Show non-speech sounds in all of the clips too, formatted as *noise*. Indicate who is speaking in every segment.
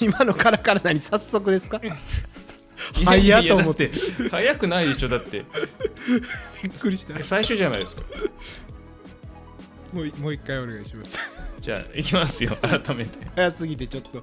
Speaker 1: 今のカラカラなに早速です *laughs* か
Speaker 2: い
Speaker 1: 早
Speaker 2: や
Speaker 1: っと思っ
Speaker 2: い
Speaker 1: て
Speaker 2: やだ *laughs* 早くないでしょだって
Speaker 1: びっくりした
Speaker 2: 最初じゃないですか
Speaker 1: もうもう一回お願いします
Speaker 2: じゃあいきますよ改め
Speaker 1: *laughs*
Speaker 2: て
Speaker 1: 早すぎてちょっと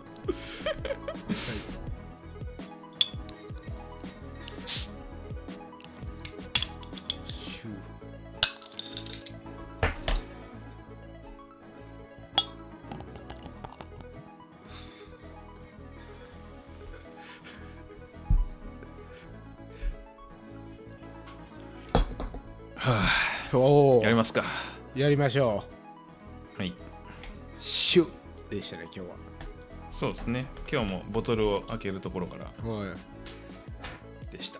Speaker 2: は
Speaker 1: お
Speaker 2: あ
Speaker 1: お
Speaker 2: やりますか
Speaker 1: やりましょ
Speaker 2: はいう
Speaker 1: シュッでしたね今
Speaker 2: そうですね今日もボトルを開けるところから
Speaker 1: 日ははい
Speaker 2: でした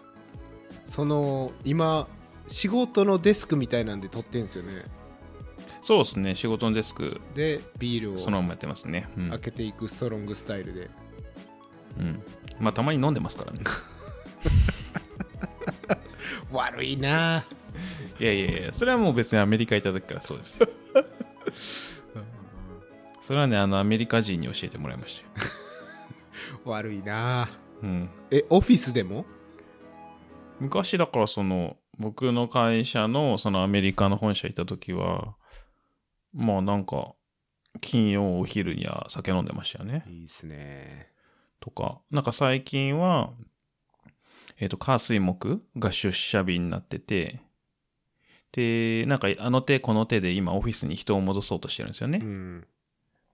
Speaker 1: その今仕事のデスクみたいなんで撮ってんすよね
Speaker 2: そうですね仕事のデスク
Speaker 1: でビール
Speaker 2: その
Speaker 1: を
Speaker 2: ままやってますねうん
Speaker 1: 開けていくストロングスタイルで
Speaker 2: うんまあたまに飲んでますから
Speaker 1: *laughs*
Speaker 2: ね
Speaker 1: 悪いない
Speaker 2: やいやいやそれはもう別にアメリカ行った時からそうですよそれはねあのアメリカ人に教えてもらいましたよ、
Speaker 1: 悪いな
Speaker 2: うん、
Speaker 1: えオフィスでも
Speaker 2: 昔だからその僕の会社のそのアメリカの本社行った時はまあなんか金曜お昼には酒飲んでましたよね
Speaker 1: いいっすね
Speaker 2: とかなんか最近はえっ、と火水木が出社日になっててでなんかあの手この手で今オフィスに人を戻そうとしてるんですよね、
Speaker 1: うん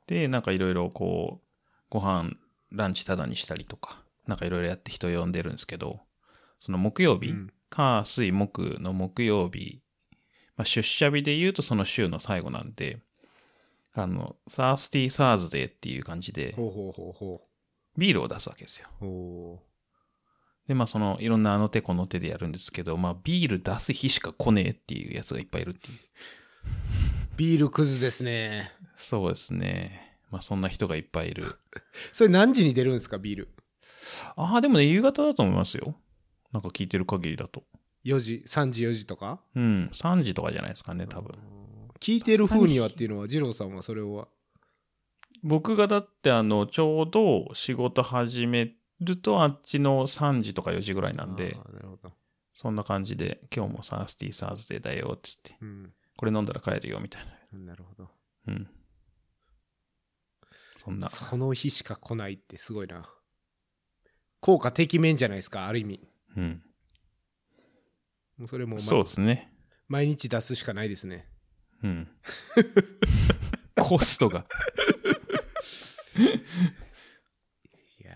Speaker 2: で、なんかいろいろこう、ご飯、ランチタダにしたりとか、なんかいろいろやって人呼んでるんですけど、その木曜日、
Speaker 1: うん
Speaker 2: 火、水、木の木曜日、まあ、出社日で言うとその週の最後なんで、あの、サースティーサーズデーっていう感じで、
Speaker 1: ほうほうほうほ
Speaker 2: ビールを出すわけですよ。
Speaker 1: うほ
Speaker 2: で、まあその、いろんなあの手この手でやるんですけど、まあビール出す日しか来ねえっていうやつがいっぱいいるっていう。
Speaker 1: うビールクズですね
Speaker 2: そうですね。まあそんな人がいっぱいいる。
Speaker 1: それ何時に出るんですかビール
Speaker 2: ああ、でもね、夕方だと思いますよ。なんか聞いてる限りだと。
Speaker 1: 4時3時4時とか
Speaker 2: うん、3時とかじゃないですかね、多分。
Speaker 1: 聞いてる風にはっていうのは二郎さんはそれを
Speaker 2: 僕がだって、あの、ちょうど仕事始めると、あっちの3時とか4時ぐらいなんで、
Speaker 1: あーなるほど、
Speaker 2: そんな感じで、今日もサースティーサーズデーだよ、つって、
Speaker 1: うん、
Speaker 2: これ飲んだら帰るよ、みたいな。
Speaker 1: なるほど
Speaker 2: うん。そんな。
Speaker 1: その日しか来ないってすごいな効果てきめんじゃないですかある意味
Speaker 2: うん。
Speaker 1: もうそれもうま
Speaker 2: そうですね。
Speaker 1: 毎日出すしかないですね *laughs*
Speaker 2: うん。コストが。
Speaker 1: いや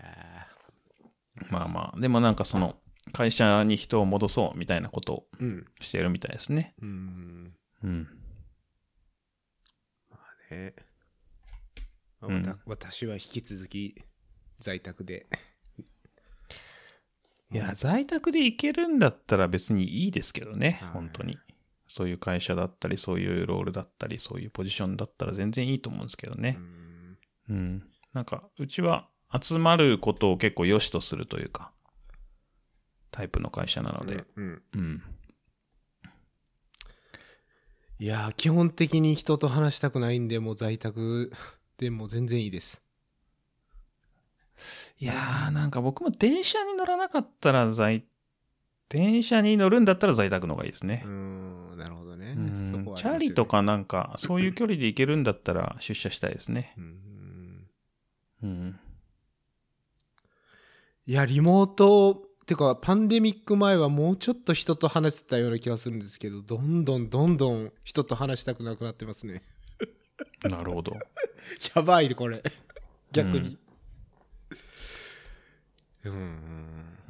Speaker 2: まあまあ、でもなんかその、会社に人を戻そう、みたいなことを
Speaker 1: うん
Speaker 2: してるみたいですね。
Speaker 1: うん
Speaker 2: うん。
Speaker 1: ねま
Speaker 2: うん
Speaker 1: た私は引き続き在宅で
Speaker 2: いや、在宅で行けるんだったら別にいいですけどね、
Speaker 1: はい
Speaker 2: 本当に。そういう会社だったり、そういうロールだったり、そういうポジションだったら全然いいと思うんですけど
Speaker 1: う
Speaker 2: ね。
Speaker 1: ん
Speaker 2: うん。なんか、うちは集まることを結構良しとするというか、タイプの会社なので。
Speaker 1: うん
Speaker 2: うん。
Speaker 1: いやー基本的に人と話したくないんでもう在宅でも全然いいです
Speaker 2: いやー、なんか僕も電車に乗らなかったら在、電車に乗るんだったら在宅の方がいいですね。
Speaker 1: うんなるほどね
Speaker 2: うん
Speaker 1: そこはあります
Speaker 2: チャ
Speaker 1: よね
Speaker 2: リとかなんか、そういう距離で行けるんだったら出社したいですね。
Speaker 1: うん
Speaker 2: うん。
Speaker 1: いやリモートてかパンデミック前はもうちょっと人と話してたような気がするんですけどどんどんどんどん人と話したくなくなってますね *laughs*
Speaker 2: なるほど。
Speaker 1: やばいこれ逆にうん、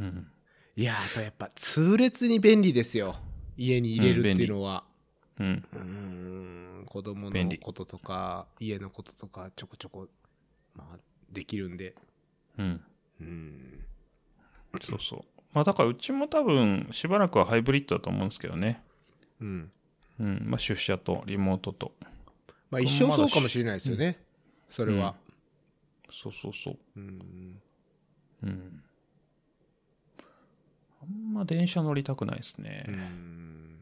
Speaker 2: うん。
Speaker 1: いやあとやっぱ痛烈に便利ですよ家に入れるっていうのは、
Speaker 2: うん。
Speaker 1: うん子供
Speaker 2: 便
Speaker 1: の
Speaker 2: 利
Speaker 1: こととか家のこととかちょこちょこ、まあ、できるんで
Speaker 2: うん。
Speaker 1: うん
Speaker 2: そうそう。まあだからうちも多分しばらくはハイブリッドだと思うんですけどね。
Speaker 1: うん
Speaker 2: うん。まあ出社とリモートと。
Speaker 1: まあ一生そうかもしれないですよね、それは、
Speaker 2: そうそうそう。
Speaker 1: うん
Speaker 2: うん。あんま電車乗りたくないですね
Speaker 1: う。ん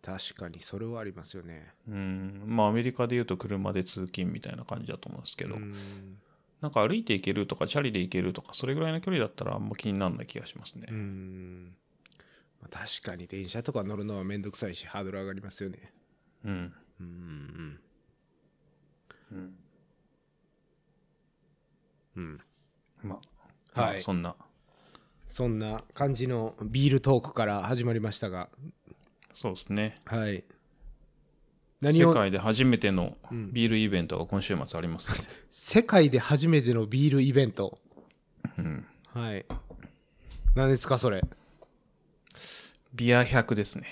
Speaker 1: 確かにそれはありますよね
Speaker 2: うん。まあアメリカで言うと車で通勤みたいな感じだと思うんですけ
Speaker 1: う
Speaker 2: ど。
Speaker 1: ん
Speaker 2: なんか歩いて行けるとか、チャリで行けるとか、それぐらいの距離だったらあんま気にならない気がしますね。
Speaker 1: うん。まあ確かに電車とか乗るのはめんどくさいし、ハードル上がりますよね。
Speaker 2: うん。
Speaker 1: うんうん
Speaker 2: うん、
Speaker 1: うん。うん。
Speaker 2: まあ、
Speaker 1: はい
Speaker 2: まあそんな、
Speaker 1: そんな感じのビールトークから始まりましたが、
Speaker 2: そうですね。
Speaker 1: はい。何を
Speaker 2: 世界で初めての
Speaker 1: うん
Speaker 2: ビールイベントが今週末ありますね。
Speaker 1: 世界で初めてのビールイベント。
Speaker 2: うん。
Speaker 1: はい。何ですか、それ。
Speaker 2: *laughs* ビア100ですね。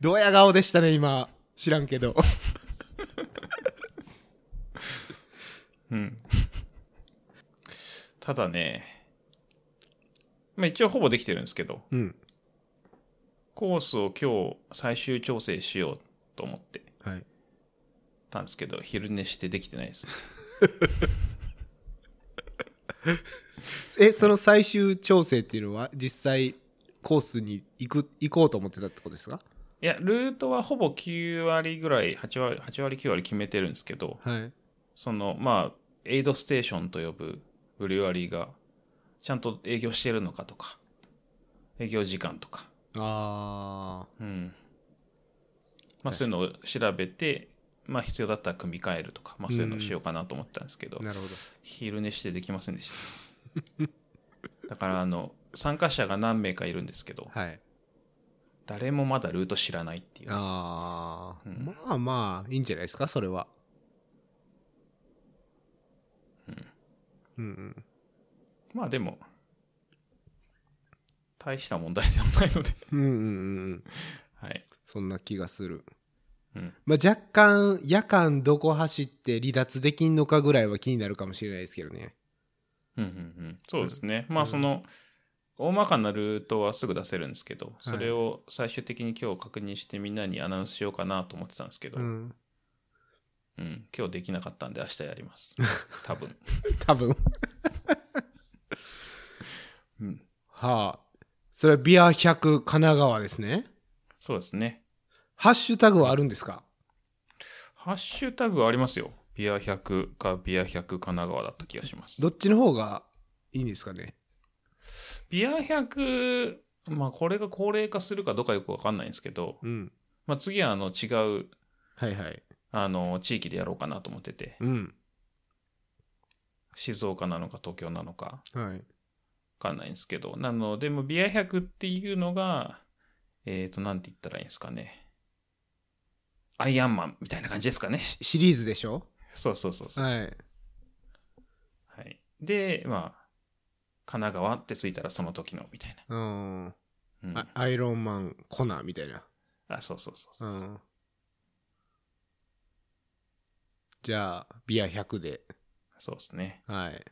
Speaker 1: ドヤ顔でしたね、今。知らんけど。
Speaker 2: うん。 *laughs* ただね、まあ一応ほぼできてるんですけど、
Speaker 1: うん。
Speaker 2: コースを今日最終調整しようと思って
Speaker 1: はい。
Speaker 2: たんですけど、昼寝してできてない *laughs* です。
Speaker 1: え、その最終調整っていうのは、実際、コースに行く、行こうと思ってたってことですか
Speaker 2: いや、ルートはほぼ9割ぐらい、8割、8割9割決めてるんですけど、
Speaker 1: はい。
Speaker 2: その、まあ、エイドステーションと呼ぶブリュワリーが、ちゃんと営業してるのかとか、営業時間とか、
Speaker 1: あ
Speaker 2: うん。まあ、
Speaker 1: 確かに
Speaker 2: そういうのを調べて、まあ、必要だったら組み替えるとか、まあ、そういうのをしようかなと思ったんですけど
Speaker 1: ー。、なるほど。
Speaker 2: 昼寝してできませんでした。 *laughs* だから、あの、参加者が何名かいるんですけど、
Speaker 1: はい。
Speaker 2: 誰もまだルート知らないっていう。
Speaker 1: ああ、
Speaker 2: うん
Speaker 1: まあまあ、いいんじゃないですか、それは。
Speaker 2: うん
Speaker 1: うんうん。
Speaker 2: まあ、でも、大した問題ではないので、 *laughs*
Speaker 1: うんうんうんうん。
Speaker 2: はい。
Speaker 1: そんな気がする。
Speaker 2: うん。
Speaker 1: まあ、若干、夜間どこ走って離脱できんのかぐらいは気になるかもしれないですけどね。
Speaker 2: うんうんうん、そうですね、
Speaker 1: うん
Speaker 2: まあその大まかなルートはすぐ出せるんですけど、それを最終的に今日確認してみんなにアナウンスしようかなと思ってたんですけど、
Speaker 1: う
Speaker 2: うん
Speaker 1: ん。
Speaker 2: 今日できなかったんで明日やります *laughs* 多分、
Speaker 1: 多分。
Speaker 2: うん、
Speaker 1: *laughs* はあ。それはビア100神奈川ですね。
Speaker 2: そうですね
Speaker 1: ハッシュタグはあるんですか
Speaker 2: ハッシュタグはありますよビア100かビア100神奈川だった気がします
Speaker 1: どっちの方がいいんですかね
Speaker 2: ビア100まあこれが高齢化するかどうかよくわかんないんですけど、
Speaker 1: うん。
Speaker 2: まあ、次はあの違う
Speaker 1: はいはい。
Speaker 2: あの地域でやろうかなと思ってて
Speaker 1: うん。
Speaker 2: 静岡なのか東京なのか
Speaker 1: はい。
Speaker 2: わかんないんですけど、なので、もうビア100っていうのが、えっ、ー、と、なんて言ったらいいんですかね。アイアンマンみたいな感じですかね。 *laughs*
Speaker 1: しシリーズでしょ
Speaker 2: そうそうそうそう、
Speaker 1: はい。
Speaker 2: はい。で、まあ、神奈川ってついたらその時のみたい
Speaker 1: うん。
Speaker 2: な。うん、
Speaker 1: あ
Speaker 2: あ
Speaker 1: アイロンマン、コナーみたいな。
Speaker 2: そうそうそうそうう、
Speaker 1: ん。じゃあ、ビア100で。
Speaker 2: そうですね。
Speaker 1: はい。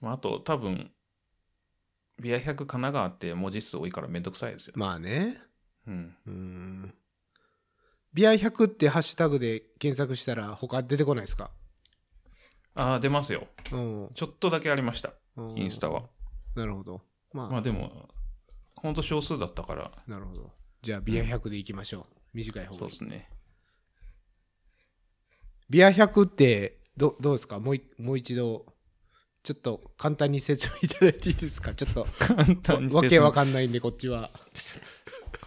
Speaker 2: まあ、あと、多分、ビア100神奈川って文字数多いからめんどくさいですよ。
Speaker 1: まあね。
Speaker 2: うん。
Speaker 1: うん。ビア100ってハッシュタグで検索したら他出てこないですか
Speaker 2: ああ、出ますよ。
Speaker 1: うん。
Speaker 2: ちょっとだけありました。
Speaker 1: うん
Speaker 2: インスタは。。
Speaker 1: なるほど。まあ、
Speaker 2: まあでも、ほんと少数だったから、
Speaker 1: なるほど。じゃあ、ビア100でいきましょう。短い方
Speaker 2: そう
Speaker 1: が
Speaker 2: ですね。
Speaker 1: ビア100ってど、どうですかもういもう一度、ちょっと簡単に説明いただいていいで
Speaker 2: *laughs*
Speaker 1: すかちょっと、
Speaker 2: 簡単に説明
Speaker 1: わけわかんないんで、こっちは。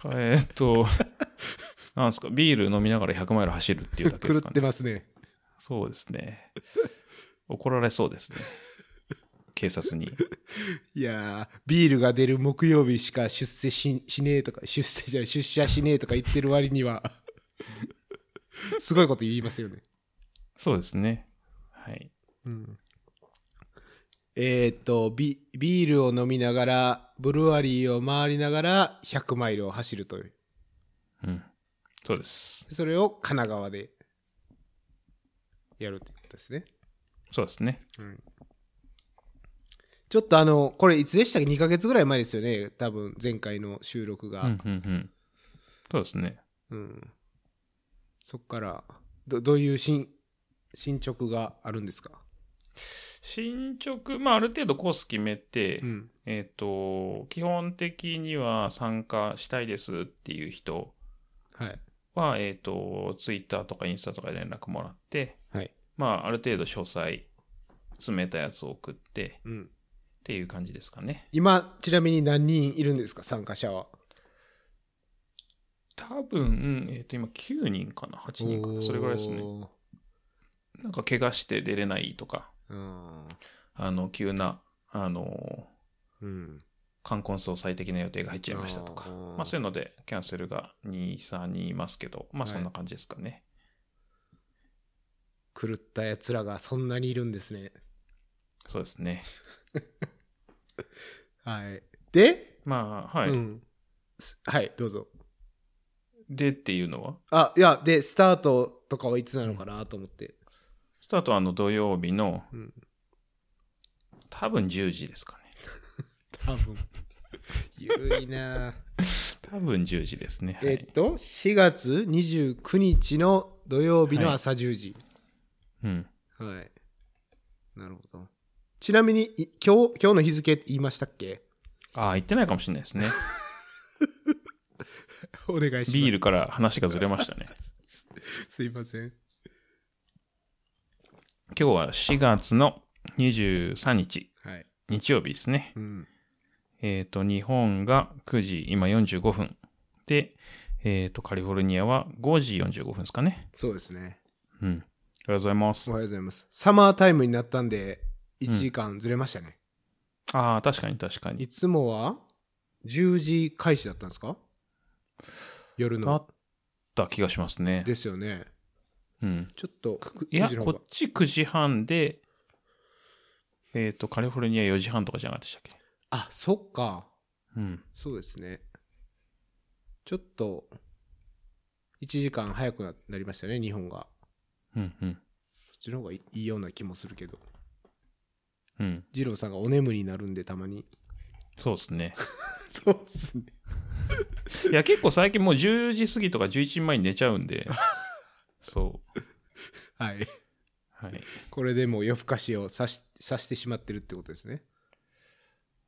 Speaker 2: えーっと、 *laughs* なんですか、ビール飲みながら100マイル走るっていうだけです
Speaker 1: 狂っ
Speaker 2: か
Speaker 1: て
Speaker 2: ね。
Speaker 1: ますね。
Speaker 2: そうですね。怒られそうですね。警察に。
Speaker 1: いやー、ビールが出る木曜日しか出世ししねえとか、出世じゃない、出社しねえとか言ってる割
Speaker 2: *laughs*
Speaker 1: には、すごいこと言いますよね。
Speaker 2: そうですね。はい。
Speaker 1: うんえーっとビ、ビールを飲みながら、ブルワリーを回りながら、100マイルを走るという。
Speaker 2: うん。そうです。
Speaker 1: それを神奈川でやるということですね。
Speaker 2: そうですね。
Speaker 1: うん、ちょっとあの、これいつでしたっけ ?2 ヶ月ぐらい前ですよね。多分前回の収録
Speaker 2: う
Speaker 1: が。
Speaker 2: んうんうん。そうですね。
Speaker 1: うんそっから、どどういう進進捗があるんですか
Speaker 2: 進捗、まあ、ある程度コース決めて、
Speaker 1: うん。
Speaker 2: えーっと、基本的には参加したいですっていう人
Speaker 1: はい。
Speaker 2: は、えーっと、ツイッターとかインスタとかで連絡もらって、
Speaker 1: はい。
Speaker 2: まあ、ある程度詳細、詰めたやつを送って、
Speaker 1: うん。
Speaker 2: っていう感じですかね。
Speaker 1: 今、ちなみに何人いるんですか、参加者は。
Speaker 2: 多分、えっ、と、今9人かな、8人かな、それぐらいですね。
Speaker 1: おー
Speaker 2: なんか怪我して出れないとか、
Speaker 1: うん。
Speaker 2: あの、急な、あの、
Speaker 1: うん。
Speaker 2: 冠婚葬祭的な予定が入っちゃいましたとか
Speaker 1: あ、ー
Speaker 2: まあそういうので、キャンセルが2、3人いますけど、まあそんな感じですかね。
Speaker 1: 狂ったやつらがそんなにいるんですね。
Speaker 2: そうですね。
Speaker 1: はい。で、
Speaker 2: まあ、はい。
Speaker 1: うん。すはい、どうぞ。
Speaker 2: でっていうのは
Speaker 1: あ、いや、で、スタートとかはいつなのかなと思って。
Speaker 2: スタートはあの土曜日の、
Speaker 1: うん
Speaker 2: 多分10時ですかね。
Speaker 1: 多 *laughs* 分。ゆるいなあ
Speaker 2: 多分10時ですね。は
Speaker 1: えっ
Speaker 2: い。
Speaker 1: と、4月29日の土曜日の朝10時。
Speaker 2: うん。
Speaker 1: はい。なるほど。ちなみに、い今日、今日の日付って言いましたっけ
Speaker 2: ああ、行ってないかもしれない
Speaker 1: *laughs*
Speaker 2: ですね。
Speaker 1: お願いします。
Speaker 2: ビールから話がずれましたね。
Speaker 1: すいません。
Speaker 2: 今日は4月の23日、
Speaker 1: はい。
Speaker 2: 日曜日ですね。
Speaker 1: うん。
Speaker 2: えっ、と、日本が9時、今45分。で、えっ、と、カリフォルニアは5時45分ですかね。
Speaker 1: そうですね。
Speaker 2: うん。ありがとうございま
Speaker 1: お
Speaker 2: す。
Speaker 1: はようございます。サマータイムになったんで、1時間ずれましたね。
Speaker 2: ああ、確かに確かに
Speaker 1: い。つもは10時開始だったんですか夜
Speaker 2: だっ
Speaker 1: の。
Speaker 2: た気がしますね。
Speaker 1: ですよね。
Speaker 2: うん。
Speaker 1: ちょっと、
Speaker 2: いや、
Speaker 1: 9時の方
Speaker 2: こ
Speaker 1: が
Speaker 2: っち9時半で、えっ、と、カリフォルニア4時半とかじゃなかったでしたっけ
Speaker 1: あ、そっか。
Speaker 2: うん。
Speaker 1: そうですね。ちょっと、1時間早くななりましたね、日本が。
Speaker 2: うん、うん。
Speaker 1: そっちの方がいいいような気もするけど。
Speaker 2: うん。
Speaker 1: 二郎さんがお眠りになるんで、たまに。
Speaker 2: そうですね。
Speaker 1: そうっすね。
Speaker 2: いや、 *laughs* 結構最近もう10時過ぎとか11時前に寝ちゃうん
Speaker 1: *laughs*
Speaker 2: で、そう。
Speaker 1: はい。
Speaker 2: はい。
Speaker 1: これでもう夜更かしをさしさしてしまってるってことですね。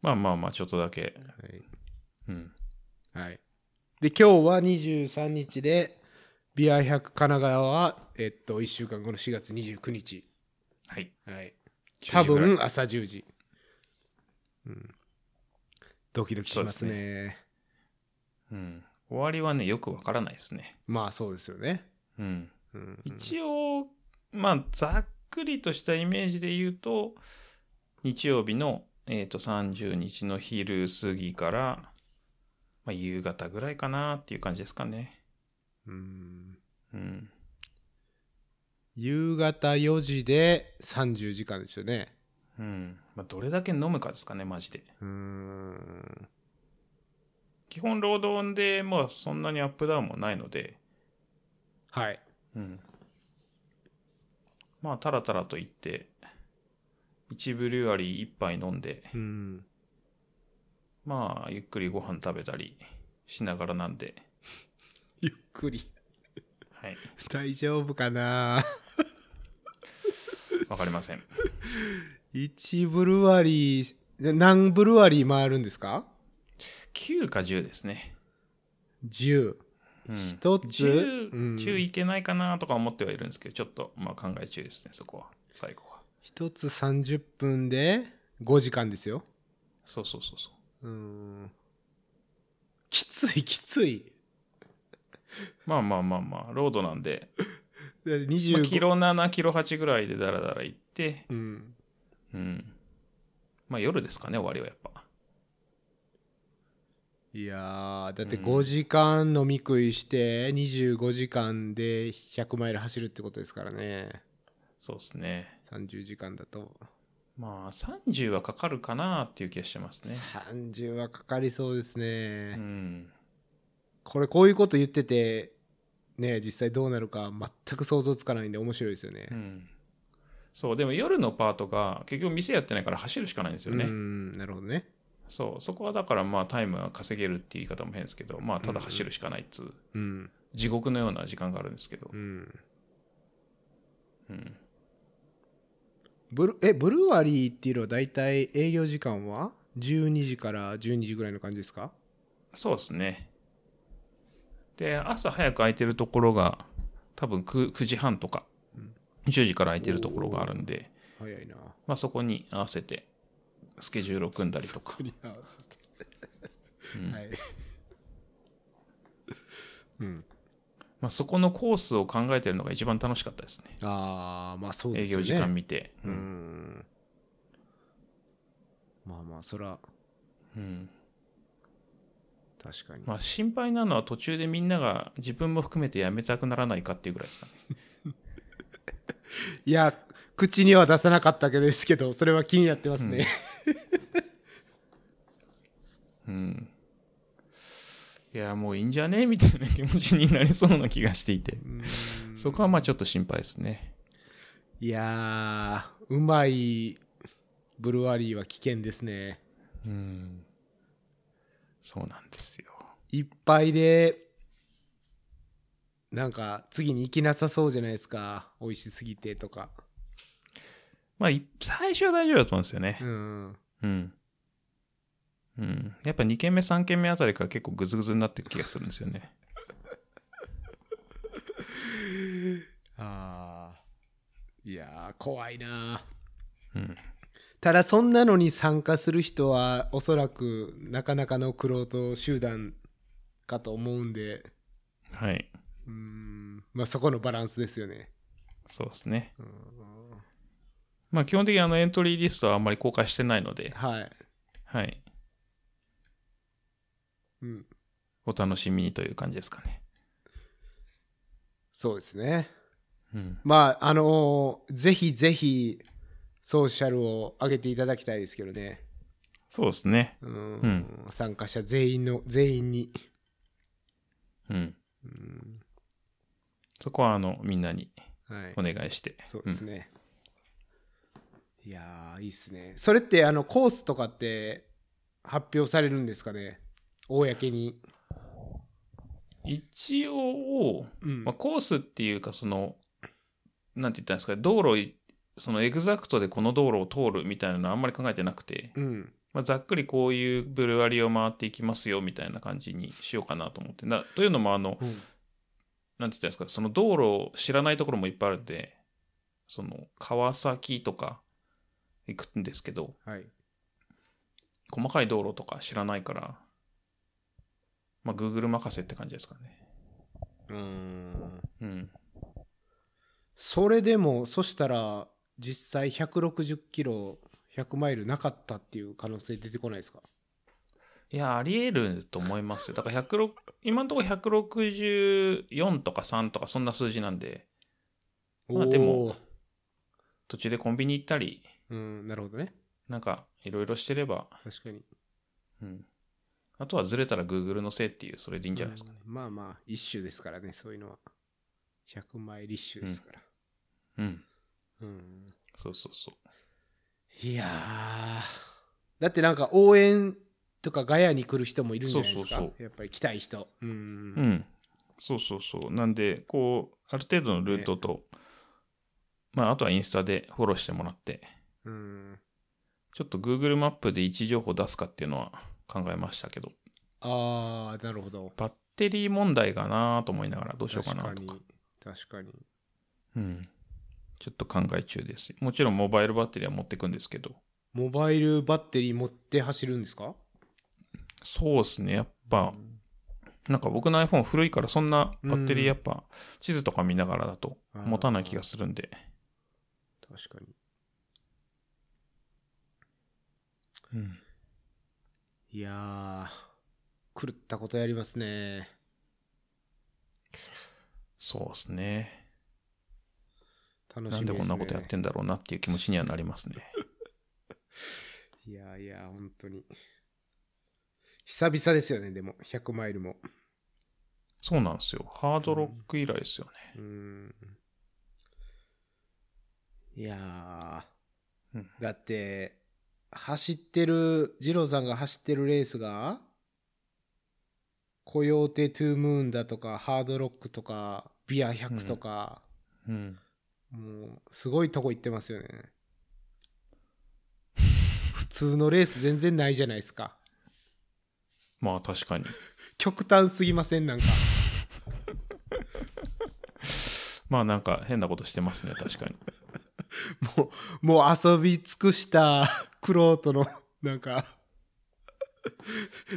Speaker 2: まあまあまあ、ちょっとだけ。
Speaker 1: はい。
Speaker 2: うん。
Speaker 1: はい。で、今日は23日で、ビア100神奈川は、えっと、1週間後の4月29日。
Speaker 2: はい。
Speaker 1: はい。
Speaker 2: 10
Speaker 1: 多
Speaker 2: 時ぐらい
Speaker 1: 分朝10時。うん。ドキドキします
Speaker 2: そう
Speaker 1: ね。
Speaker 2: うん。終わりはね、よくわからないですね。
Speaker 1: まあそうですよね。
Speaker 2: うん。
Speaker 1: うん、
Speaker 2: 一応、まあ、ざっくりとしたイメージで言うと、日曜日の、えっ、と、30日の昼過ぎから、まあ、夕方ぐらいかなっていう感じですかね。
Speaker 1: うん
Speaker 2: うん。
Speaker 1: 夕方4時で30時間ですよね。
Speaker 2: うん。まあ、どれだけ飲むかですかね、マジで。
Speaker 1: うーん。
Speaker 2: 基本、労働で、まあ、そんなにアップダウンもないので、
Speaker 1: はい。
Speaker 2: うん。まあ、たらたらと言って、一ブリュワリー一杯飲んで、
Speaker 1: うん。
Speaker 2: まあ、ゆっくりご飯食べたりしながらなんで、
Speaker 1: ゆっくり。
Speaker 2: はい。
Speaker 1: 大丈夫かな
Speaker 2: わかりません。
Speaker 1: ?1 ブルワリー、な何ブルワリー回るんですか
Speaker 2: 9か10ですね。
Speaker 1: ?10。
Speaker 2: うん
Speaker 1: 一つ
Speaker 2: 10,、
Speaker 1: うん
Speaker 2: 10いけないかなとか思ってはいるんですけど、ちょっと、まあ、考え中ですね、そこは。最後は。
Speaker 1: 1つ30分で5時間ですよ。
Speaker 2: そうそうそうそう。
Speaker 1: うーん。きついきつい。
Speaker 2: まあまあまあまあ、ロードなんで、
Speaker 1: だって25、
Speaker 2: まあ、キロ7、キロ8ぐらいでダラダラ行って、
Speaker 1: うん。
Speaker 2: うん。まあ、夜ですかね、終わりはやっぱ。
Speaker 1: いやーだって
Speaker 2: うん
Speaker 1: 5時間飲み食いして25時間で100マイル走るってことですからね
Speaker 2: そうですね。
Speaker 1: 30時間だと、
Speaker 2: まあ、30はかかるかなっていう気がしてますね。
Speaker 1: 30はかかりそうですね、
Speaker 2: うん。
Speaker 1: これこういうこと言っててね実際どうなるか全く想像つかないんで面白いですよね
Speaker 2: う、ん。そう、でも夜のパートが、結局店やってないから走るしかないんです
Speaker 1: う
Speaker 2: よね。
Speaker 1: んなるほどね
Speaker 2: そう、そこはだからまあタイムは稼げるっていう言い方も変ですけど、まあただ走るしかないっつう、
Speaker 1: うん
Speaker 2: 地獄のような時間があるんですけど
Speaker 1: う、ん
Speaker 2: うん。
Speaker 1: ブルえブルワリーっていうのは大体営業時間は12時から12時ぐらいの感じですか
Speaker 2: そうですね。で、朝早く空いてるところが、多分 9, 9時半とか、 10時から空いてるところがあるんで、
Speaker 1: 早いな。
Speaker 2: まあ、そこに合わせてスケジュールを組んだり
Speaker 1: *laughs*
Speaker 2: とか
Speaker 1: そこ、に合わせて
Speaker 2: うん
Speaker 1: はい。 *laughs* うん。
Speaker 2: まあ、そこのコースを考えてるのが一番楽しかったですね
Speaker 1: ああ、まあそうで
Speaker 2: 営
Speaker 1: すよ
Speaker 2: 業
Speaker 1: ね。
Speaker 2: 時間見て、
Speaker 1: う
Speaker 2: うん
Speaker 1: ん。まあまあ、そら、
Speaker 2: うん
Speaker 1: 確かに。
Speaker 2: まあ、心配なのは途中でみんなが自分も含めて辞めたくならないかっていうぐらいですかね
Speaker 1: いや、口には出さなかったけどですけど、それは気になってますね。
Speaker 2: うんいやもういいんじゃねみたいな気持ちになりそうな気がしていて
Speaker 1: うん
Speaker 2: そこはまあちょっと心配ですね
Speaker 1: いやー、うまいブルワリーは危険ですね。
Speaker 2: うんそうなんですよ
Speaker 1: いっぱいで、なんか次に行きなさそうじゃないですか。美味しすぎてとか。
Speaker 2: まあい最初は大丈夫だと思うんですよね
Speaker 1: うん。
Speaker 2: うん、うん、やっぱ2軒目3軒目あたりから結構グズグズになってる気がするんですよね
Speaker 1: *laughs* あーいやー、怖いなー。
Speaker 2: うん
Speaker 1: ただそんなのに参加する人はおそらくなかなかの苦労と集団かと思うんで
Speaker 2: はいう
Speaker 1: ーんまあそこのバランスですよね
Speaker 2: そうですね
Speaker 1: うん
Speaker 2: まあ基本的にあのエントリーリストはあんまり公開してないので
Speaker 1: はい、
Speaker 2: はい
Speaker 1: うん、
Speaker 2: お楽しみにという感じですかね
Speaker 1: そうですね
Speaker 2: うん
Speaker 1: まああのーぜひぜひソーシャルを上げていただきたいですけどね
Speaker 2: そうですね
Speaker 1: うん
Speaker 2: ん
Speaker 1: 参加者全員の全員に
Speaker 2: うん
Speaker 1: うん
Speaker 2: そこはあのみんなに
Speaker 1: はい
Speaker 2: お願いして、
Speaker 1: そうですね、いやーいいっすねそれってあのコースとかって発表されるんですかね公に、
Speaker 2: うん一応、
Speaker 1: うん
Speaker 2: まあ、コースっていうかそのなんて言ったんですか道路いそのエグザクトでこの道路を通るみたいなのはあんまり考えてなくて、
Speaker 1: うん
Speaker 2: まあ、ざっくりこういうブルワリを回っていきますよみたいな感じにしようかなと思ってなというのもあのなんて言ったんですかその道路を知らないところもいっぱいあるんでその川崎とか行くんですけど
Speaker 1: はい
Speaker 2: 細かい道路とか知らないからまあ Google 任せって感じですかね
Speaker 1: うん
Speaker 2: うん
Speaker 1: それでもそしたら実際160キロ100マイルなかったっていう可能性出てこないですか
Speaker 2: いやありえると思いますよだから106今のところ164とか3とかそんな数字なんでまあでも
Speaker 1: おー
Speaker 2: 途中でコンビニ行ったり
Speaker 1: うんなるほどね
Speaker 2: なんかいろいろしてれば
Speaker 1: 確かに
Speaker 2: うん。あとはずれたら Google のせいっていう、それでいいんじゃないですか。
Speaker 1: うんまあまあ一種ですからねそういうのは100マイル一種ですから、
Speaker 2: うん。
Speaker 1: うん
Speaker 2: そうそうそう。
Speaker 1: いやーだってなんか応援とかガヤに来る人もいるんじゃないですか
Speaker 2: そうそう
Speaker 1: やっぱり来たい人うん
Speaker 2: う、ん。そうそうそう。なんで、こう、ある程度のルートと、まあ、あとはインスタでフォローしてもらって、
Speaker 1: うん、
Speaker 2: ちょっと Google マップで位置情報出すかっていうのは考えましたけど、
Speaker 1: ああなるほど
Speaker 2: バッテリー問題かなと思いながらどうしようかなとか。
Speaker 1: 確かに確かに
Speaker 2: うん。ちょっと考え中です。もちろんモバイルバッテリーは持ってくんですけど、
Speaker 1: モバイルバッテリー持って走るんですか
Speaker 2: そうですね。やっぱ、なんか僕の iPhone 古いからそんなバッテリーやっぱ地図とか見ながらだと持たない気がするんで、
Speaker 1: 確かに
Speaker 2: うん、
Speaker 1: いやー狂ったことやりますね
Speaker 2: そうですね
Speaker 1: 楽
Speaker 2: な
Speaker 1: し
Speaker 2: んで
Speaker 1: みですね
Speaker 2: こんなことやってんだろうなっていう気持ちにはなりますね
Speaker 1: いやーいやー本当に久々ですよねでも100マイルも
Speaker 2: そうなんですよハードロック以来ですよね、
Speaker 1: うーんいやー、
Speaker 2: うん
Speaker 1: だって走ってる二郎さんが走ってるレースがコヨーテ・トゥームーンだとかハードロックとかビア100とか、
Speaker 2: うん、
Speaker 1: もうすごいとこ行ってますよね *laughs* 普通のレース全然ないじゃないですか
Speaker 2: まあ確かに
Speaker 1: 極端すぎませんなんか
Speaker 2: まあなんか変なことしてますね、確かに。
Speaker 1: もう、もう遊び尽くした *laughs* クロートの、なんか、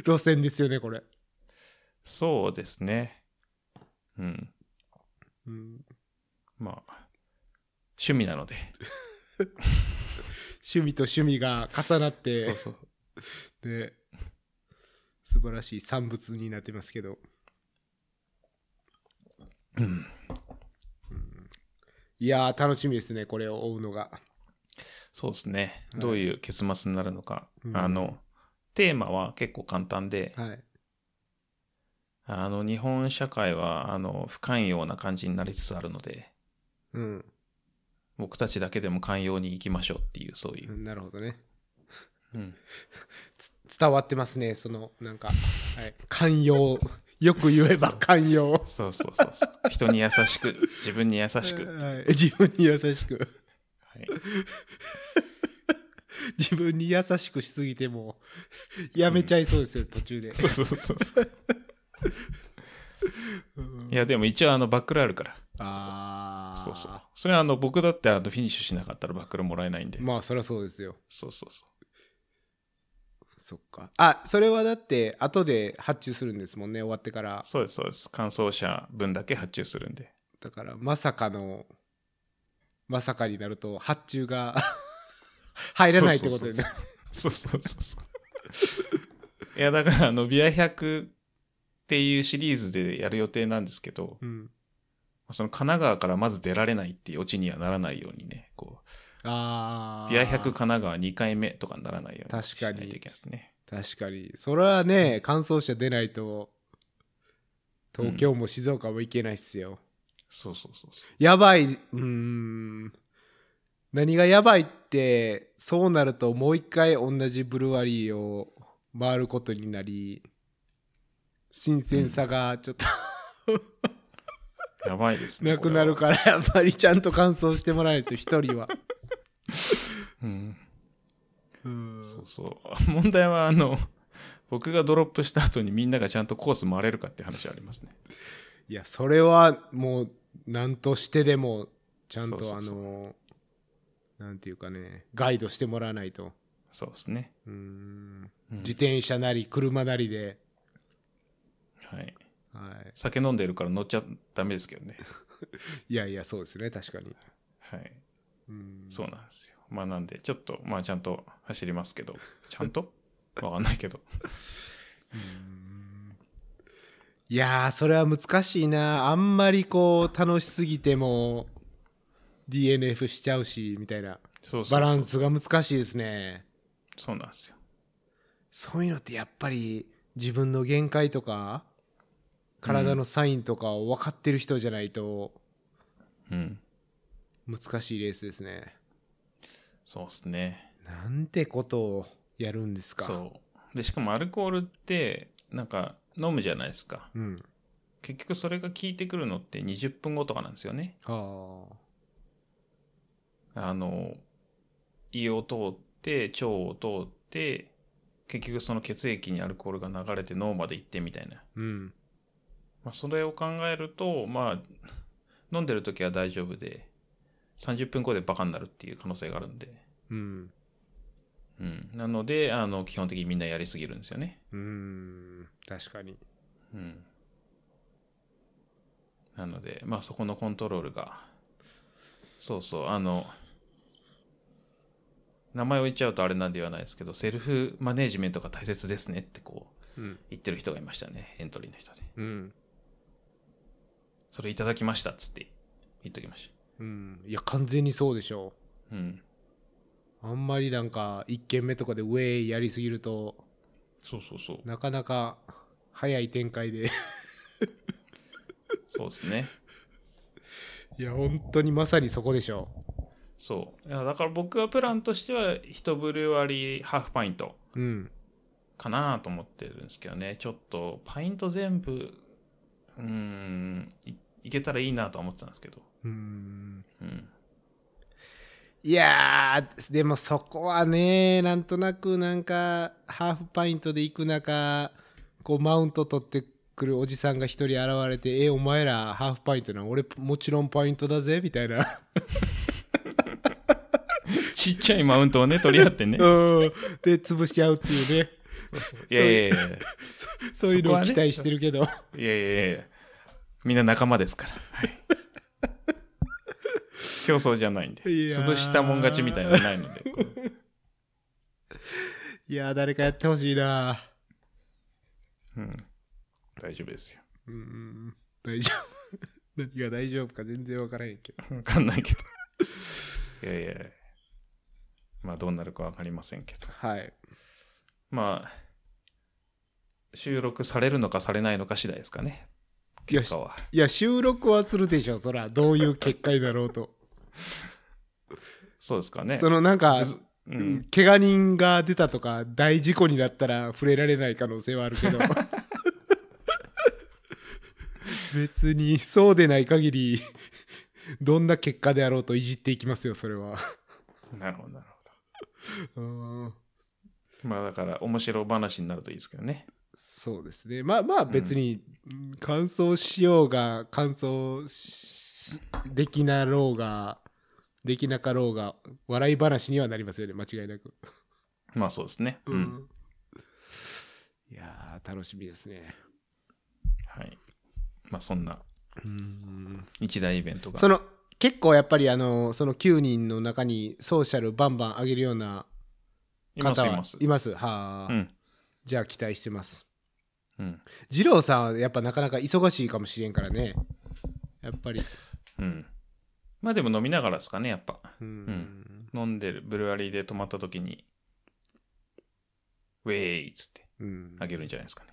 Speaker 1: 路線ですよね、これ。
Speaker 2: そうですね。うん。
Speaker 1: うん、
Speaker 2: まあ、趣味なので。
Speaker 1: 趣味と趣味が重なって、
Speaker 2: そうそう。
Speaker 1: で素晴らしい産物になってますけど
Speaker 2: うん。
Speaker 1: いやー楽しみですねこれを追うのが
Speaker 2: そうですね。
Speaker 1: はい
Speaker 2: どういう結末になるのか。
Speaker 1: うん
Speaker 2: あの、テーマは結構簡単で、
Speaker 1: はい
Speaker 2: あの、日本社会は、あの、不寛容な感じになりつつあるので、
Speaker 1: うん
Speaker 2: 僕たちだけでも寛容に行きましょうっていう、そういう。
Speaker 1: なるほどね
Speaker 2: うん。
Speaker 1: つ伝わってますねそのなんか、はい、寛容よく言えば寛容
Speaker 2: そうそうそうそう。人に優しく、自分に優し
Speaker 1: *laughs*
Speaker 2: く。
Speaker 1: はい、自分に優しく
Speaker 2: はい。
Speaker 1: *laughs* 自分に優しくしすぎてもやめちゃいそうですよ、途中で
Speaker 2: そうそうそうそう。
Speaker 1: うん
Speaker 2: いや、でも一応、あの、バックルあるから。
Speaker 1: ああ
Speaker 2: そうそう。それはあの、僕だってあのフィニッシュしなかったらバックルもらえないんで。
Speaker 1: まあそりゃそうですよ
Speaker 2: そうそうそう。
Speaker 1: そっかあそれはだって後で発注するんですもんね終わってから
Speaker 2: そうです、そうです。乾燥車分だけ発注するんで。
Speaker 1: だからまさかのまさかになると発注が *laughs* 入らないってことでね
Speaker 2: そうそうそうそう。いや、だから、あの、ビア100っていうシリーズでやる予定なんですけど、
Speaker 1: うん
Speaker 2: その神奈川からまず出られないっていうオチにはならないようにね、こ
Speaker 1: あ
Speaker 2: う、
Speaker 1: あ
Speaker 2: ビア100神奈川2回目とかにならないように
Speaker 1: 確
Speaker 2: し
Speaker 1: か
Speaker 2: な
Speaker 1: に
Speaker 2: いといけないですね。
Speaker 1: 確かにそれはね乾燥車出ないと東京も静岡も行けないっすよ、
Speaker 2: そうそうそうそう。
Speaker 1: やばいうーん何がやばいってそうなるともう一回同じブルワリーを回ることになり新鮮さがちょっと、
Speaker 2: やばいですね。
Speaker 1: なくなる
Speaker 2: こ
Speaker 1: からやっぱりちゃんと乾燥してもらえないと一人は
Speaker 2: れは。うん。
Speaker 1: うん
Speaker 2: *laughs* そうそう。 *laughs* 問題は、あの、僕がドロップした後にみんながちゃんとコース回れるかっていう話はありますね。
Speaker 1: いやそれはもう何としてでもちゃん
Speaker 2: そう
Speaker 1: と
Speaker 2: そ
Speaker 1: あ
Speaker 2: うそう
Speaker 1: のなんていうかねガイドしてもらわないと
Speaker 2: そうですね。
Speaker 1: うん
Speaker 2: うん
Speaker 1: 自転車なり車なりで、
Speaker 2: はい。
Speaker 1: はい、
Speaker 2: 酒飲んでるから乗っちゃダメですけどね。
Speaker 1: いやいやそうですね確かに、
Speaker 2: はい。
Speaker 1: うん
Speaker 2: そうなんですよ。まあなんで、ちょっと、まあちゃんと走りますけど、ちゃん
Speaker 1: *laughs*
Speaker 2: とわかんないけど。
Speaker 1: いやーそれは難しいなあんまりこう楽しすぎても DNF しちゃうしみたいな
Speaker 2: そうそうそう
Speaker 1: バラン。スが難しいですね
Speaker 2: そうなんですよ。
Speaker 1: そういうのってやっぱり自分の限界とか体のサインとかを分かってる人じゃないと
Speaker 2: うん。
Speaker 1: 難しいレースですね。
Speaker 2: そうですね。
Speaker 1: なんてことをやるんですか。
Speaker 2: そう。で、しかもアルコールって、なんか飲むじゃないですか。
Speaker 1: うん。
Speaker 2: 結局それが効いてくるのって20分後とかなんですよね。
Speaker 1: はあ。
Speaker 2: あの、胃を通って、腸を通って、結局その血液にアルコールが流れて脳まで行ってみたいな。
Speaker 1: うん。
Speaker 2: まあ、それを考えると、まあ、飲んでる時は大丈夫で、30分後でバカになるっていう可能性があるんで。
Speaker 1: うん。
Speaker 2: うん。なので、あの、基本的にみんなやりすぎるんですよね。
Speaker 1: うん。確かに。
Speaker 2: うん。なので、まあそこのコントロールが、そうそう、あの、名前を言っちゃうとあれなんで言わないですけど、セルフマネージメントが大切ですねってこう
Speaker 1: うん。
Speaker 2: 言ってる人がいましたね、エントリーの人で。
Speaker 1: うん。
Speaker 2: それいただきましたっつって言っときまし
Speaker 1: うん。いや、完全にそうでしょ
Speaker 2: た。うん。
Speaker 1: う。あんまりなんか、1軒目とかでウェイやりすぎると、
Speaker 2: そうそうそう。
Speaker 1: なかなか早い展開で。 *laughs*
Speaker 2: そうですね。
Speaker 1: いや、本当にまさにそこでしょ
Speaker 2: そう。いやだから僕はプランとしては、一ブルワリーハーフパイント
Speaker 1: う。うん。
Speaker 2: かなと思ってるんですけどね。ちょっと、パイント全部、うーん、いいけたらいいなとは思ってたんですけど。
Speaker 1: うん。
Speaker 2: うん。
Speaker 1: いやー、でもそこはね、なんとなくなんか、ハーフパイントで行く中、こう、マウント取って来るおじさんが一人現れて「えお前らハーフパイントな俺もちろんパイントだぜ」みたいな
Speaker 2: ちっちゃいマウントをね、
Speaker 1: *laughs*
Speaker 2: 取り合ってね
Speaker 1: う。んで潰し合うっていうね
Speaker 2: いやいやいやい
Speaker 1: そういう
Speaker 2: そこ
Speaker 1: のを
Speaker 2: はね
Speaker 1: 期待してるけど、
Speaker 2: やいやいやみんな仲間ですから。はい。競争じゃないんで。
Speaker 1: いやー
Speaker 2: 潰したもん勝ちみたいなのない
Speaker 1: *laughs*
Speaker 2: ので。こう
Speaker 1: いやー誰かやってほしいな
Speaker 2: うん。大丈夫ですよ。
Speaker 1: うんうん大丈夫何が大丈夫か全然分からへんけど
Speaker 2: わかんないけど。いやいやまあどうなるかわかりませんけど。
Speaker 1: はい
Speaker 2: まあ、収録されるのかされないのか次第ですかね。
Speaker 1: よ
Speaker 2: 結
Speaker 1: し
Speaker 2: 果は。
Speaker 1: いや収録はするでしょそらどういう結果になろうと、
Speaker 2: そうですかね。
Speaker 1: そのなんか
Speaker 2: むずうん。
Speaker 1: 怪我人が出たとか大事故になったら触れられない可能性はあるけど別にそうでない限りどんな結果であろうといじっていきますよそれは
Speaker 2: なるほど、なるほ
Speaker 1: うん
Speaker 2: ど。まあだから、面白話になるといいですけどね。
Speaker 1: そうですねまあまあ別にうん感想しようが感想しできなろうができなかろうが笑い話にはなりますよね間違いなく、
Speaker 2: まあそうですね。うん。
Speaker 1: いやー楽しみですね
Speaker 2: はい。まあそんな
Speaker 1: うん
Speaker 2: 一大イベントが。
Speaker 1: その結構やっぱりあのその9人の中にソーシャルバンバン上げるようない
Speaker 2: ます
Speaker 1: 方
Speaker 2: い
Speaker 1: は
Speaker 2: ます。
Speaker 1: いますはあ、
Speaker 2: うん。
Speaker 1: じゃあ期待してます
Speaker 2: うん。
Speaker 1: 二郎さんはやっぱなかなか忙しいかもしれんからねやっぱり
Speaker 2: うん。まあでも飲みながらですかね、やっぱ。
Speaker 1: うん、
Speaker 2: 飲んでる、ブルワリーで泊まった時に、ウェーイっつって
Speaker 1: うん
Speaker 2: あげるんじゃないですかね。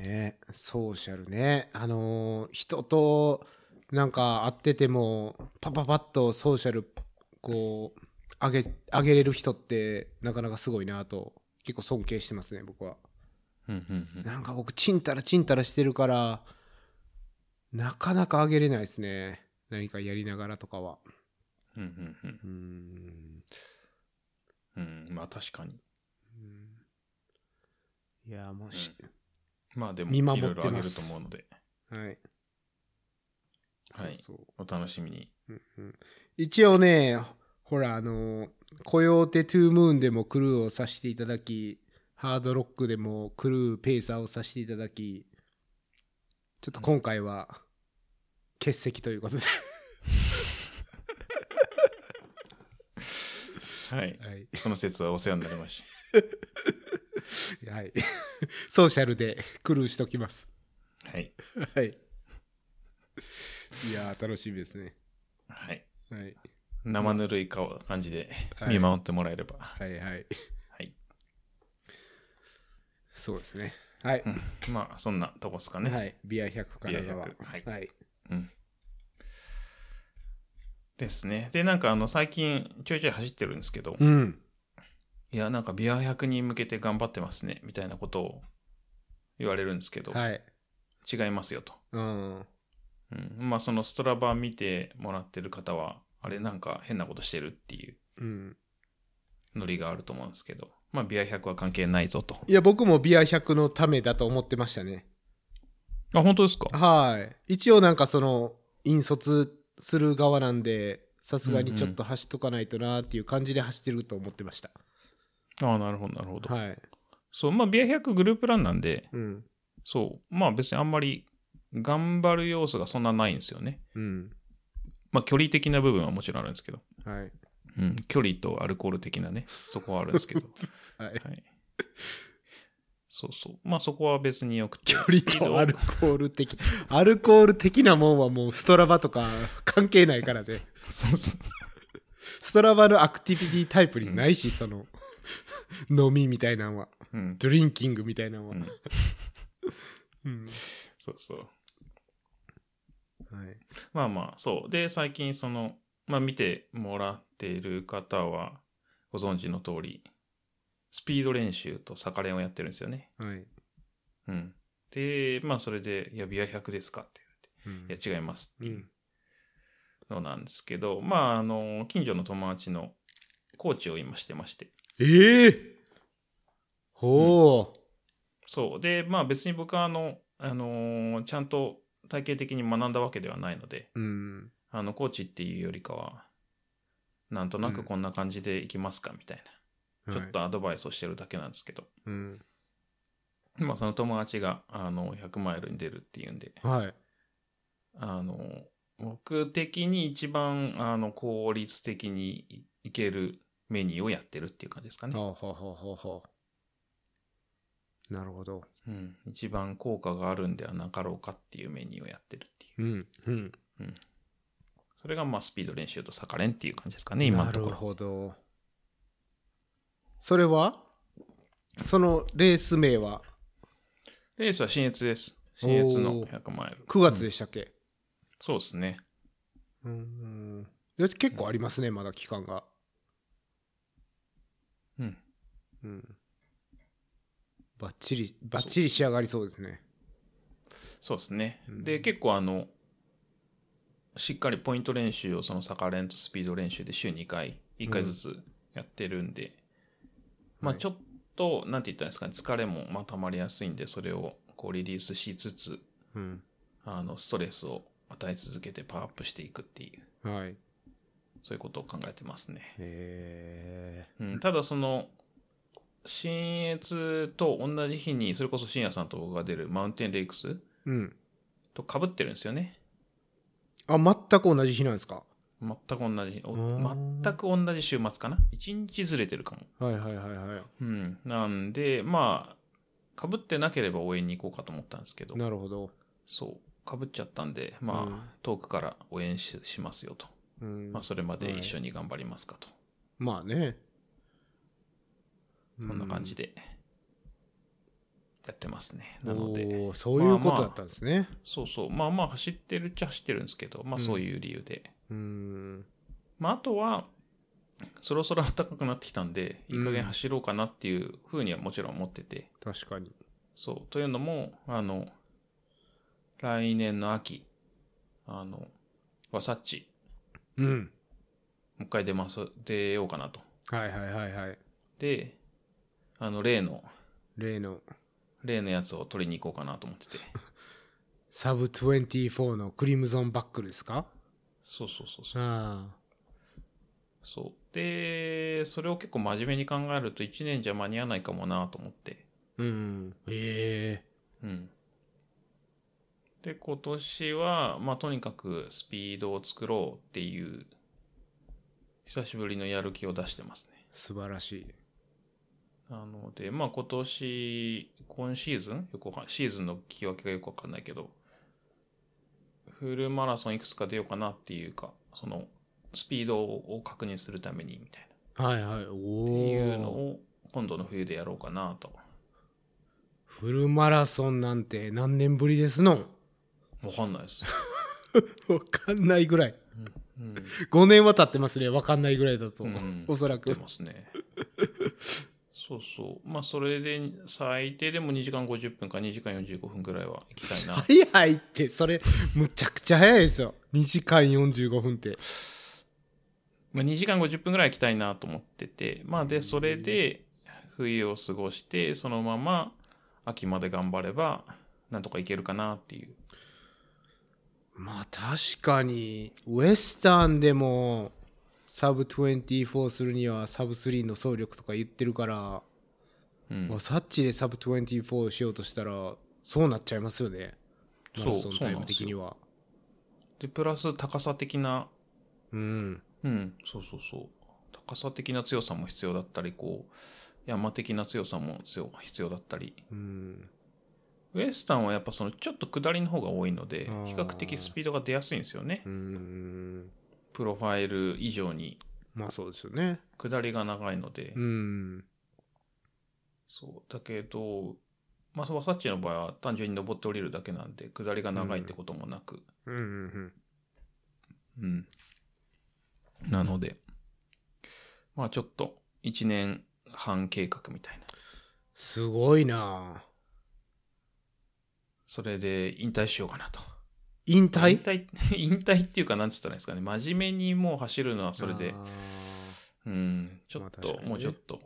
Speaker 1: ねソーシャルねあのー人となんか会っててもパパパッとソーシャルこう上げ上げれる人ってなかなかすごいなと結構尊敬してますね僕は。
Speaker 2: うんうん
Speaker 1: なんか僕、ちんたらちんたらしてるから、なかなか上げれないですね。何かやりながらとかは。
Speaker 2: うん。うんうん
Speaker 1: うーん。
Speaker 2: うん。うん。まあ確かに。
Speaker 1: いや、もうし、
Speaker 2: まあでも、
Speaker 1: 見
Speaker 2: いろ
Speaker 1: 守
Speaker 2: い
Speaker 1: って
Speaker 2: ろ
Speaker 1: ます
Speaker 2: あげると思うので、
Speaker 1: はい。
Speaker 2: はい
Speaker 1: そうそう
Speaker 2: お楽しみに。
Speaker 1: うんうん一応ね、ほら、あの、コヨーテ・トゥ・ムーンでもクルーをさせていただき、ハードロックでもクルー・ペーサーをさせていただき、ちょっと今回は、欠席ということで。
Speaker 2: はい。
Speaker 1: はい。
Speaker 2: その説はお世話になりまし
Speaker 1: *laughs* はい。ソーシャルでクルーしときます。
Speaker 2: た。はい。
Speaker 1: はい。いやー、楽しみですね。
Speaker 2: はい。
Speaker 1: はい。
Speaker 2: 生ぬるい顔、感じで
Speaker 1: はい
Speaker 2: 見守ってもらえれば。
Speaker 1: はいはい。
Speaker 2: はい。
Speaker 1: そうですね。はい。
Speaker 2: うんまあ、そんなとこですかね。
Speaker 1: はい。ビア100からは。
Speaker 2: ビア100はい
Speaker 1: はい。
Speaker 2: うんですね。で、なんかあの、最近ちょいちょい走ってるんですけど、
Speaker 1: うん。
Speaker 2: いや、なんかビア100に向けて頑張ってますね、みたいなことを言われるんですけど、
Speaker 1: はい。
Speaker 2: 違いますよと。
Speaker 1: うん。
Speaker 2: うん、まあ、そのストラバ見てもらってる方は、あれなんか変なことしてるっていう
Speaker 1: うん。
Speaker 2: ノリがあると思うんですけど、まあ、ビア100は関係ないぞと。
Speaker 1: いや、僕もビア100のためだと思ってましたね。
Speaker 2: あ、本当ですか
Speaker 1: はい。一応なんかその、引率する側なんで、さすがにちょっと走っとかないとなーっていう感じで走ってると思ってました。
Speaker 2: あなるほど、なるほど。
Speaker 1: はい。
Speaker 2: そう、まあ、ビア100グループランなんで、
Speaker 1: うん。
Speaker 2: そう、まあ別にあんまり頑張る要素がそんなないんですよね。
Speaker 1: うん。
Speaker 2: まあ距離的な部分はもちろんあるんですけど、
Speaker 1: はい。
Speaker 2: うん、距離とアルコール的なね、そこはあるん
Speaker 1: *laughs*
Speaker 2: ですけど、
Speaker 1: はい。
Speaker 2: はい。そうそう。まあそこは別によくて。
Speaker 1: 距離
Speaker 2: スピー
Speaker 1: と
Speaker 2: ド
Speaker 1: アルコール的アルコール的なもんはもうストラバとか関係ないからね
Speaker 2: そうそう
Speaker 1: ストラバのアクティビティタイプにないし、その飲みみたいなのは
Speaker 2: うん。
Speaker 1: ドリンキングみたいなの
Speaker 2: う
Speaker 1: は、
Speaker 2: ん
Speaker 1: うん
Speaker 2: そうそう。
Speaker 1: はい、
Speaker 2: まあまあ、そう。で、最近その、まあ見てもらっている方は、ご存知の通り、スピード練習と逆練をやってるんですよね。
Speaker 1: はい
Speaker 2: うん。で、まあそれで、いや、ビア100ですかって
Speaker 1: うん
Speaker 2: 言って。いや、違いますって
Speaker 1: う
Speaker 2: いうんのなんですけど、まあ、あの、近所の友達のコーチを今してまして、
Speaker 1: ええほ
Speaker 2: そう。で、まあ別に僕はあの、あのーちゃんと体系的に学んだわけではないので、
Speaker 1: うん。
Speaker 2: あの、コーチっていうよりかは、なんとなくこんな感じでいきますかみたいな、ちょっとアドバイスをしてるだけなんですけど、
Speaker 1: はい。うん。
Speaker 2: まあその友達が、あの、100マイルに出るっていうんで、
Speaker 1: はい。
Speaker 2: あの、僕的に一番、あの、効率的にいけるメニューをやってるっていう感じですかね
Speaker 1: は。あはあはあはあはあなるほど。
Speaker 2: うん。一番効果があるんではなかろうかっていうメニューをやってるっていう。
Speaker 1: うん。うん。
Speaker 2: それが、まあ、スピード練習とサカレンっていう感じですかね、今のとこ
Speaker 1: なる
Speaker 2: ろ。
Speaker 1: ほど。それはそのレース名は
Speaker 2: レースは新越です。新越の
Speaker 1: おー
Speaker 2: 100マイル。
Speaker 1: 9月
Speaker 2: うん
Speaker 1: でしたっけ、
Speaker 2: そうですね。
Speaker 1: うん、よし結構ありますね、まだ期間が。
Speaker 2: うん。
Speaker 1: うん。ばっちり、ばっちり仕上がりそうですね。
Speaker 2: そうですね。
Speaker 1: うん
Speaker 2: で、結構あの、しっかりポイント練習をそのサカレンとスピード練習で週2回、1回ずつやってるんで、まあ
Speaker 1: はい
Speaker 2: ちょっと、なんて言ったらいいんですかね、疲れもまあ溜まりやすいんで、それをこうリリースしつつ、
Speaker 1: うん。
Speaker 2: あの、ストレスを与え続けてパワーアップしていくっていう、
Speaker 1: はい。
Speaker 2: そういうことを考えてますね。
Speaker 1: え
Speaker 2: うん、ただその、新越と同じ日に、それこそ深夜さんと僕が出るマウンテンレイクス
Speaker 1: ー。うん。
Speaker 2: と被ってるんですよね。
Speaker 1: あ、全く同じ日なんですか
Speaker 2: 全く同じ、お
Speaker 1: うーん
Speaker 2: 全く同じ週末かな。一日ずれてるかも。
Speaker 1: はいはいはいは
Speaker 2: うん。なんで、まあ、被ってなければ応援に行こうかと思ったんですけど
Speaker 1: い。、なるほど。
Speaker 2: そう、被っちゃったんで、まあ、
Speaker 1: うん
Speaker 2: 遠くから応援ししますよと。
Speaker 1: うん。
Speaker 2: まあ、それまで
Speaker 1: はい
Speaker 2: 一緒に頑張りますかと。
Speaker 1: まあね。
Speaker 2: こんな感じ
Speaker 1: で。
Speaker 2: で、やってますね。
Speaker 1: な
Speaker 2: なの
Speaker 1: の
Speaker 2: で、
Speaker 1: で。そういうことだったんですね。
Speaker 2: そうそう。まあまあ走ってるっちゃ走ってるんですけど、まあ
Speaker 1: うん
Speaker 2: そういう理由で。
Speaker 1: うん。
Speaker 2: まああとは、そろそろ暖かくなってきたんで、いい加
Speaker 1: うん
Speaker 2: 減走ろうかなっていうふうにはもちろん思ってて。
Speaker 1: 確かに。
Speaker 2: そう。というのも、あの、来年の秋、あの、ワサッチ、
Speaker 1: うん。
Speaker 2: もう一回出ます、出ようかなと。
Speaker 1: はいはいはいはい。
Speaker 2: で、あの、例の、
Speaker 1: 例の
Speaker 2: 例のやつを取りに行こうかなと思ってて。
Speaker 1: サブ24のクリムゾンバックルですか
Speaker 2: そうそうそうそう。
Speaker 1: あ
Speaker 2: そう。で、それを結構真面目に考えると1年じゃ間に合わないかもなと思って。
Speaker 1: あ。うん。え
Speaker 2: うん。で、今年は、まあ、とにかくスピードを作ろうっていう、久しぶりのやる気を出してますね
Speaker 1: え。素晴らしい。
Speaker 2: なので、まあ、今年、今シーズンよくわかんシーズンの聞き分けがよくわかんないけど、フルマラソンいくつか出ようかなっていうか、その、スピードを確認するためにみたいな。
Speaker 1: はいはい。お
Speaker 2: っていうの
Speaker 1: お。
Speaker 2: を今度の冬でやろうかなと。
Speaker 1: フルマラソンなんて何年ぶりですの
Speaker 2: わかんないです。
Speaker 1: わかんないぐらい。
Speaker 2: うん。
Speaker 1: 5年は経ってますね。わかんないぐらいだと。
Speaker 2: うん
Speaker 1: おそら
Speaker 2: 出
Speaker 1: く。
Speaker 2: ますね。そうそう。まあ、それで最低でも2時間50分か2時間45分ぐらいは行きたいな。
Speaker 1: *laughs* 早いって、それ、むちゃくちゃ早いですよ。2時間45分って。
Speaker 2: まあ、2時間50分ぐらいは行きたいなと思ってて、まあ、で、それで冬を過ごして、そのまま秋まで頑張れば、なんとかいけるかなっていう。
Speaker 1: まあ確かに、ウエスタンでも、サブ24するにはサブ3の総力とか言ってるから、
Speaker 2: うん
Speaker 1: まあ、サッチでサブ24しようとしたら、そうなっちゃいますよね。マ
Speaker 2: そ
Speaker 1: ラ
Speaker 2: う
Speaker 1: ソンタイム的には。
Speaker 2: で、プラス高さ的な
Speaker 1: うん。
Speaker 2: うん、そうそうそう。高さ的な強さも必要だったり、こう、山的な強さも強必要だったり。
Speaker 1: うん。
Speaker 2: ウエスタンはやっぱそのちょっと下りの方が多いので、
Speaker 1: あー
Speaker 2: 比較的スピードが出やすいんですよね
Speaker 1: う。ん。
Speaker 2: プロファイル以上に
Speaker 1: まあそうですよね。
Speaker 2: 下りが長いので。
Speaker 1: うん。
Speaker 2: そう。だけど、まあ、そうワサッチの場合は単純に登って降りるだけなんで、下りが長いってこともなく。
Speaker 1: うんうんうん。
Speaker 2: うん。なので、まあちょっと1年半計画みたいな。
Speaker 1: すごいなあ
Speaker 2: それで引退しようかなと。
Speaker 1: 引退
Speaker 2: 引退 *laughs* 引退っていうか、なんつったらいいんですかね、真面目にもう走るのはそれで
Speaker 1: あ、
Speaker 2: うん、ちょっ
Speaker 1: まあ確
Speaker 2: と、
Speaker 1: かにね
Speaker 2: もうちょっと、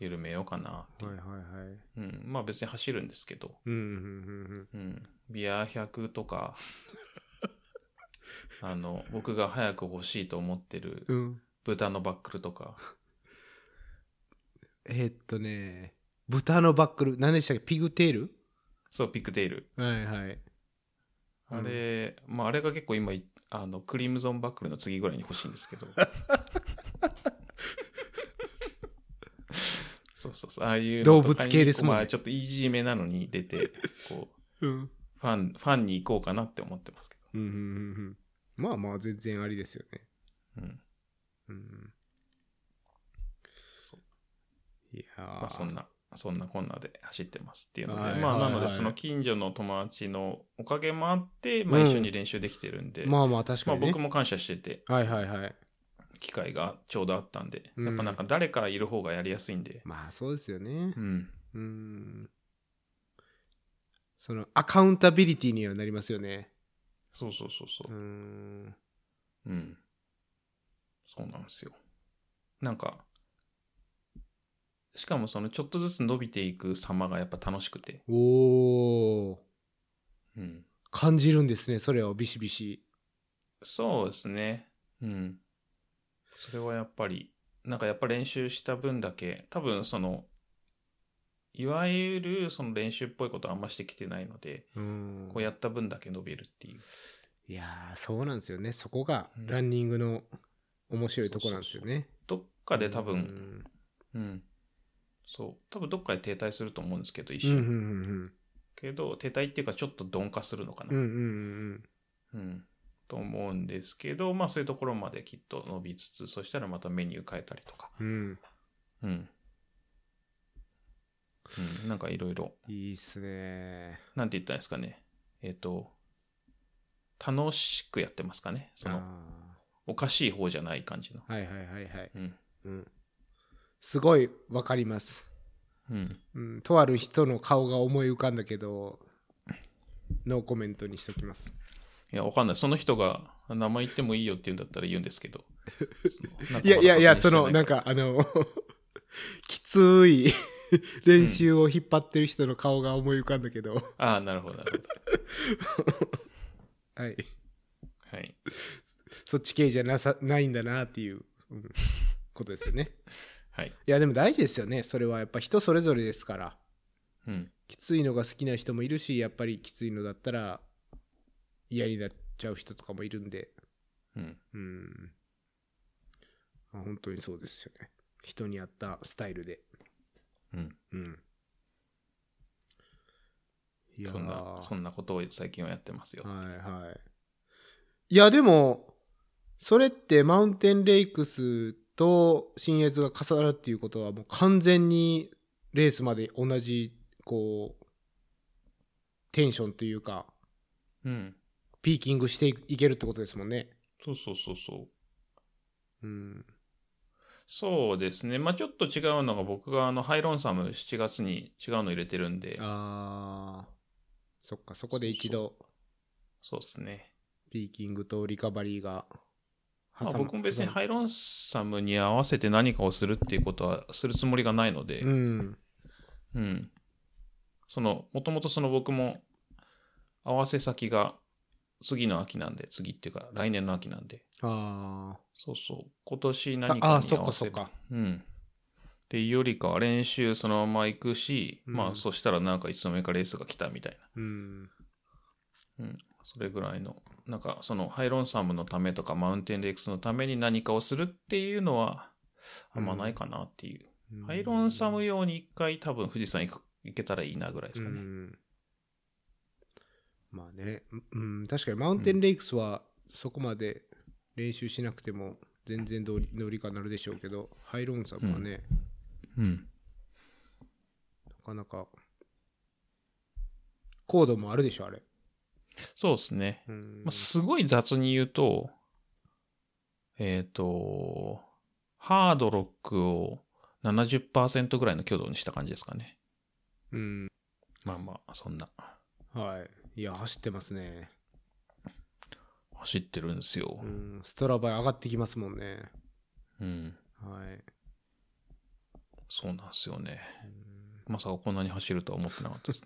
Speaker 2: 緩めようかなっていう
Speaker 1: はいはいはい。
Speaker 2: うん。まあ別に走るんですけど。
Speaker 1: うんうんうんうん。
Speaker 2: うん。ビア100と
Speaker 1: *laughs*
Speaker 2: か、あの、僕が早く欲しいと思ってる
Speaker 1: うん。
Speaker 2: 豚のバックルとか。
Speaker 1: えーっとね、豚のバックル、何でしたっけピグテール
Speaker 2: そう、ピックテール。
Speaker 1: はいはい。
Speaker 2: あれ、まああれが結構今い、あの、クリムゾンバックルの次ぐらいに欲しいん
Speaker 1: *laughs*
Speaker 2: ですけど。そうそうそう。ああいうのとかに
Speaker 1: 動物系ですもんね
Speaker 2: まあちょっとイージーめなのに出て、こう、
Speaker 1: うん。
Speaker 2: ファン、ファンに行こうかなって思ってますけ
Speaker 1: うんうんうんうん。まあまあ、全然ありですよね。
Speaker 2: ど。うん。
Speaker 1: うん。
Speaker 2: そう
Speaker 1: いやー
Speaker 2: まあそんな、そんなこんなで走ってますっていうので、
Speaker 1: はい
Speaker 2: まあ
Speaker 1: はい
Speaker 2: な
Speaker 1: はい
Speaker 2: のでその近所の友達のおかげもあって、まあ一緒に練習できてるんで、
Speaker 1: まあまあ、確
Speaker 2: ま
Speaker 1: か
Speaker 2: あ
Speaker 1: に、ね。
Speaker 2: 僕も感謝してて、
Speaker 1: はいはいはい。
Speaker 2: 機会がちょうどあったんで、
Speaker 1: うん
Speaker 2: やっぱなんか誰かいる方がやりやすいんで、
Speaker 1: まあ、そうですよね
Speaker 2: う。ん。
Speaker 1: うん。その、アカウンタビリティにはなりますよね。
Speaker 2: そうそうそうそう
Speaker 1: う。ん。
Speaker 2: うん。そうなんですよ。なんか、しかもそのちょっとずつ伸びていく様がやっぱ楽しくて。
Speaker 1: おー。
Speaker 2: うん。
Speaker 1: 感じるんですね、それをビシビシ。
Speaker 2: そうですね。うん。それはやっぱり、なんかやっぱ練習した分だけ、多分その、いわゆるその練習っぽいことはあんましてきてないので、
Speaker 1: うん
Speaker 2: こうやった分だけ伸びるっていう。
Speaker 1: いやーそうなんですよね。そこが
Speaker 2: うん
Speaker 1: ランニングの面白いとこなんですよね。
Speaker 2: どっかで多分、うん。そう。多分どっかで停滞すると思うんですけど、一
Speaker 1: うん。うん
Speaker 2: 瞬。
Speaker 1: うん
Speaker 2: けど、停滞っていうかちょっと鈍化するのか
Speaker 1: うんうん。
Speaker 2: な。
Speaker 1: うんうん
Speaker 2: うん。と思うんですけど、まあそういうところまできっと伸びつつ、そしたらまたメニュー変えたりとか。
Speaker 1: うんうん。
Speaker 2: うん。うん、なんかいろいろ、
Speaker 1: いいっすね。
Speaker 2: なんて言ったらいいんですかね。えっ、と、楽しくやってますかね。その、
Speaker 1: あ
Speaker 2: おかしい方じゃない感じの。
Speaker 1: ーはいはいはいはい。
Speaker 2: うん。
Speaker 1: うん。すごいわかります。
Speaker 2: うん。
Speaker 1: うん。とある人の顔が思い浮かんだけど、ノーコメントにしときます。
Speaker 2: いや、わかんない。その人が、名前言ってもいいよって言うんだったら言うんですけど。その
Speaker 1: いやいやいや、その、 *laughs* な
Speaker 2: なんんか
Speaker 1: か、あの、きつい *laughs* 練習を引っ張ってる人の顔が思い浮かんだけど、
Speaker 2: まだわかんない人がいるああ、なるほど、なるほど。
Speaker 1: はい。
Speaker 2: はい。
Speaker 1: そっち系じゃなさないんだなっていう、うんことですよね。
Speaker 2: はい。
Speaker 1: いや、でも大事ですよね。それはやっぱ人それぞれですから。
Speaker 2: うん。
Speaker 1: きついのが好きな人もいるし、やっぱりきついのだったら嫌になっちゃう人とかもいるんで、
Speaker 2: うん。
Speaker 1: うん。まあ本当にそうですよね。人に合ったスタイルで。
Speaker 2: うん。
Speaker 1: うん。いやー
Speaker 2: そんな、そんなことを最近はやってますよ。
Speaker 1: はいはい。いや、でも、それってマウンテンレイクスと新越が重なるっていうことは、もう完全にレースまで同じ、こう、テンションというか、
Speaker 2: うん。
Speaker 1: ピーキングしていいけるってことですもんね。
Speaker 2: そうそうそうそう。
Speaker 1: うん。
Speaker 2: そうですね。まあちょっと違うのが僕があのハイロンサム7月に違うの入れてるんで、
Speaker 1: あー、そっか、そこで一度、
Speaker 2: そうですね。
Speaker 1: ピーキングとリカバリーが挟
Speaker 2: まあ
Speaker 1: ま
Speaker 2: 僕も別に
Speaker 1: 挟ま
Speaker 2: ハイロンサムに合わせて何かをするっていうことはするつもりがないので、
Speaker 1: う
Speaker 2: うん。
Speaker 1: ん。
Speaker 2: その、もともとその僕も合わせ先が次の秋なんで、次っていうか来年の秋なんで、
Speaker 1: あ
Speaker 2: そうそう。今年
Speaker 1: ー。
Speaker 2: 何かに合
Speaker 1: あ
Speaker 2: わ
Speaker 1: ー、
Speaker 2: せ
Speaker 1: そ
Speaker 2: る
Speaker 1: っかそっか。
Speaker 2: うん。っていうよりかは練習そのまま行くし、
Speaker 1: うん
Speaker 2: まあそしたらなんかいつの間にかレースが来たみたいな。
Speaker 1: うん。
Speaker 2: うん、それぐらいの、なんかそのハイロンサムのためとかマウンテンレックスのために何かをするっていうのはあんまないかなっていう。ハイロンサム用に一回多分富士山行く行けたらいいなぐらいですか
Speaker 1: う
Speaker 2: ね。
Speaker 1: ん、まあね、うん、確かにマウンテンレイクスはそこまで練習しなくても全然どうにどうにかなるでしょうけど、ハイロンサムはね、
Speaker 2: うん。
Speaker 1: なかなか、コードもあるでしょ、あれ。
Speaker 2: そうですね。
Speaker 1: うん
Speaker 2: まあ、すごい雑に言うと、えっ、と、ハードロックを70%ぐらいの挙動にした感じですかね。
Speaker 1: うん、
Speaker 2: まあまあ、そんな。
Speaker 1: はい。いや、走ってますね。
Speaker 2: 走ってるんですよ
Speaker 1: う。ん、ストラバイ上がってきますもんね。
Speaker 2: うん。
Speaker 1: はい。
Speaker 2: そうなんですよね。
Speaker 1: うん
Speaker 2: まさかこんなに走るとは思ってなかったで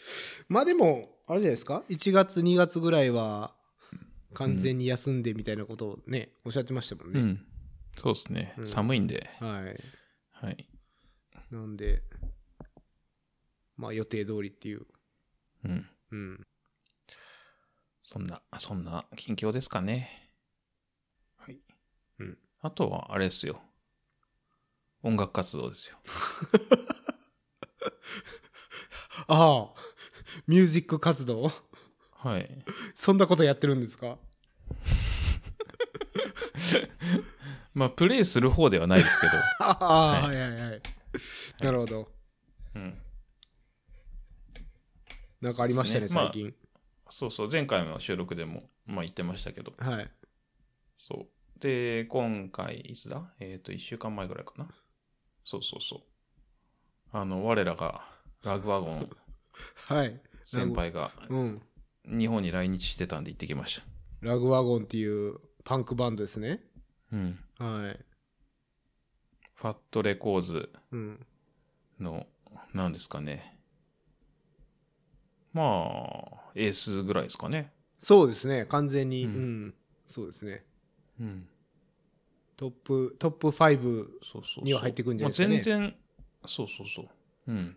Speaker 2: す。
Speaker 1: まあでも、あれじゃないですか ?1 月、2月ぐらいは、完全に休んでみたいなことをね、おっしゃってましたもん
Speaker 2: う
Speaker 1: ね。
Speaker 2: ん。そうですね。
Speaker 1: うん
Speaker 2: 寒いんで。
Speaker 1: はい。
Speaker 2: はい。
Speaker 1: なんで、まあ予定通りっていう。
Speaker 2: うん。
Speaker 1: うん。
Speaker 2: そんな、そんな近況ですかね。はい。
Speaker 1: うん。
Speaker 2: あとは、あれですよ。音楽活動ですよ。
Speaker 1: ああ、ミュージック活動
Speaker 2: はい。
Speaker 1: そんなことやってるんですか
Speaker 2: まあ、プレイする方ではない *laughs* ですけど。
Speaker 1: ああ、
Speaker 2: は
Speaker 1: はいはいはい。なるほど。
Speaker 2: うん。
Speaker 1: なんかありましたね、
Speaker 2: そうですねま
Speaker 1: 最
Speaker 2: あ
Speaker 1: 近。
Speaker 2: そうそう。前回の収録でも、まあ言ってましたけど。
Speaker 1: はい。
Speaker 2: そう。で、今回、いつだえっ、と、一週間前ぐらいかな。そうそうそう。あの、我らが、ラグワゴン
Speaker 1: はい。
Speaker 2: 先輩が
Speaker 1: うん。
Speaker 2: 日本に来日してたんで行ってきました。
Speaker 1: ラグワゴンっていうパンクバンドですね。
Speaker 2: うん。
Speaker 1: はい。
Speaker 2: ファットレコーズ
Speaker 1: うん。
Speaker 2: の、なんですかね。まあ、エースぐらいですかね。
Speaker 1: そうですね、完全に。う。
Speaker 2: うんん
Speaker 1: そうですね。
Speaker 2: うん。
Speaker 1: トップ、トップ5。
Speaker 2: そうそうそう。
Speaker 1: には入ってくんじゃないですかね
Speaker 2: まあ全然、そうそうそう。うん。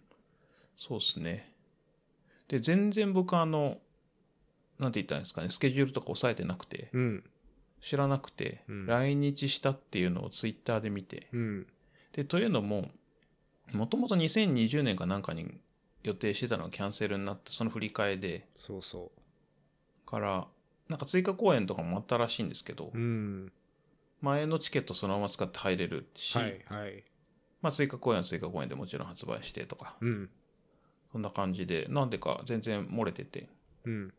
Speaker 2: そうですね。で、全然僕あの、なんて言ったらいいんですかね、スケジュールとか押さえてなくて、
Speaker 1: うん。
Speaker 2: 知らなくて、
Speaker 1: うん
Speaker 2: 来日したっていうのをツイッターで見て、
Speaker 1: うん。
Speaker 2: で、というのも、もともと2020年かなんかに予定してたのがキャンセルになって、その振り替えで、
Speaker 1: そうそ
Speaker 2: から、なんか追加公演とかもあったらしいんですけど、
Speaker 1: う。うん。
Speaker 2: 前のチケットそのまま使って入れるし、
Speaker 1: はい、はい。
Speaker 2: まあ追加公演は追加公演でもちろん発売してとか、
Speaker 1: うん。
Speaker 2: そんな感じで、なんでか全然漏れてて。
Speaker 1: うん。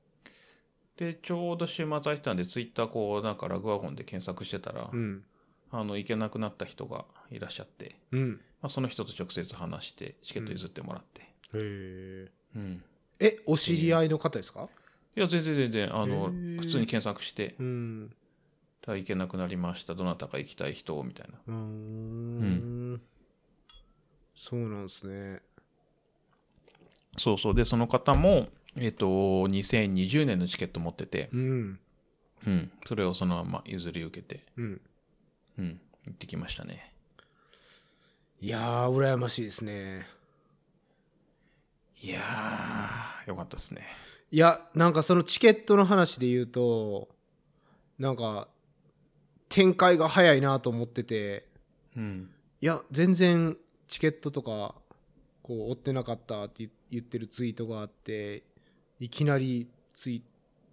Speaker 2: で、ちょうど週末空いてたんで、ツイッターこう、なんかラグワゴンで検索してたら、
Speaker 1: うん。
Speaker 2: あの、行けなくなった人がいらっしゃって、
Speaker 1: うん。
Speaker 2: まあ、その人と直接話して、チケット譲ってもらって。
Speaker 1: へえ。
Speaker 2: うん。
Speaker 1: え、お知り合いの方ですか
Speaker 2: いや、全然全然、あ
Speaker 1: へ
Speaker 2: の、
Speaker 1: ー
Speaker 2: 普通に検索して、
Speaker 1: うん。
Speaker 2: ただ行けなくなりました、どなたか行きたい人、みたいな。
Speaker 1: うーん。そうなんですね。
Speaker 2: そうそう。で、その方も、えっ、と、2020年のチケット持ってて、
Speaker 1: うん。
Speaker 2: うん。それをそのまま譲り受けて、
Speaker 1: うん。
Speaker 2: うん。行ってきましたね。
Speaker 1: いやー、羨ましいですね。
Speaker 2: いやー、よかったですね。
Speaker 1: いや、なんかそのチケットの話で言うと、なんか、展開が早いなと思ってて、
Speaker 2: うん。
Speaker 1: いや、全然チケットとか、こう、追ってなかったって言言ってるツイートがあって、いきなりツイ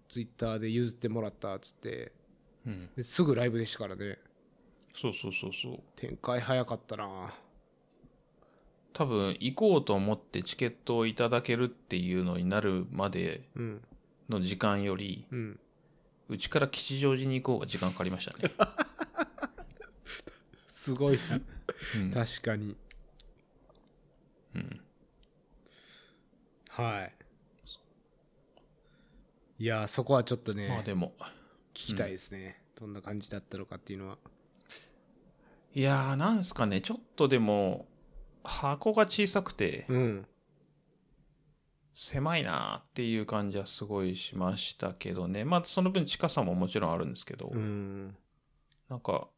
Speaker 1: ツイッターで譲ってもらったっつって、
Speaker 2: うん。
Speaker 1: ですぐライブでしたからね。
Speaker 2: そうそうそうそう。
Speaker 1: 展開早かったな
Speaker 2: 多分、行こうと思ってチケットをいただけるっていうのになるまで
Speaker 1: うん、
Speaker 2: の時間より、
Speaker 1: うん。
Speaker 2: うちから吉祥寺に行こうが時間かかりましたね。
Speaker 1: すごい。
Speaker 2: *laughs* うん
Speaker 1: *laughs* 確かに。
Speaker 2: うん
Speaker 1: はい。いやー、そこはちょっとね、
Speaker 2: まあでも、
Speaker 1: 聞きたいですね、どんな感じだったのかっていうのは。
Speaker 2: いやー、なんすかね、ちょっとでも、箱が小さくて、
Speaker 1: うん。
Speaker 2: 狭いなーっていう感じはすごいしましたけどね。まあ、その分近さももちろんあるんですけど、
Speaker 1: うん。
Speaker 2: なんか、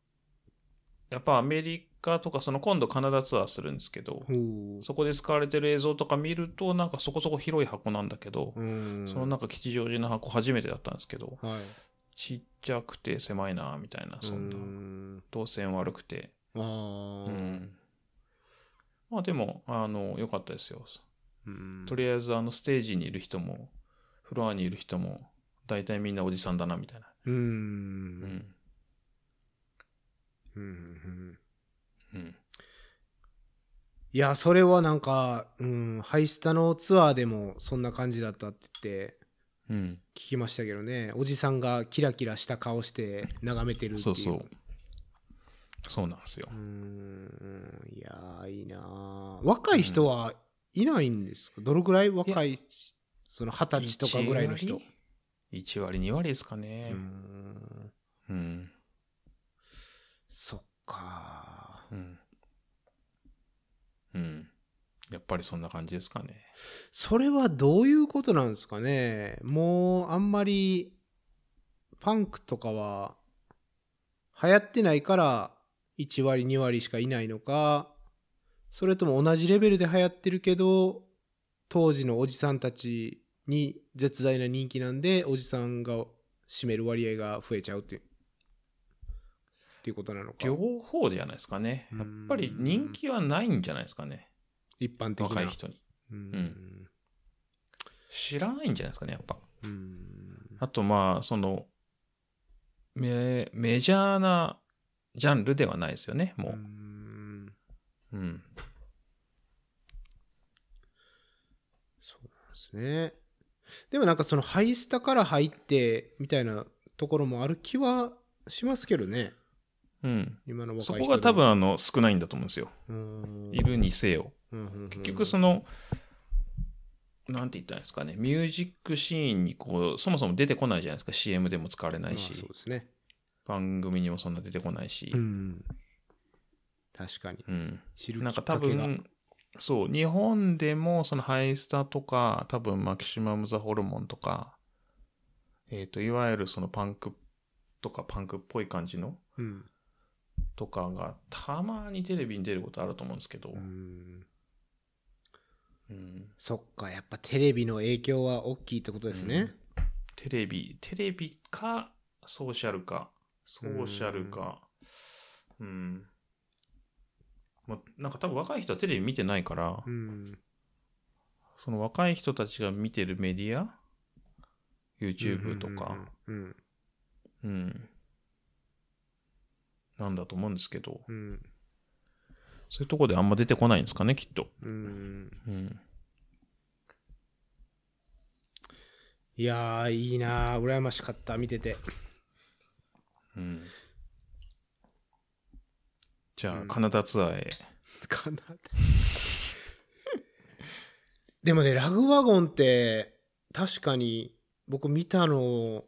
Speaker 2: やっぱアメリカとか、その今度カナダツアーするんですけど、
Speaker 1: ほう。
Speaker 2: そこで使われてる映像とか見ると、なんかそこそこ広い箱なんだけど、
Speaker 1: うん。
Speaker 2: そのなんか吉祥寺の箱初めてだったんですけど、
Speaker 1: はい。
Speaker 2: ちっちゃくて狭いなみたいな、そんな
Speaker 1: う。ん
Speaker 2: 動線悪くて。
Speaker 1: あ
Speaker 2: う
Speaker 1: ー
Speaker 2: ん。まあでも、あの、良かったですよ。
Speaker 1: うん。
Speaker 2: とりあえず、あの、ステージにいる人も、フロアにいる人も、大体みんなおじさんだな、みたいな。
Speaker 1: う。
Speaker 2: うんん。
Speaker 1: うんうん。
Speaker 2: うん。
Speaker 1: いや、それはなんか、うん、ハイスタのツアーでもそんな感じだったって言って
Speaker 2: うん。
Speaker 1: 聞きましたけどね、おじさんがキラキラした顔して眺めてるっていう。
Speaker 2: そうそう。そうなんですよ
Speaker 1: うー。んいやーいいなー若い人はいないんですか、どのぐらい若いその二十歳とかぐらいの人う
Speaker 2: ?1 割、2割ですかね
Speaker 1: ー。ん
Speaker 2: うん。
Speaker 1: そっか
Speaker 2: うん。ぱりそんな感じですかね。
Speaker 1: それはどういうことなんですかねもうあんまりパンクとかは流行ってないから1割2割しかいないのかそれとも同じレベルで流行ってるけど当時のおじさんたちに絶大な人気なんでおじさんが占める割合が増えちゃうっていうっていうことなのか
Speaker 2: 両方じゃないですかね。やっぱり人気はないんじゃないですかね。
Speaker 1: 一般的な
Speaker 2: 若い人に。
Speaker 1: うん
Speaker 2: 知らないんじゃないですかね、やっぱ。
Speaker 1: うん
Speaker 2: あとまあ、その、メメジャーなジャンルではないですよね、も
Speaker 1: うん
Speaker 2: う。うん。
Speaker 1: そうなんですね。でもなんかそのハイスタから入ってみたいなところもある気はしますけどね。
Speaker 2: うん。
Speaker 1: 今の若い
Speaker 2: そ
Speaker 1: 人
Speaker 2: こが多分あの少ないんだと思うんですよ。いるにせよ。
Speaker 1: 結
Speaker 2: 結局その、なんて言ったらいいんですかね、ミュージックシーンにこう、そもそも出てこないじゃないですか、CM でも使われないし、
Speaker 1: そうですね。
Speaker 2: 番組にもそんな出てこないし
Speaker 1: う、ん。確かに。
Speaker 2: うん。
Speaker 1: 知るき
Speaker 2: な
Speaker 1: っ
Speaker 2: んか
Speaker 1: か
Speaker 2: 多
Speaker 1: けが。
Speaker 2: 分、そう、日本でもそのハイスタとか、多分マキシマム・ザ・ホルモンとか、えっ、と、いわゆるそのパンクとかパンクっぽい感じの
Speaker 1: うん。
Speaker 2: とかが、たまにテレビに出ることあると思うんですけど、
Speaker 1: うん
Speaker 2: うん
Speaker 1: そっか、やっぱテレビの影響は大きいってことですね。
Speaker 2: うんテレビ、テレビか、ソーシャルか、ソーシャルか、うん。まあ、なんか多分若い人はテレビ見てないから、
Speaker 1: うん。
Speaker 2: その若い人たちが見てるメディア ?YouTube とか、
Speaker 1: うん。
Speaker 2: うんなんだと思うんですけど、
Speaker 1: うん。
Speaker 2: そういうとこであんま出てこないんですかね、きっと。
Speaker 1: うん。
Speaker 2: うん。
Speaker 1: いやー、いいなー。羨ましかった、見てて。
Speaker 2: うん。じゃ
Speaker 1: う
Speaker 2: あ、
Speaker 1: ん
Speaker 2: カナダツアーへ。
Speaker 1: かなってでもね、ラグワゴンって、確かに僕見たの、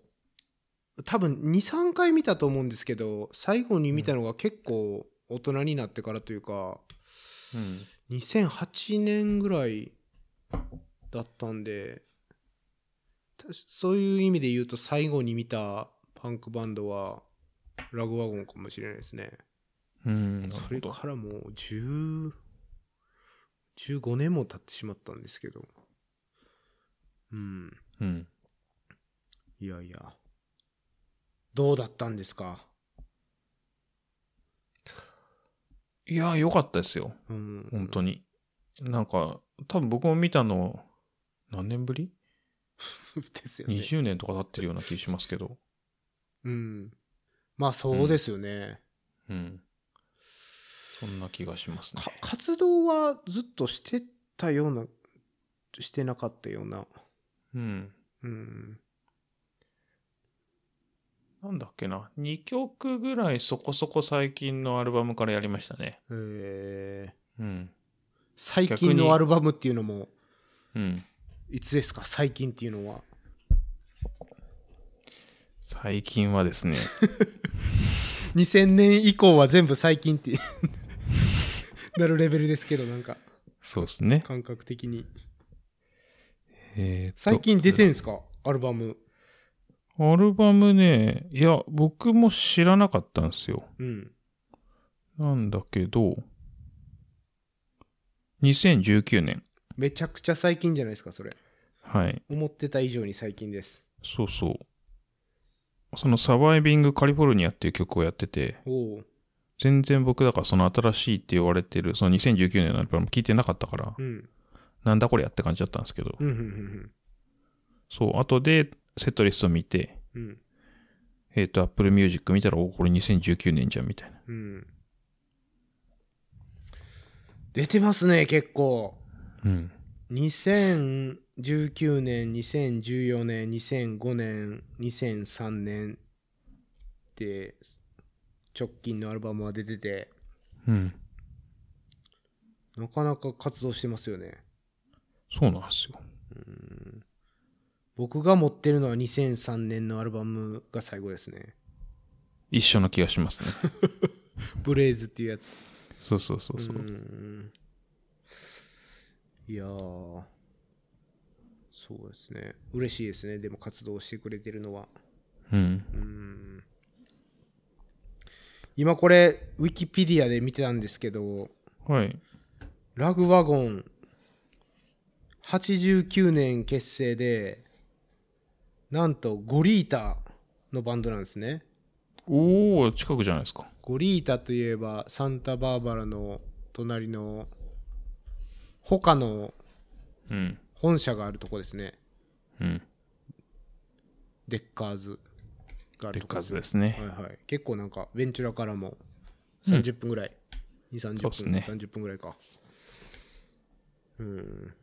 Speaker 1: 多分2、3回見たと思うんですけど、最後に見たのが結構大人になってからというか、
Speaker 2: うん。
Speaker 1: 2008年ぐらいだったんで、たそういう意味で言うと最後に見たパンクバンドは、ラグワゴンかもしれないですね。
Speaker 2: うん、なる
Speaker 1: そ
Speaker 2: ほ
Speaker 1: れ
Speaker 2: ど。
Speaker 1: からもう10 15年も経ってしまったんですけど。うん。
Speaker 2: うん。
Speaker 1: いやいや。どうだったんですか
Speaker 2: いやー、良かったですよ。
Speaker 1: うん。
Speaker 2: 本当に。なんか、多分僕も見たの、何年ぶり
Speaker 1: *laughs* ですよね。
Speaker 2: ?20 年とか経ってるような気しますけど。
Speaker 1: うん。まあそうですよね、
Speaker 2: うん。そんな気がしますね
Speaker 1: か。活動はずっとしてたような、してなかったような。
Speaker 2: うん。
Speaker 1: うん。
Speaker 2: なんだっけな。2曲ぐらいそこそこ最近のアルバムからやりましたね。
Speaker 1: えー、
Speaker 2: うん。
Speaker 1: 最近のアルバムっていうのも、
Speaker 2: うん。
Speaker 1: いつですか最近っていうのは。
Speaker 2: 最近はですね。 *laughs*
Speaker 1: 2000年以降は全部最近って *laughs* なるレベルですけどなんか
Speaker 2: そうですね。
Speaker 1: 感覚的に
Speaker 2: えーっと
Speaker 1: 最近出てんすかアルバム
Speaker 2: アルバムね、いや、僕も知らなかったんですよ。
Speaker 1: うん
Speaker 2: なんだけど、2019年。
Speaker 1: めちゃくちゃ最近じゃないですかそれ
Speaker 2: はい。
Speaker 1: 思ってた以上に最近です
Speaker 2: そうそう。そのサバイビングカリフォルニアっていう曲をやってて、
Speaker 1: おう
Speaker 2: 全然僕だからその新しいって言われてる、その2019年のアルバム聞いてなかったから、
Speaker 1: うん
Speaker 2: なんだこれやって感じだったんですけど、
Speaker 1: うんうん
Speaker 2: そう、後でセットリスト見て、
Speaker 1: うんうん
Speaker 2: えっ、と、Apple Music 見たら、おこれ2019年じゃんみたいな。
Speaker 1: うん出てますね結構
Speaker 2: うん。
Speaker 1: 2019年2014年2005年2003年って直近のアルバムは出てて
Speaker 2: うん。
Speaker 1: なかなか活動してますよね
Speaker 2: そうなんですよ。
Speaker 1: 僕が持ってるのは2003年のアルバムが最後です *laughs* ね
Speaker 2: 一緒な気がしますね。 *laughs*
Speaker 1: ブレイズっていうやつ
Speaker 2: そうそうそうそうう。
Speaker 1: んいやーそうですね嬉しいですねでも活動してくれてるのは
Speaker 2: うん。
Speaker 1: うん今これウィキペディアで見てたんですけど
Speaker 2: はい。
Speaker 1: ラグワゴン89年結成でなんとゴリータのバンドなんですね
Speaker 2: おお近くじゃないですか。
Speaker 1: ゴリータといえばサンタバーバラの隣の他の
Speaker 2: うん。
Speaker 1: 本社があるとこですね
Speaker 2: うん。
Speaker 1: デッカーズがあ
Speaker 2: で
Speaker 1: る
Speaker 2: っ
Speaker 1: とこ
Speaker 2: かずですね。
Speaker 1: はいはい、結構なんかベンチュラからも30分ぐらい、二三2 3 0
Speaker 2: そうっ
Speaker 1: 分
Speaker 2: すね
Speaker 1: 30分ぐらいかうん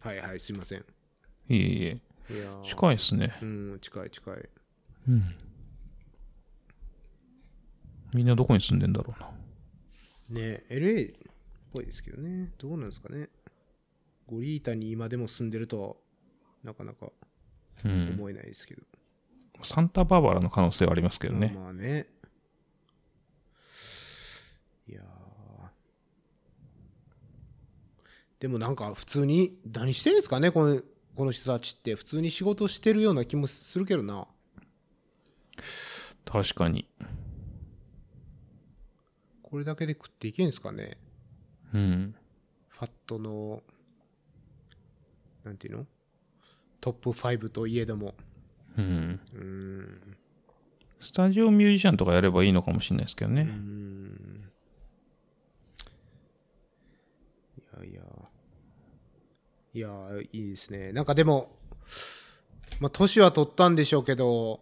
Speaker 1: はいはいすいません
Speaker 2: いえいえ。
Speaker 1: いやー
Speaker 2: 近いですね
Speaker 1: う。ん近い近い
Speaker 2: うん。みんなどこに住んでんだろうな。
Speaker 1: ね LA っぽいですけどねどうなんですかねゴリータに今でも住んでるとはなかなか
Speaker 2: うん。
Speaker 1: 思えないですけど、
Speaker 2: サンタバーバラの可能性はありますけどね。
Speaker 1: まあまあねいやーでもなんか普通に何してるんですかねこのこの人たちって普通に仕事してるような気もするけどな
Speaker 2: 確かに。
Speaker 1: これだけで食っていけんすかね
Speaker 2: うん。
Speaker 1: ファットのなんていうのトップ5といえども
Speaker 2: うん。
Speaker 1: うーん
Speaker 2: スタジオミュージシャンとかやればいいのかもしれないですけど
Speaker 1: うー
Speaker 2: ね。
Speaker 1: んいやいやいやいいですねなんかでもまあ年は取ったんでしょうけど、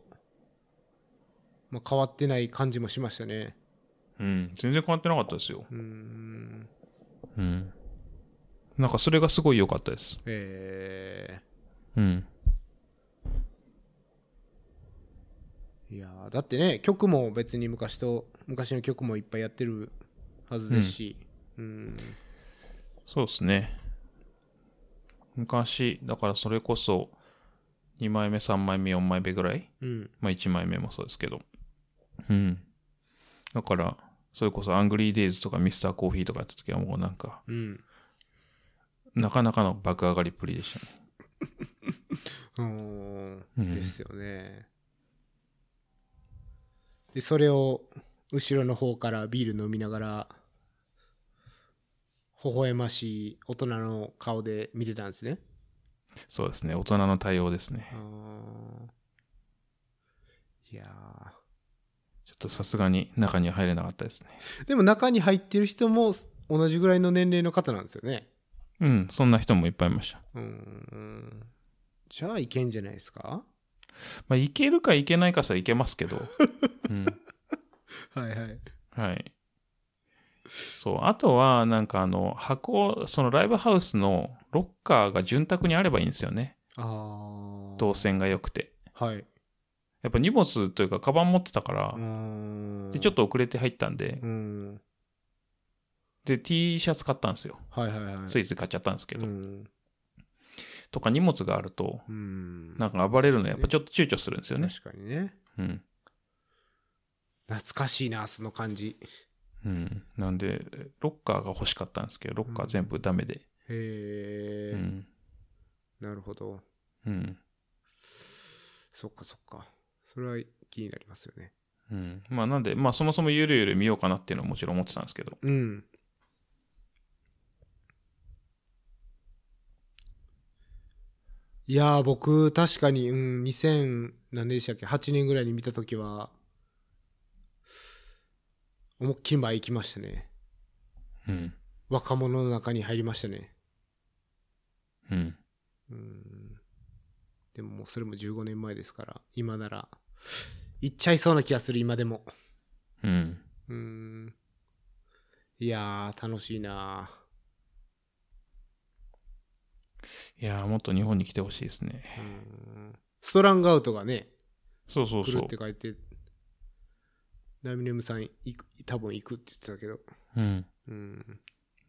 Speaker 1: まあ、変わってない感じもしましたね
Speaker 2: うん。全然変わってなかったですよ。
Speaker 1: うーん
Speaker 2: うん。なんかそれがすごい良かったです。
Speaker 1: え
Speaker 2: うん。
Speaker 1: ーいやだってね曲も別に昔と昔の曲もいっぱいやってるはずですしうーん
Speaker 2: そうですね。昔、だからそれこそ、2枚目、3枚目、4枚目ぐらい
Speaker 1: うん
Speaker 2: まあ1枚目もそうですけど。うん。だから、それこそアングリーデイズとかミスターコーヒーとかやった時はもうなんか、
Speaker 1: うん
Speaker 2: なかなかの爆上がりっぷりでしたね。
Speaker 1: うーん
Speaker 2: うん
Speaker 1: ですよね。で、それを後ろの方からビール飲みながら、微笑ましい大人の顔で見てたんですね。
Speaker 2: そうですね。大人の対応です
Speaker 1: あ
Speaker 2: ね。
Speaker 1: ーいや
Speaker 2: ちょっとさすがに中には入れなかったですね。
Speaker 1: ーでも中に入ってる人も同じぐらいの年齢の方なんですよね。
Speaker 2: うん。そんな人もいっぱいいました。
Speaker 1: うーん。じゃあいけんじゃないですか
Speaker 2: まあ、いけるかいけないかさ、いけますけど。
Speaker 1: *laughs*
Speaker 2: うん。
Speaker 1: はいはい。
Speaker 2: はい。そう。あとは、なんかあの、箱、そのライブハウスのロッカーが潤沢にあればいいんですよね。
Speaker 1: ああ。
Speaker 2: 動。線が良くて。
Speaker 1: はい。
Speaker 2: やっぱ荷物というか、カバン持ってたから、
Speaker 1: うーん
Speaker 2: で、ちょっ。と遅れて入ったんで
Speaker 1: う、ん。
Speaker 2: で、T シャツ買ったんですよ。
Speaker 1: はいはいはい。
Speaker 2: ついつい買っちゃったんですけ
Speaker 1: う
Speaker 2: ど。
Speaker 1: ん。
Speaker 2: とか、荷物があると、
Speaker 1: うん。
Speaker 2: なんか暴れるのやっぱちょっと躊躇するんですよね。
Speaker 1: 確かにね。
Speaker 2: うん。
Speaker 1: 懐かしいな、その感じ。
Speaker 2: うん。なんで、ロッカーが欲しかったんですけど、ロッカー全部ダメで。
Speaker 1: へえ、
Speaker 2: うん。
Speaker 1: なるほど。
Speaker 2: うん。
Speaker 1: そっかそっか。それは気になりますよね。
Speaker 2: うん。まあ、なんで、まあ、そもそもゆるゆる見ようかなっていうのはもちろん思ってたんですけど。
Speaker 1: うん。いやー僕確かに、うん、2000何年でしたっけ8年ぐらいに見た時は思いっきり前行きましたね
Speaker 2: うん。
Speaker 1: 若者の中に入りましたね
Speaker 2: うん。
Speaker 1: うんでももうそれも15年前ですから今なら行っちゃいそうな気がする今でも
Speaker 2: うん。
Speaker 1: うんいやー楽しいない
Speaker 2: やー、もっと日本に来てほしいですね。
Speaker 1: うんストラングアウトがね
Speaker 2: そうそう
Speaker 1: 来
Speaker 2: そ
Speaker 1: る
Speaker 2: う
Speaker 1: って。書いてナミネムさん行く多分行くって言ってたけど
Speaker 2: うん。
Speaker 1: うん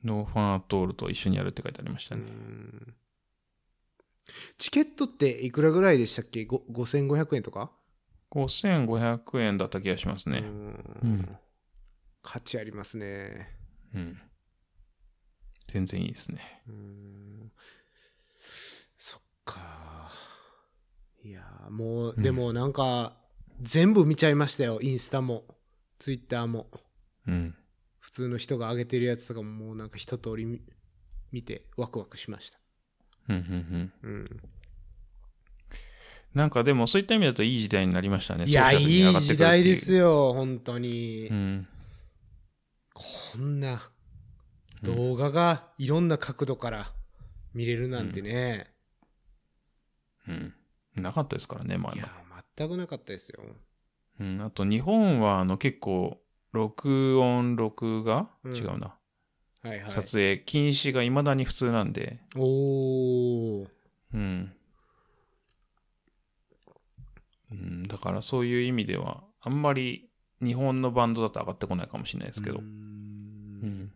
Speaker 2: ノーファンアトールと一緒にやるって書いてありまし
Speaker 1: う
Speaker 2: たね。
Speaker 1: んチケットっていくらぐらいでしたっけご5500円とか
Speaker 2: 5500円だった気がします
Speaker 1: う
Speaker 2: ね。
Speaker 1: ん
Speaker 2: うん
Speaker 1: 価値ありますね
Speaker 2: うん。全然いいですね。
Speaker 1: うーんそっか。いやー、もう、
Speaker 2: うん
Speaker 1: でもなんか、全部見ちゃいましたよ。インスタも、ツイッターも。
Speaker 2: うん。
Speaker 1: 普通の人が上げてるやつとかも、もうなんか一通り見見て、ワクワクしました。
Speaker 2: うん、うん、うん。
Speaker 1: うん。
Speaker 2: なんかでもそういった意味だといい時代になりましたね。
Speaker 1: い
Speaker 2: ソ
Speaker 1: や、
Speaker 2: ーシャルに
Speaker 1: い
Speaker 2: 上がっ
Speaker 1: い
Speaker 2: てくる
Speaker 1: 時
Speaker 2: ってう
Speaker 1: 代ですよ、本当に。
Speaker 2: うん。
Speaker 1: こんな
Speaker 2: うん
Speaker 1: 動画がいろんな角度から見れるなんてね。
Speaker 2: うん。なかったですからね、前
Speaker 1: い
Speaker 2: は
Speaker 1: や。、全くなかったですよ。
Speaker 2: うん、あと日本はあの結構、録音、録画、
Speaker 1: うん
Speaker 2: 違うな。
Speaker 1: はいはい。
Speaker 2: 撮影禁止が未だに普通なんで。
Speaker 1: おー。
Speaker 2: うん。うん、だからそういう意味では、あんまり日本のバンドだと上がってこないかもしれないですけど。
Speaker 1: うー
Speaker 2: うんん。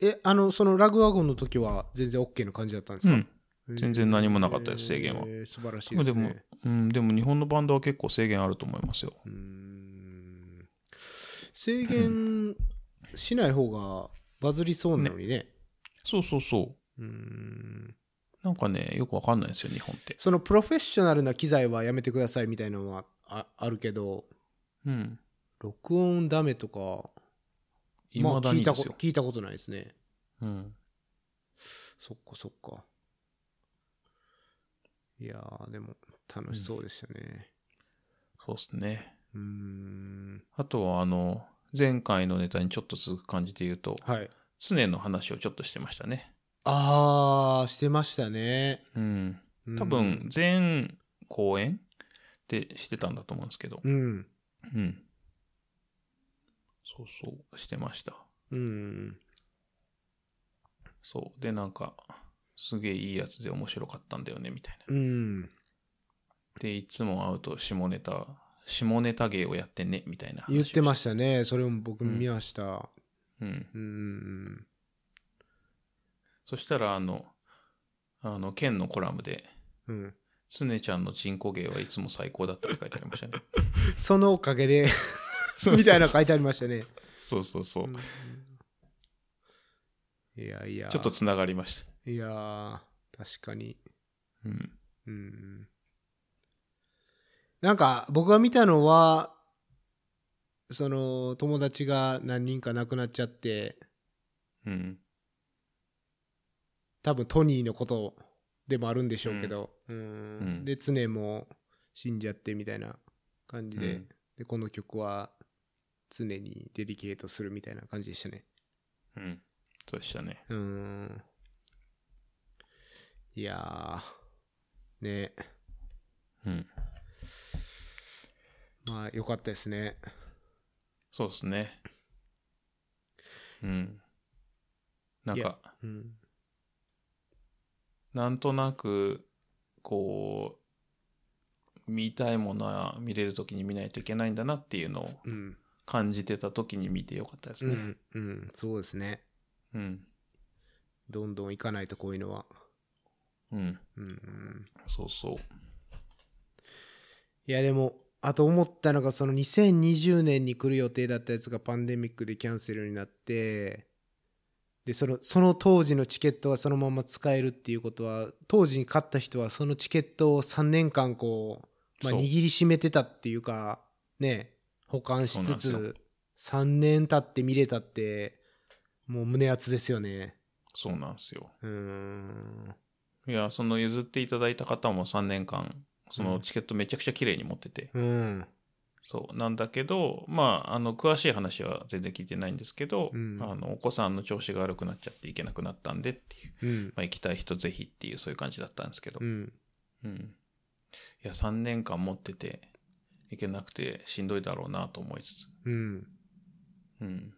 Speaker 1: えあのそのラグワゴンの時は全然 OK な感じだったんです
Speaker 2: う
Speaker 1: か、
Speaker 2: ん。全然何もなかったです制限は
Speaker 1: えー素晴らし
Speaker 2: で
Speaker 1: い
Speaker 2: もで
Speaker 1: で
Speaker 2: すも
Speaker 1: ね、
Speaker 2: うん、でも日本のバンドは結構制限あると思いますよ。
Speaker 1: うーん制限しない方がバズりそうなのにね
Speaker 2: そうそうそう。
Speaker 1: うーん
Speaker 2: なんかね、よくわかんないですよ、日本って。
Speaker 1: そのプロフェッショナルな機材はやめてくださいみたいなのはああるけど
Speaker 2: うん。
Speaker 1: 録音ダメとか、
Speaker 2: いまだ
Speaker 1: 聞
Speaker 2: に
Speaker 1: いた
Speaker 2: で
Speaker 1: こ
Speaker 2: すよ。
Speaker 1: 聞いたことないですね
Speaker 2: うん。
Speaker 1: そっかそっかいやーでも楽しそうでしたね
Speaker 2: そうですね。
Speaker 1: うーん
Speaker 2: あとは、あの、前回のネタにちょっと続く感じで言うと、
Speaker 1: はい
Speaker 2: 常の話をちょっとしてましたね。
Speaker 1: ああしてましたね。
Speaker 2: うん。
Speaker 1: うん
Speaker 2: 多分、、全公演でしてたんだと思うんですけど。
Speaker 1: うん。
Speaker 2: うん。そうそう、してました。
Speaker 1: うん。
Speaker 2: そう。で、なんか、すげえいいやつで面白かったんだよね、みたいな。
Speaker 1: うん。
Speaker 2: で、いつも会うと下ネタ、下ネタ芸をやってね、みたいな話を
Speaker 1: 言ってま
Speaker 2: し
Speaker 1: したね。それも僕見ました。
Speaker 2: た。うん。
Speaker 1: うん。
Speaker 2: そしたら、あの、あの、県のコラムで、
Speaker 1: うん。
Speaker 2: つねちゃんのチンコ芸はいつも最高だったって書いてありましたね。
Speaker 1: そのおかげで、みたいなの書いてありましたね。
Speaker 2: *laughs* そうそうそう。
Speaker 1: うんいやいや。
Speaker 2: ちょっとつながりました。
Speaker 1: いやー確かに。
Speaker 2: うん。
Speaker 1: うん。なんか、僕が見たのは、その、友達が何人か亡くなっちゃって、
Speaker 2: うん。
Speaker 1: 多分トニーのことでもあるんでしょうけど、うん
Speaker 2: うん
Speaker 1: で常も死んじゃってみたいな感じで,、
Speaker 2: うん
Speaker 1: でこの曲は常にデリケートするみたいな感じでしたね
Speaker 2: うん。そうでしたね。
Speaker 1: うんいやーね
Speaker 2: うん。
Speaker 1: まあ良かったですね
Speaker 2: そうですね。うん。なん
Speaker 1: いや
Speaker 2: か、
Speaker 1: うん
Speaker 2: なんとなく、こう、見たいものは見れるときに見ないといけないんだなっていうのを
Speaker 1: うん
Speaker 2: 感じてたときに見てよかったです
Speaker 1: う
Speaker 2: ね。
Speaker 1: ん、うん、そうですね
Speaker 2: うん。
Speaker 1: どんどん行かないとこういうのは
Speaker 2: うん。
Speaker 1: うんうん
Speaker 2: そうそう。
Speaker 1: いやでもあと思ったのがその2020年に来る予定だったやつがパンデミックでキャンセルになってでそのその当時のチケットはそのまま使えるっていうことは当時に買った人はそのチケットを3年間こう、まあ、
Speaker 2: そう
Speaker 1: 握りしめてたっていうかね保管し
Speaker 2: そ
Speaker 1: つ
Speaker 2: うなん
Speaker 1: つ3年経って見れたってもう胸熱ですよね
Speaker 2: そうなんですよ。
Speaker 1: うーん
Speaker 2: いや、その譲っていただいた方も3年間、そのチケットめちゃくちゃ綺麗に持ってて、
Speaker 1: うん
Speaker 2: そうなんだけど、まあ、あの、詳しい話は全然聞いてないんですけど、
Speaker 1: うん
Speaker 2: あの、お子さんの調子が悪くなっちゃって行けなくなったんでっていう、
Speaker 1: うん
Speaker 2: まあ、行きたい人ぜひっていう、そういう感じだったんですけど、
Speaker 1: う
Speaker 2: うん。
Speaker 1: ん
Speaker 2: いや、3年間持ってて、行けなくてしんどいだろうなと思いつつ、
Speaker 1: うんね
Speaker 2: うん。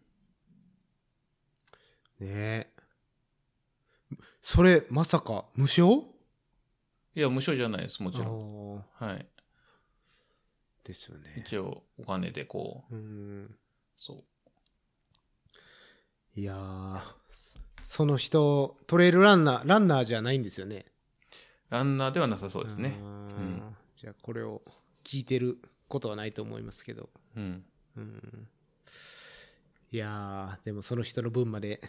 Speaker 1: えそれまさか無償
Speaker 2: いや、無償じゃないです、もちろん。
Speaker 1: あ
Speaker 2: はい。
Speaker 1: ーですよね。
Speaker 2: 一応、お金でこう、
Speaker 1: うん。
Speaker 2: そう。
Speaker 1: いやーそその人、トレイルランナー、ランナーじゃないんですよね。
Speaker 2: ランナーではなさそうですね
Speaker 1: あ。ー
Speaker 2: うん
Speaker 1: じゃあ、これを聞いてることはないと思いますけど。
Speaker 2: うん。
Speaker 1: うん。いやーでもその人の分まで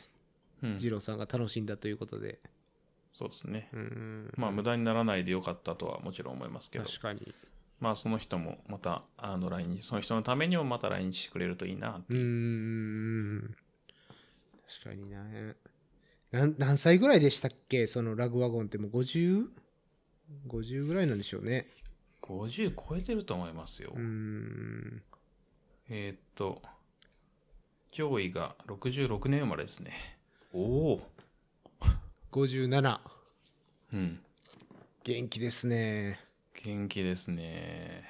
Speaker 2: ううん
Speaker 1: 二郎さんが楽しんだということで。
Speaker 2: そうですね。
Speaker 1: うん
Speaker 2: まあ、無駄にならないでよかったとはもちろん思いますけど、
Speaker 1: 確かに。
Speaker 2: まあ、その人もまた、あの、来日、その人のためにもまた来日してくれるといいな。
Speaker 1: うん。確かにな。なん何歳ぐらいでしたっけそのラグワゴンってもう 50?50 ぐらいなんでしょうね。
Speaker 2: 50超えてると思いますよ。
Speaker 1: うん。
Speaker 2: えーっと、上位が66年生まれですね。おお。
Speaker 1: 57。
Speaker 2: うん。
Speaker 1: 元気ですね。
Speaker 2: 元気ですね。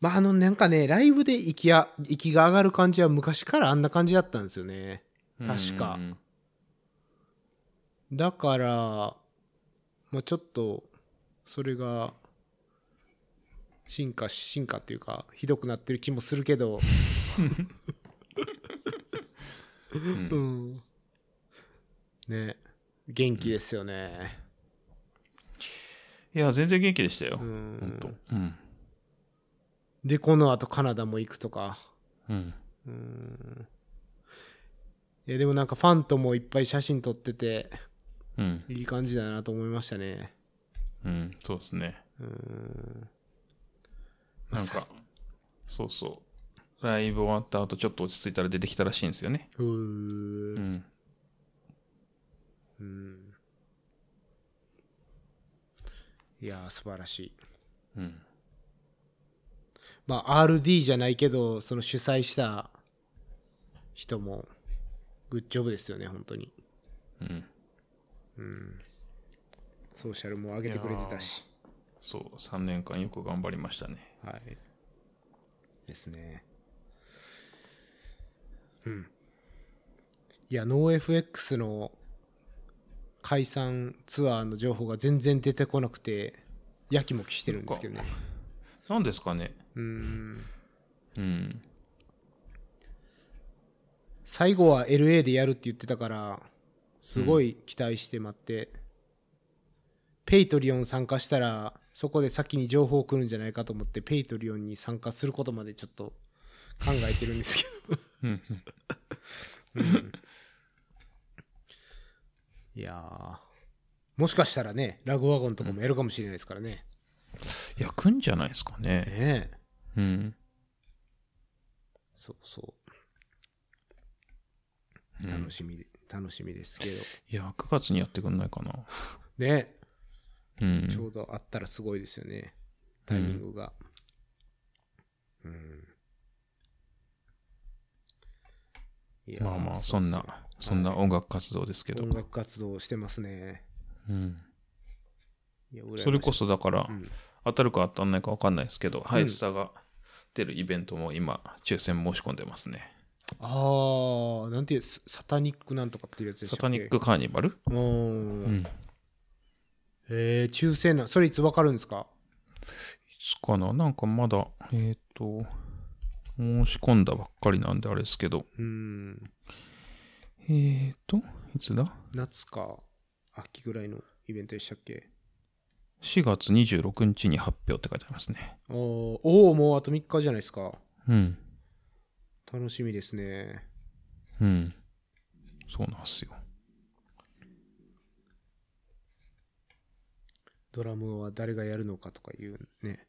Speaker 1: まあ、あの、なんかね、ライブで息や、息が上がる感じは昔からあんな感じだったんですよね。確か
Speaker 2: うん
Speaker 1: だから、まあ、ちょっと、それが、進化、進化っていうか、ひどくなってる気もするけど、
Speaker 2: うん
Speaker 1: う。ん。ね、元気ですよね。
Speaker 2: いや、全然元気でしたよ。
Speaker 1: う
Speaker 2: ほん
Speaker 1: ん
Speaker 2: と。うん。
Speaker 1: で、この後カナダも行くとか。
Speaker 2: うん。
Speaker 1: うん。いや、でもなんかファンともいっぱい写真撮ってて、
Speaker 2: うん。
Speaker 1: いい感じだなと思いましたね。
Speaker 2: うん。そうですね。
Speaker 1: うん。
Speaker 2: なんか、そうそう。ライブ終わった後、ちょっと落ち着いたら出てきたらしいんですよね。
Speaker 1: うー。
Speaker 2: うんん。
Speaker 1: うんいやー、素晴らしい。
Speaker 2: うん。
Speaker 1: まあ、RD じゃないけど、その主催した人も、グッジョブですよね、本当に。
Speaker 2: うん。
Speaker 1: ソーシャルも上げてくれてたし。
Speaker 2: そう、3年間よく頑張りましたね。
Speaker 1: はい。ですね。うん。いや、NoFX の解散ツアーの情報が全然出てこなくて、やきもきしてるんですけどね。
Speaker 2: なんですかね。
Speaker 1: うん。
Speaker 2: うん。
Speaker 1: 最後は LA でやるって言ってたから、すごい期待して待って、ペイトリオン参加したら、そこで先に情報来るんじゃないかと思って、ペイトリオンに参加することまでちょっと考えてるんですけど。
Speaker 2: うん。
Speaker 1: いやーもしかしたらね、ラグワゴンとかもやるかもしれないですからね。
Speaker 2: いや、くんじゃないですかね。
Speaker 1: ねえ。
Speaker 2: うん。
Speaker 1: そうそう。
Speaker 2: うん
Speaker 1: 楽しみで、楽しみですけど。
Speaker 2: いや、9月にやってくんないかな。
Speaker 1: ね
Speaker 2: う
Speaker 1: え、ちょ
Speaker 2: ん。
Speaker 1: うどあったらすごいですよね。タイミングが。うん。いやー
Speaker 2: まあまあ、
Speaker 1: そ
Speaker 2: そ
Speaker 1: うんですね
Speaker 2: な、そんな
Speaker 1: はい
Speaker 2: 音楽活動ですけど
Speaker 1: 音。楽活動をしてますね。
Speaker 2: うん。
Speaker 1: いや羨ましい
Speaker 2: それこそだから
Speaker 1: う、ん
Speaker 2: 当たるか当たんないか分かんないですけど、ハイスターが出るイベントも今、抽選申し込んでますね。
Speaker 1: ああ、なんていう、ササタニックなんとかっていうやつでした
Speaker 2: サ
Speaker 1: っけ
Speaker 2: タニッ。クカーニバル、
Speaker 1: う。
Speaker 2: うんん、い
Speaker 1: えー、抽選な、それいつわかるんですか
Speaker 2: つかななんかまだ、えっ、と、申し込んだばっかりなんであれですけど、
Speaker 1: うん。
Speaker 2: えっ、と、いつだ
Speaker 1: 夏か秋ぐらいのイベントでしたっけ
Speaker 2: ?4 月26日に発表って書いてありますね。
Speaker 1: おーおー、もうあと3日じゃないですか。
Speaker 2: うん。
Speaker 1: 楽しみですね。
Speaker 2: うん。そうなんですよ。
Speaker 1: ドラムは誰がやるのかとかいうね。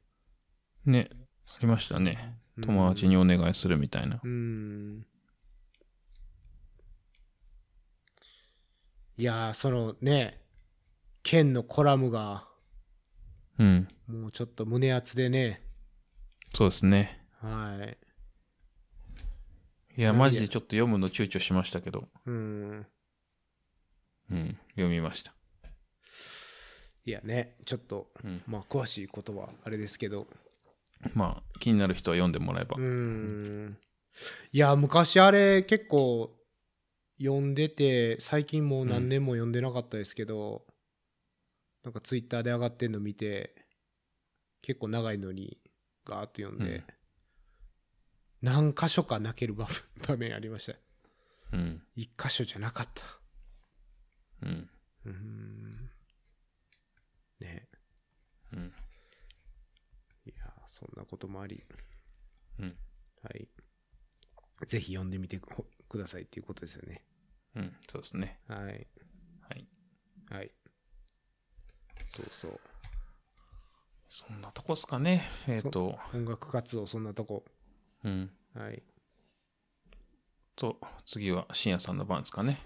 Speaker 2: ね、ありましたね。
Speaker 1: うん
Speaker 2: 友達にお願いするみたいな
Speaker 1: う。ん。いやー、そのね、剣のコラムが、
Speaker 2: うん。
Speaker 1: もうちょっと胸熱でね、
Speaker 2: そうですね。
Speaker 1: はい。
Speaker 2: いや、
Speaker 1: 何
Speaker 2: マジでちょっと読むの躊躇しましたけど、
Speaker 1: うん。
Speaker 2: うん、読みました。
Speaker 1: いやね、ちょっと、
Speaker 2: うん
Speaker 1: まあ、詳しいことはあれですけど。
Speaker 2: まあ、気になる人は読んでもらえば
Speaker 1: う。ん。いや、昔あれ結構読んでて、最近もう何年も読んでなかったですけど、なんかツイッターで上がってんの見て、結構長いのにガーッと読んで、
Speaker 2: うん
Speaker 1: 何箇所か泣ける場場面あ *laughs* りました。
Speaker 2: うん。
Speaker 1: 一箇所じゃなかった。
Speaker 2: うん。
Speaker 1: うん。ね。
Speaker 2: うん。
Speaker 1: いや、そんなこともあり。
Speaker 2: うん。
Speaker 1: はい。ぜひ読んでみてくくださいっていうことですよね。
Speaker 2: うん、そうですね。
Speaker 1: はい。
Speaker 2: はい。
Speaker 1: はい。そうそう。
Speaker 2: そんなとこっすかね。えっ、と、
Speaker 1: 音楽活動、そんなとこ。
Speaker 2: うん。
Speaker 1: はい。
Speaker 2: と、次は、深夜さんの番ですかね。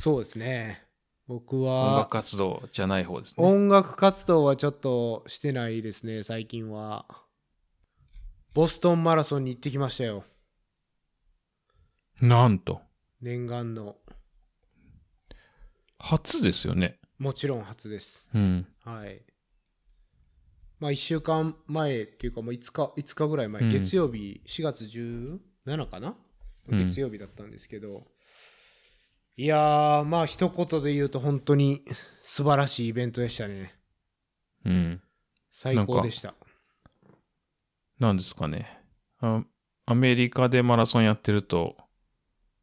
Speaker 1: そうですね。僕
Speaker 2: 音
Speaker 1: は
Speaker 2: 楽、活動じゃない方ですね。
Speaker 1: 音楽活動はちょっとしてないですね、最近は。ボストンマラソンに行ってきましたよ。
Speaker 2: なんと、
Speaker 1: 念願の。
Speaker 2: 初ですよね。
Speaker 1: もちろん初です。
Speaker 2: うん。
Speaker 1: はい。まあ、1週間前っていうか、もう5日、5日ぐらい前、
Speaker 2: うん
Speaker 1: 月曜日、4月17かな、
Speaker 2: うん
Speaker 1: 月曜日だったんですけど、いやー、まあ、一言で言うと、本当に素晴らしいイベントでしたね。
Speaker 2: うん。
Speaker 1: 最高でした。
Speaker 2: なんですかね。あアメリカでマラソンやってると、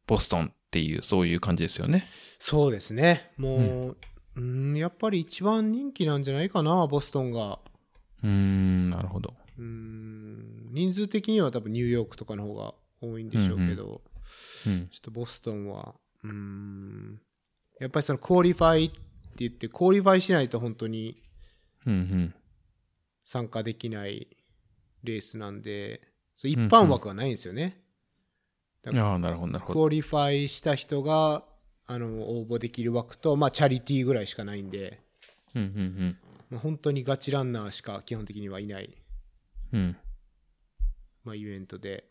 Speaker 2: ボストンっていう、そういう感じですよね。
Speaker 1: そうですね。もう、うん、やっぱり一番人気なんじゃないかな、ボストンが。
Speaker 2: うーん、なるほど。
Speaker 1: うん、人数的には多分ニューヨークとかの方が多いんでしょうけど、
Speaker 2: うん。
Speaker 1: ちょっとボストンは、うーん、やっぱりそのクオリファイって言って、クオリファイしないと本当に
Speaker 2: うん、うん。
Speaker 1: 参加できないレースなんで、そう一般枠はないんですよね。
Speaker 2: ああ、なるほど、なるほ
Speaker 1: ク
Speaker 2: ど。
Speaker 1: オリファイした人があの応募できる枠と、まあ、チャリティーぐらいしかないんで、
Speaker 2: うん、うん、
Speaker 1: まあ、本当にガチランナーしか基本的にはいない、
Speaker 2: うん。うん。
Speaker 1: まあ、イベントで。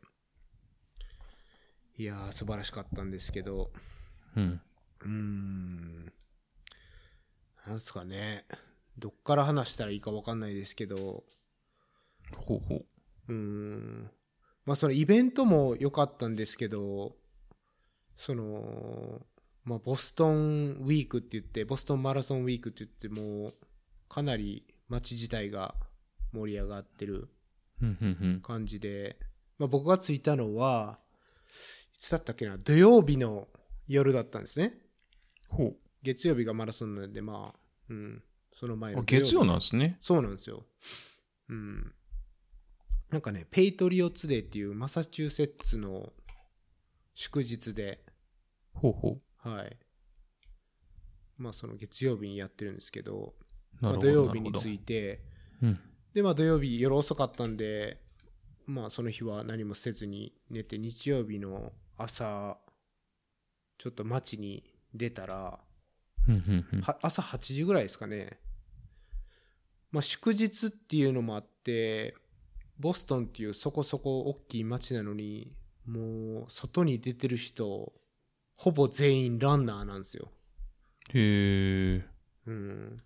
Speaker 1: いやー、素晴らしかったんですけど、
Speaker 2: うん。
Speaker 1: うーん。なんすかね。どっから話したらいいかわかんないですけど、
Speaker 2: ほうほう。
Speaker 1: うーん。まあそのイベントも良かったんですけど、その、まあボストンウィークって言って、ボストンマラソンウィークって言って、もうかなり街自体が盛り上がってる
Speaker 2: うん、うん、うん。
Speaker 1: 感じで、まあ僕が着いたのは、いつだったっけな、土曜日の夜だったんですね。
Speaker 2: ほ
Speaker 1: 月曜日がマラソンなんで、まあ、うん、その前
Speaker 2: う。あ
Speaker 1: の
Speaker 2: 月曜なんですね。
Speaker 1: そうなんですよ。うん。なんかね、ペイトリオッツデーっていうマサチューセッツの祝日で、
Speaker 2: ほうほ
Speaker 1: はい。まあ、その月曜日にやってるんですけど、
Speaker 2: う。な
Speaker 1: ま
Speaker 2: る
Speaker 1: あ、
Speaker 2: ほど。
Speaker 1: 土曜日
Speaker 2: なるほ
Speaker 1: に
Speaker 2: ど
Speaker 1: ついて、
Speaker 2: うん。
Speaker 1: で、まあ、土曜日夜遅かったんで、まあ、その日は何もせずに寝て、日曜日の朝、ちょっと街に出たら、
Speaker 2: うん、うん、うん。
Speaker 1: は朝8時ぐらいですかね、まあ、祝日っていうのもあってボストンっていうそこそこ大きい街なのにもう外に出てる人ほぼ全員ランナーなんですよ
Speaker 2: へえ。
Speaker 1: うん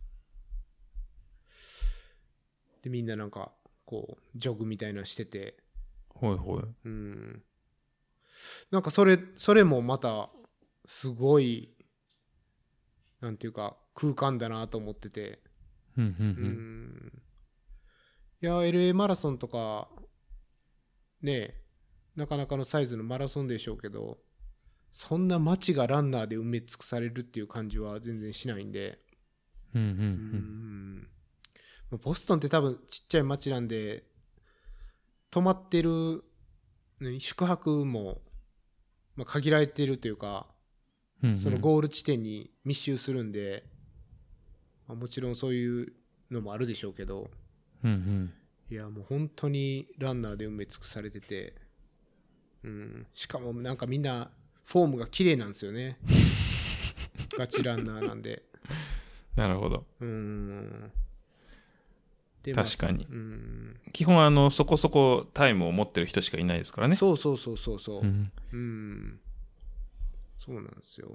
Speaker 1: でみんななんかこうジョグみたいなのしてて
Speaker 2: ほいほい。
Speaker 1: うんなんかそれそれもまたすごいなんていうか空間だなと思ってて
Speaker 2: うん、う、
Speaker 1: うんんいや、LA マラソンとか、ねえ、なかなかのサイズのマラソンでしょうけど、そんな街がランナーで埋め尽くされるっていう感じは全然しないんで、
Speaker 2: うん。うん、う、
Speaker 1: うんんまあボストンって多分ちっちゃい街なんで、泊まってる、何宿泊も、まあ、限られてるというか、
Speaker 2: うんうん。
Speaker 1: そのゴール地点に密集するんで、まあ、もちろんそういうのもあるでしょうけど、
Speaker 2: うん、うん。
Speaker 1: いやもう本当にランナーで埋め尽くされてて、うん、しかもなんかみんなフォームが綺麗なんですよ
Speaker 2: *laughs*
Speaker 1: ねガチランナーなんで
Speaker 2: なるほど。
Speaker 1: うんで
Speaker 2: 確かに
Speaker 1: まあうん
Speaker 2: 基本、あの、そこそこタイムを持ってる人しかいないですからね。
Speaker 1: そうそうそうそうそう
Speaker 2: う。ん。
Speaker 1: うん、そうなんですよ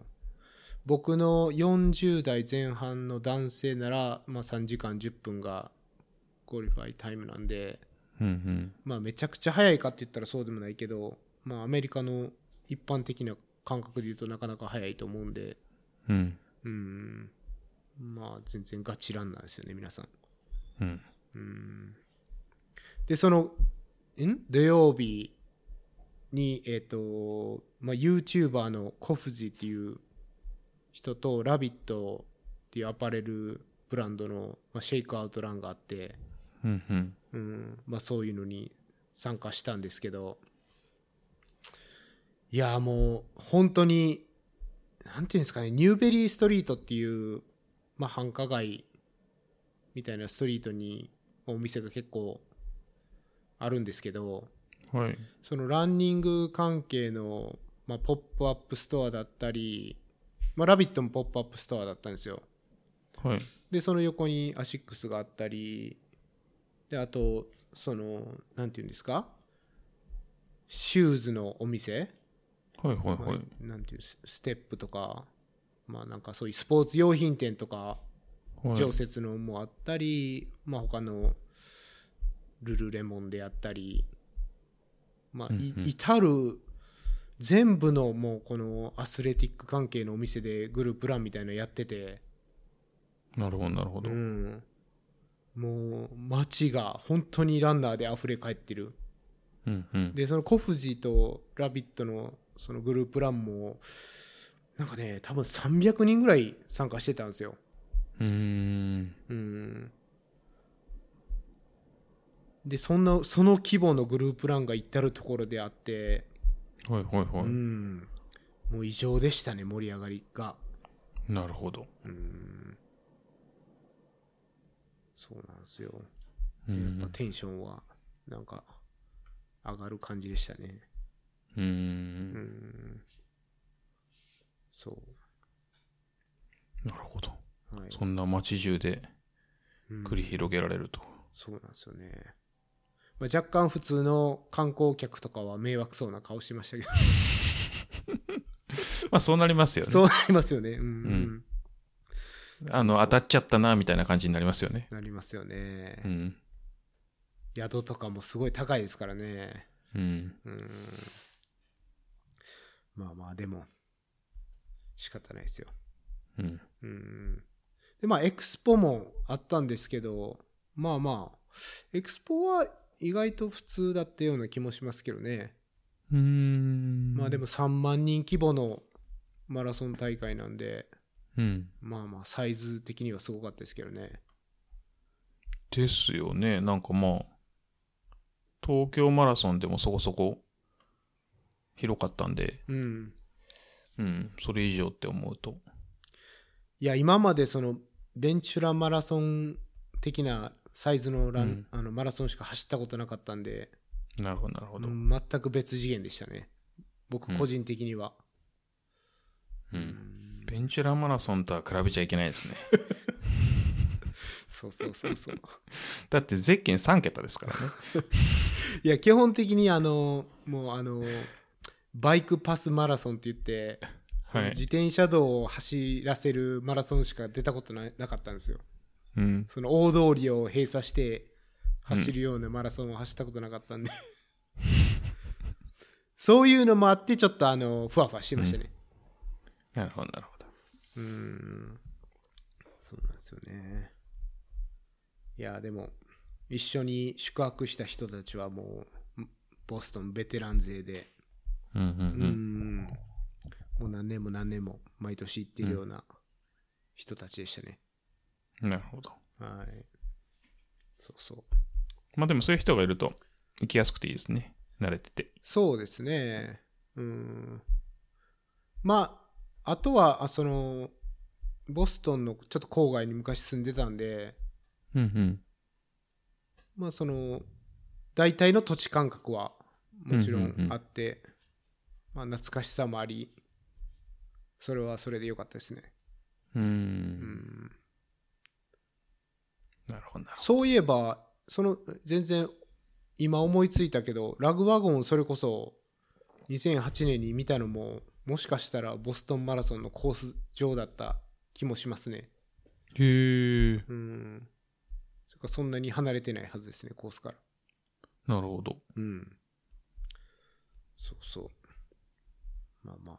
Speaker 1: 僕の40代前半の男性なら、まあ、3時間10分がクオリファイタイムなんで
Speaker 2: うん、うん。
Speaker 1: まあめちゃくちゃ早いかって言ったらそうでもないけど、まあアメリカの一般的な感覚で言うとなかなか早いと思うんで、
Speaker 2: うん。
Speaker 1: うん。まあ全然ガチランナーですよね、皆さん。
Speaker 2: うん。
Speaker 1: うん。で、その、ん土曜日に、えっ、と、まあ YouTuber のコフジっていう人と、ラビットっていうアパレルブランドの、まあ、シェイクアウトランがあって、
Speaker 2: うん、うん。
Speaker 1: うんまあ、そういうのに参加したんですけどいやもう本当になんていうんですかね、ニューベリーストリートっていう、まあ、繁華街みたいなストリートにお店が結構あるんですけど、
Speaker 2: はい。
Speaker 1: そのランニング関係の、まあ、ポップアップストアだったり、まあ、ラビットもポップアップストアだったんですよ。
Speaker 2: はい。
Speaker 1: で、その横にアシックスがあったり、で、あと、その、なんていうんですかシューズのお店
Speaker 2: はいはい
Speaker 1: ま
Speaker 2: はい。
Speaker 1: あなんていうスステップとか、まあなんかそういうスポーツ用品店とか、
Speaker 2: はい、
Speaker 1: 常設のもあったり、まあ他のルルレモンであったり、まあい
Speaker 2: うんうん
Speaker 1: 至る全部のもうこのアスレティック関係のお店でグループランみたいなのやってて、
Speaker 2: なるほどなるほ
Speaker 1: う
Speaker 2: ど。
Speaker 1: ん、もう街が本当にランナーで溢れ返ってる。
Speaker 2: うんうん。
Speaker 1: でそのコフジとラビットのそのグループランもなんかね多分300人ぐらい参加してたんですよ
Speaker 2: うーん。
Speaker 1: うんでそんなその規模のグループランが至るところであって、
Speaker 2: はいはいはい。
Speaker 1: うんもう異常でしたね盛り上がりが
Speaker 2: なるほど。
Speaker 1: うんそうなんですよ
Speaker 2: う
Speaker 1: でやっぱ
Speaker 2: ん。
Speaker 1: テンションはなんか上がる感じでしたね
Speaker 2: う。
Speaker 1: うんんそう
Speaker 2: なるほど。
Speaker 1: はい、
Speaker 2: そんな街中で
Speaker 1: うん
Speaker 2: 繰り広げられると。
Speaker 1: そうなんですよね、まあ、若干普通の観光客とかは迷惑そうな顔しましたけど、
Speaker 2: まあそうなりますよね。
Speaker 1: そうなりますよねうん、
Speaker 2: んあの、
Speaker 1: そうそう
Speaker 2: 当たっちゃったな、みたいな感じになりますよね。
Speaker 1: なりますよね、
Speaker 2: うん。
Speaker 1: 宿とかもすごい高いですからね
Speaker 2: うん。
Speaker 1: うんまあまあでも仕方ないですよ
Speaker 2: うん。
Speaker 1: うんでまあエクスポもあったんですけどまあまあエクスポは意外と普通だったような気もしますけどね
Speaker 2: うーん。
Speaker 1: まあでも、3万人規模のマラソン大会なんで、
Speaker 2: うん。
Speaker 1: まあまあサイズ的にはすごかったですけどね。
Speaker 2: ですよね。なんかまあ、東京マラソンでもそこそこ広かったんで、
Speaker 1: うん。
Speaker 2: うん。それ以上って思うと。
Speaker 1: いや、今までそのベンチュラマラソン的なサイズのラン、
Speaker 2: うん
Speaker 1: あのマラソンしか走ったことなかったんで、
Speaker 2: なるほど、なるほど。
Speaker 1: うん全く別次元でしたね。僕個人的には。
Speaker 2: う。
Speaker 1: うん
Speaker 2: ベンチュラマラソンとは比べちゃいけないですね。
Speaker 1: そうそうそうそう。
Speaker 2: だってゼッケン3桁ですからね。
Speaker 1: いや、基本的にあの、もうあの、バイクパスマラソンって言って、その
Speaker 2: はい
Speaker 1: 自転車道を走らせるマラソンしか出たことななかったんですよ。
Speaker 2: うん。
Speaker 1: その大通りを閉鎖して走るようなマラソンを走ったことなかったんで、そういうのもあってちょっとあのふわふわしてましたね
Speaker 2: なるほど、なるほど。
Speaker 1: うんそうなんですよねいやでも一緒に宿泊した人たちはもうボストンベテラン勢で
Speaker 2: うんうん
Speaker 1: う
Speaker 2: うん。
Speaker 1: んもう何年も何年も毎年行ってるような人たちでしたね、
Speaker 2: なるほど。
Speaker 1: はいそうそう
Speaker 2: まあでもそういう人がいると行きやすくていいですね。慣れてて。
Speaker 1: そうですね。うん。まあ、あとは、あその、ボストンのちょっと郊外に昔住んでたんで、
Speaker 2: うん
Speaker 1: まあその、大体の土地感覚はもちろ
Speaker 2: うんうん
Speaker 1: ん
Speaker 2: うん
Speaker 1: あって、まあ懐かしさもあり、それはそれで良かったですね。
Speaker 2: うん。う。
Speaker 1: うんん。
Speaker 2: なるほど、なるほ
Speaker 1: そういえば、その、全然、今思いついたけど、ラグワゴンそれこそ、2008年に見たのも、もしかしたらボストンマラソンのコース上だった気もしますね。
Speaker 2: ど。へえ。
Speaker 1: うん。それかそんなに離れてないはずですね、コースから。
Speaker 2: なるほど。
Speaker 1: うん。そうそう。まあまあ、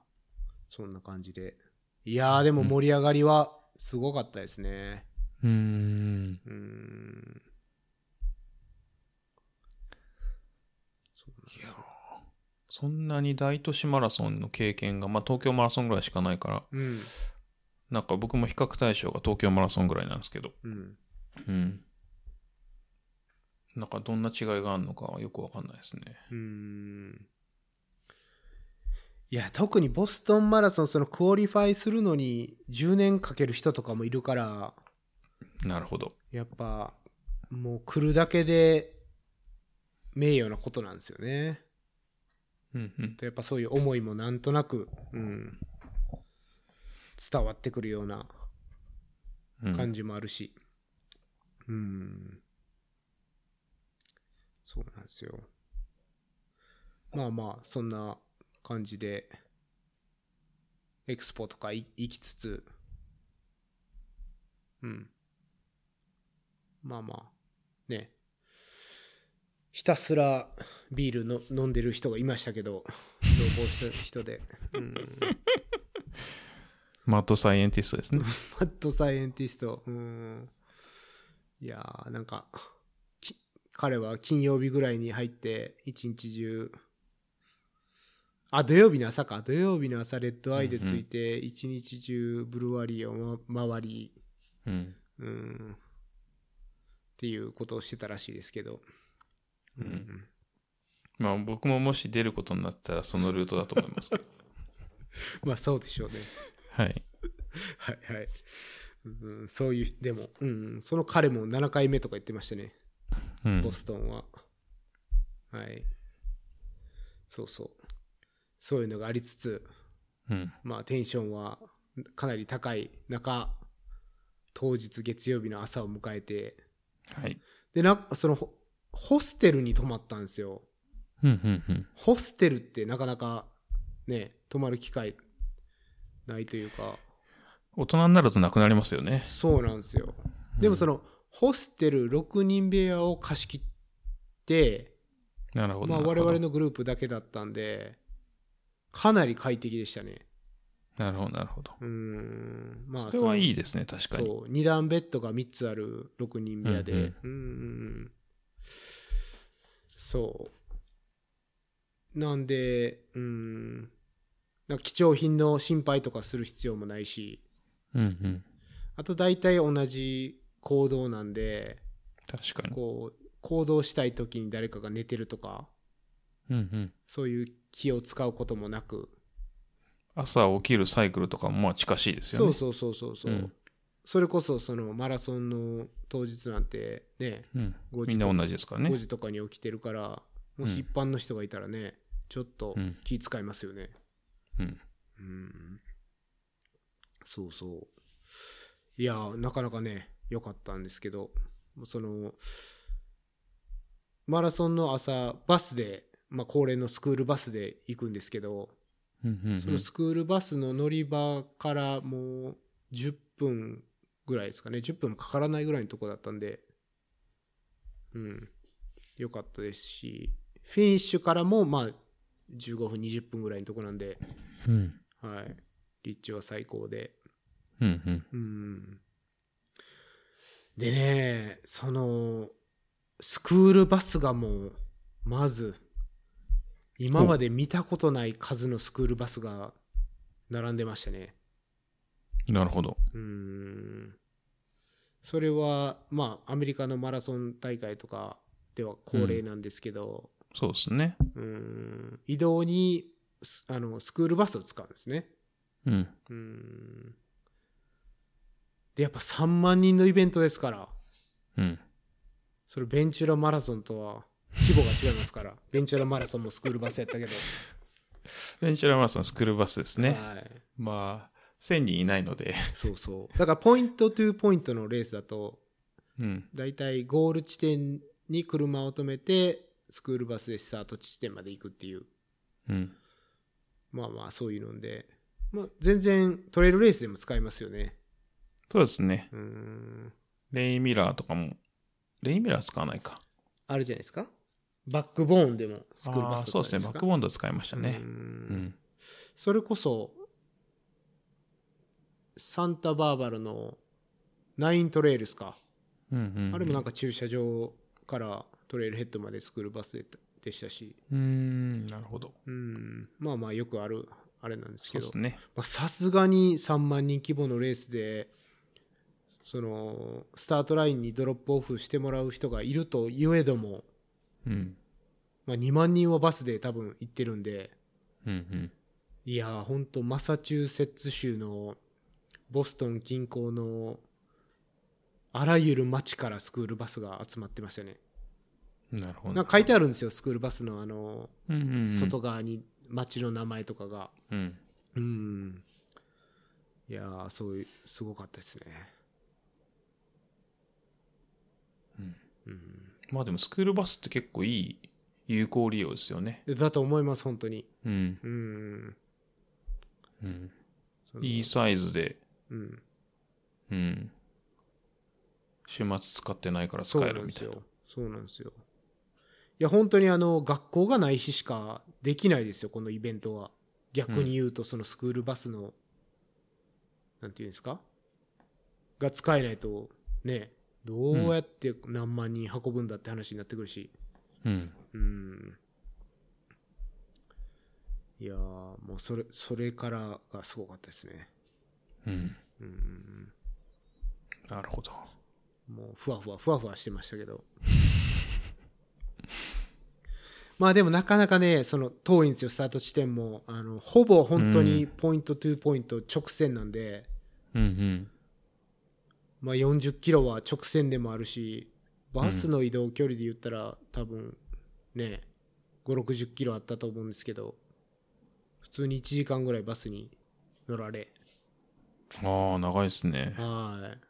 Speaker 1: そんな感じで。いやー、でも盛り上がりはすごかったですね。
Speaker 2: うーん。
Speaker 1: うん。
Speaker 2: いやーそんなに大都市マラソンの経験が、まあ東京マラソンぐらいしかないから、
Speaker 1: うん。
Speaker 2: なんか僕も比較対象が東京マラソンぐらいなんですけど。
Speaker 1: うん。
Speaker 2: うん。なんかどんな違いがあるのかはよくわかんないですね。
Speaker 1: うーんいや特にボストンマラソンそのクオリファイするのに10年かける人とかもいるから
Speaker 2: なるほど。
Speaker 1: やっぱもう来るだけで名誉なことなんですよね
Speaker 2: うんうん。
Speaker 1: やっぱそういう思いもなんとなく、うん、伝わってくるような
Speaker 2: うん
Speaker 1: 感じもあるしうん、そうなんですよまあまあそんな感じでエクスポとかい行きつつうんまあまあねひたすらビールの飲んでる人がいましたけど *laughs* 同行した人で、うん、
Speaker 2: マッドサイエンティストですね。
Speaker 1: マッドサイエンティスト。うーん。いやー、なんか、き彼は金曜日ぐらいに入って、一日中、あ、土曜日の朝か。土曜日の朝、レッドアイでついて、一日中、ブルワリーを、ま、回り、
Speaker 2: うん。
Speaker 1: うーん、っていうことをしてたらしいですけど。
Speaker 2: うん *laughs* まあ僕ももし出ることになったらそのルートだと思いますけど。
Speaker 1: まあ、そうでしょうね。
Speaker 2: *laughs*
Speaker 1: *laughs*
Speaker 2: はい。
Speaker 1: はいはい。うん、そういう、でも、うん、その彼も7回目とか言ってましたね。
Speaker 2: うん
Speaker 1: ボストンは。はい。そうそう。そういうのがありつつ、
Speaker 2: うん。
Speaker 1: まあテンションはかなり高い中、当日月曜日の朝を迎えて、
Speaker 2: はい。
Speaker 1: で、なんかそのホ、ホステルに泊まったんですよ。
Speaker 2: うんうんうん。
Speaker 1: ホステルってなかなかね、泊まる機会ないというか、
Speaker 2: 大人になるとなくなりますよね。
Speaker 1: そうなんですよ。でもそ
Speaker 2: の、
Speaker 1: の、ホステル6人部屋を貸し切って、
Speaker 2: なるほど。
Speaker 1: まあ、
Speaker 2: な
Speaker 1: 我
Speaker 2: るほど
Speaker 1: 々。のグループだけだったんで、かなり快適でしたね。
Speaker 2: なるほど、なるほど。
Speaker 1: うーん。まあ、
Speaker 2: それはいいですね、確か
Speaker 1: その
Speaker 2: に。
Speaker 1: そう、2段ベッドが3つある6人部屋で。
Speaker 2: う
Speaker 1: う
Speaker 2: う
Speaker 1: んん、うんん、うん。そう。なんで、うん。なんか貴重品の心配とかする必要もないし、
Speaker 2: うんうん。
Speaker 1: あと大体同じ行動なんで、
Speaker 2: 確かに。
Speaker 1: こう、行動したい時に誰かが寝てるとか、
Speaker 2: うんうん。
Speaker 1: そういう気を使うこともなく、
Speaker 2: 朝起きるサイクルとかもまあ近しいですよ
Speaker 1: そ
Speaker 2: ね。
Speaker 1: うそうそうそうそう、
Speaker 2: うん
Speaker 1: それこそそのマラソンの当日なんてね
Speaker 2: うん。
Speaker 1: 5
Speaker 2: み
Speaker 1: 時
Speaker 2: ん
Speaker 1: と
Speaker 2: な
Speaker 1: か
Speaker 2: 同じですから
Speaker 1: 5
Speaker 2: ね。
Speaker 1: 時とかに起きてるからもし一般の人がいたらね、ちょっと
Speaker 2: うん
Speaker 1: 気使いますよね
Speaker 2: うん。
Speaker 1: うん、そうそういやーなかなかね良かったんですけどそのマラソンの朝バスで、まあ、恒例のスクールバスで行くんですけど、
Speaker 2: うんうんうん
Speaker 1: そのスクールバスの乗り場からもう10分ぐらいですかね、10分もかからないぐらいのとこだったんで、うん、良かったですし、フィニッシュからもまあ15分、20分ぐらいのとこなんで、
Speaker 2: うん
Speaker 1: はい、立地は最高で、
Speaker 2: うんうん。
Speaker 1: うん。でね、その、スクールバスがもう、まず、今まで見たことない数のスクールバスが並んでましたね。
Speaker 2: なるほど。
Speaker 1: うん。それは、まあ、アメリカのマラソン大会とかでは恒例なんですけど、
Speaker 2: そうですね。
Speaker 1: うん、移動にスあのスクールバスを使うんですね。
Speaker 2: うん。
Speaker 1: うん。で、やっぱ3万人のイベントですから。
Speaker 2: うん。
Speaker 1: それベンチュラマラソンとは規模が違いますからベンチュラマラソンもスクールバスやったけど、
Speaker 2: ベンチュラマラソンスクールバスです *laughs* ね。
Speaker 1: はい、
Speaker 2: まあ、1000人いないの
Speaker 1: *laughs*
Speaker 2: で。
Speaker 1: そうそうだからポイントトゥーポイントのレースだと
Speaker 2: うん。
Speaker 1: だいたいゴール地点に車を止めてスクールバスでスタート地点まで行くっていう
Speaker 2: うん。
Speaker 1: まあまあそういうので、まあ、全然トレイルレースでも使えますよね
Speaker 2: そうですね。
Speaker 1: うーん
Speaker 2: レイミラーとかも。レイミラー使わないか。
Speaker 1: あるじゃないですかバックボーンでもスクールバス
Speaker 2: あーそ
Speaker 1: とか
Speaker 2: うですね。バックボーンド使いましたね
Speaker 1: う。
Speaker 2: うんん。
Speaker 1: それこそ、サンタバーバラのナイントレイルスか。
Speaker 2: うんうんうん。
Speaker 1: あれもなんか駐車場からトレイルヘッドまでスクールバスででしたし、
Speaker 2: うーん、なるほど。
Speaker 1: うん、まあまあよくある、あれなんです
Speaker 2: そ
Speaker 1: け
Speaker 2: う
Speaker 1: ど
Speaker 2: です、ね。
Speaker 1: まあさすがに3万人規模のレースで、その、スタートラインにドロップオフしてもらう人がいると言えども、
Speaker 2: うん。
Speaker 1: まあ2万人はバスで多分行ってるんで、
Speaker 2: うんうん。
Speaker 1: いやー、ほんと、マサチューセッツ州のボストン近郊のあらゆる町からスクールバスが集まってましたね。
Speaker 2: なるほど。
Speaker 1: なんか書いてあるんですよ、スクールバスのあの、
Speaker 2: うんうんうん、
Speaker 1: 外側に町の名前とかが。
Speaker 2: うん。
Speaker 1: うん。いやー、そういう、すごかったですね。
Speaker 2: うん
Speaker 1: うん。
Speaker 2: まあでもスクールバスって結構いい有効利用ですよね。
Speaker 1: だと思います、本当に。
Speaker 2: うん。
Speaker 1: うん。
Speaker 2: うん、
Speaker 1: その
Speaker 2: いいサイズで、
Speaker 1: うん。
Speaker 2: うん。週末使ってないから使
Speaker 1: そう
Speaker 2: え
Speaker 1: な
Speaker 2: る
Speaker 1: んで
Speaker 2: み
Speaker 1: す
Speaker 2: たいな。
Speaker 1: よ。そうなんですよ。いや、本当にあの、学校がない日しかできないですよ、このイベントは。逆に言うと、そのスクールバスの、なんていうんですかが使えないと、ね、どうやって何万人運ぶんだって話になってくるし。
Speaker 2: うん。
Speaker 1: うん。いやーもうそれ、それからがすごかったですね。
Speaker 2: うん。
Speaker 1: うん。
Speaker 2: なるほど。
Speaker 1: もうふわふわふわふわしてましたけど *laughs* まあでもなかなかねその遠いんですよスタート地点もあのほぼ本当にポイントトゥーポイント直線なんで、
Speaker 2: うん
Speaker 1: まあ、40キロは直線でもあるしバスの移動距離で言ったら多分ね560キロあったと思うんですけど普通に1時間ぐらいバスに乗られ
Speaker 2: うん。ああ、長いですね。
Speaker 1: はい。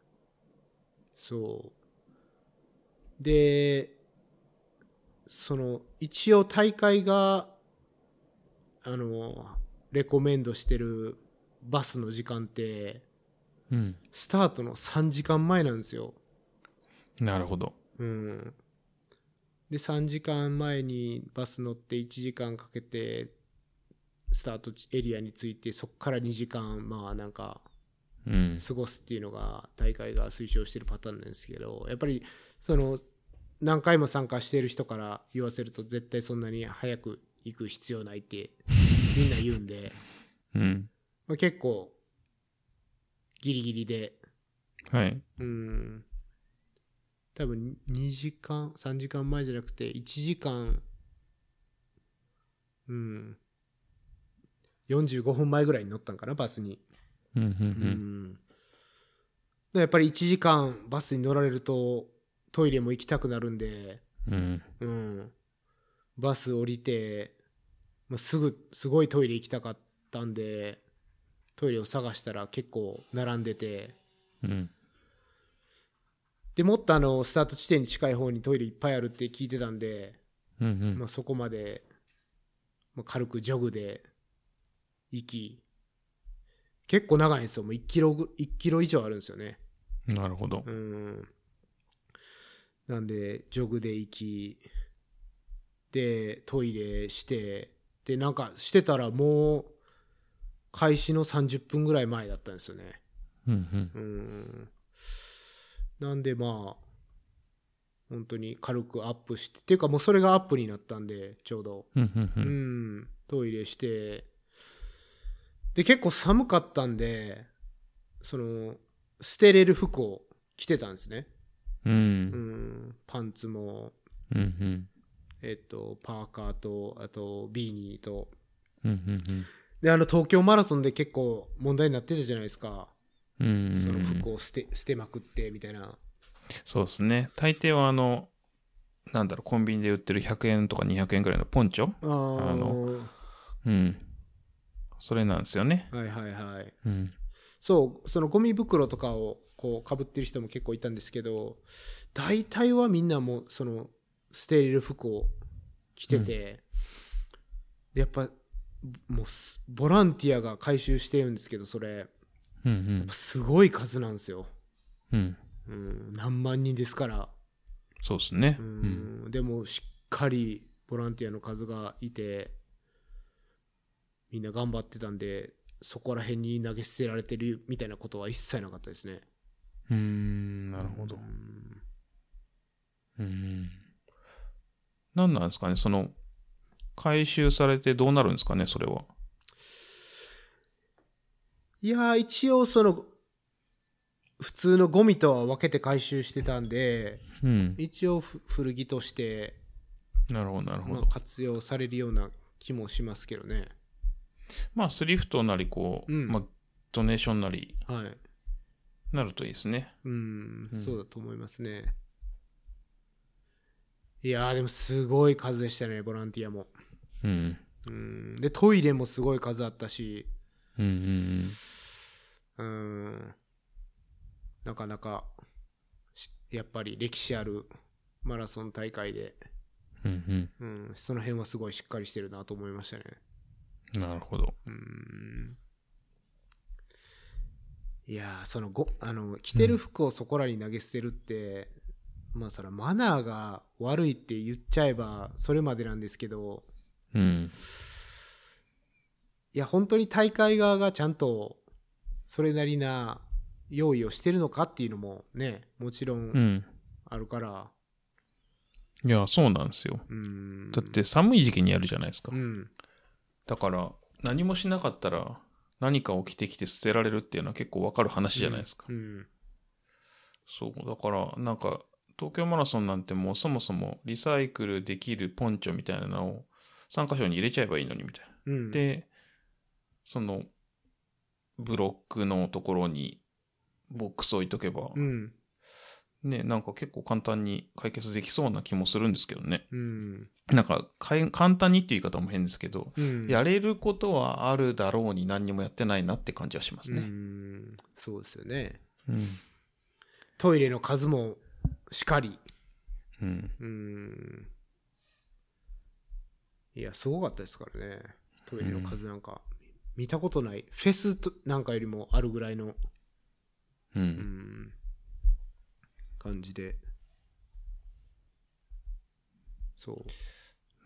Speaker 1: そう。で、その、一応大会が、あの、レコメンドしてるバスの時間って、
Speaker 2: うん。
Speaker 1: スタートの3時間前なんですよ。
Speaker 2: なるほど。
Speaker 1: うん。で、3時間前にバス乗って1時間かけて、スタートエリアに着いて、そっから2時間、まあなんか、
Speaker 2: うん。
Speaker 1: 過ごすっていうのが大会が推奨してるパターンなんですけどやっぱりその何回も参加している人から言わせると絶対そんなに早く行く必要ない
Speaker 2: *laughs*
Speaker 1: ってみんな言うんで、
Speaker 2: うん。
Speaker 1: まあ、結構ギリギリで
Speaker 2: はい。
Speaker 1: うん多分2時間3時間前じゃなくて1時間うん45分前ぐらいに乗ったんかなバスに。
Speaker 2: うんうん
Speaker 1: うんやっぱり1時間バスに乗られるとトイレも行きたくなるんで、
Speaker 2: うん。うん。
Speaker 1: うん、バス降りて、まあ、すぐすごいトイレ行きたかったんでトイレを探したら結構並んでて
Speaker 2: うん。
Speaker 1: でもっとあのスタート地点に近い方にトイレいっぱいあるって聞いてたんで、
Speaker 2: うんうん
Speaker 1: まあ、そこまで、まあ、軽くジョグで行き結構長いんですよもう1キロぐ1キロ以上あるんですよね。
Speaker 2: なるほど
Speaker 1: う。ん。なんで、ジョグで行き、で、トイレして、で、なんかしてたらもう、開始の30分ぐらい前だったんですよね。
Speaker 2: うんうん。
Speaker 1: うん。なんで、まあ、本当に軽くアップして、っていうかもうそれがアップになったんで、ちょうど。
Speaker 2: うんうんう。
Speaker 1: うんん、トイレして、で、結構寒かったんで、その、捨てれる服を着てたんですね。
Speaker 2: う。
Speaker 1: うんん、パンツも、
Speaker 2: うんうん。
Speaker 1: えっと、パーカーと、あと、ビーニーと。
Speaker 2: うんうん
Speaker 1: で、あの、東京マラソンで結構問題になってたじゃないですか。
Speaker 2: うん。うん。
Speaker 1: その服を捨て、捨てまくって、みたいな。
Speaker 2: そうですね。大抵はあの、なんだろう、コンビニで売ってる100円とか200円ぐらいのポンチョ
Speaker 1: あー
Speaker 2: あのうん。それなんですよね。
Speaker 1: はいはいはい。
Speaker 2: うん。
Speaker 1: そう、そのゴミ袋とかをこう被ってる人も結構いたんですけど、大体はみんなもうその捨てれる服を着てて、でやっぱもうすボランティアが回収してるんですけど、それ、やっ
Speaker 2: うん
Speaker 1: ぱすごい数なんですよ。
Speaker 2: うん。うん。
Speaker 1: うん、何万人ですから。
Speaker 2: そうですね。
Speaker 1: う
Speaker 2: うん。
Speaker 1: ん、でもしっかりボランティアの数がいて、みんな頑張ってたんで、そこら辺に投げ捨てられてるみたいなことは一切なかったですね。
Speaker 2: うーん、なるほど
Speaker 1: う。
Speaker 2: う
Speaker 1: ん
Speaker 2: ん。何なんですかね、その、回収されてどうなるんですかね、それは。
Speaker 1: いやー一応その普通のゴミとは分けて回収してたんで
Speaker 2: うん。
Speaker 1: 一応ふ古着として、
Speaker 2: なるほど、なるほ
Speaker 1: ま
Speaker 2: ど
Speaker 1: あ、。活用されるような気もしますけどね
Speaker 2: まあ、スリフトなり、こう、
Speaker 1: うん
Speaker 2: まあ、ドネーションなり、
Speaker 1: はい。
Speaker 2: なるといいですね。
Speaker 1: うん、
Speaker 2: うん
Speaker 1: そうだと思いますね。いやー、でもすごい数でしたね、ボランティアも。
Speaker 2: うん。
Speaker 1: うん、で、トイレもすごい数あったし、
Speaker 2: うんうんうん。
Speaker 1: うん、なかなか、しやっぱり歴史あるマラソン大会で、
Speaker 2: うん
Speaker 1: うん、その辺はすごいしっかりしてるなと思いましたね。
Speaker 2: うん。なるほど。
Speaker 1: うんいやーそのごあの着てる服をそこらに投げ捨てるって、まあそれはマナーが悪いって言っちゃえばそれまでなんですけど
Speaker 2: うん。
Speaker 1: いや本当に大会側がちゃんとそれなりな用意をしてるのかっていうのもねもちろ
Speaker 2: うんん。
Speaker 1: あるから、
Speaker 2: いや、そうなんですよ。
Speaker 1: うん、
Speaker 2: だって寒い時期にやるじゃないですか
Speaker 1: う。ん
Speaker 2: だから、何もしなかったら、何かを着てきて捨てられるっていうのは結構わかる話じゃないですか。
Speaker 1: うん
Speaker 2: そう、だから、なんか、東京マラソンなんてもうそもそもリサイクルできるポンチョみたいなのを3箇所に入れちゃえばいいのにみたいな。
Speaker 1: うん
Speaker 2: で、その、ブロックのところにボックス置いとけば、
Speaker 1: うん
Speaker 2: ね、なんか結構簡単に解決できそうな気もするんですけどね。
Speaker 1: うん
Speaker 2: なんかかい簡単にっていう言い方も変ですけど、
Speaker 1: うん
Speaker 2: やれることはあるだろうに何にもやってないなって感じはします
Speaker 1: う
Speaker 2: ね。
Speaker 1: んそうですよね
Speaker 2: うん。
Speaker 1: トイレの数もしかり
Speaker 2: うん。
Speaker 1: うーん。いや、すごかったですからね。トイレの数なんか、見たことない。フェスとなんかよりもあるぐらいの、
Speaker 2: う。
Speaker 1: うんん、感じで。そう。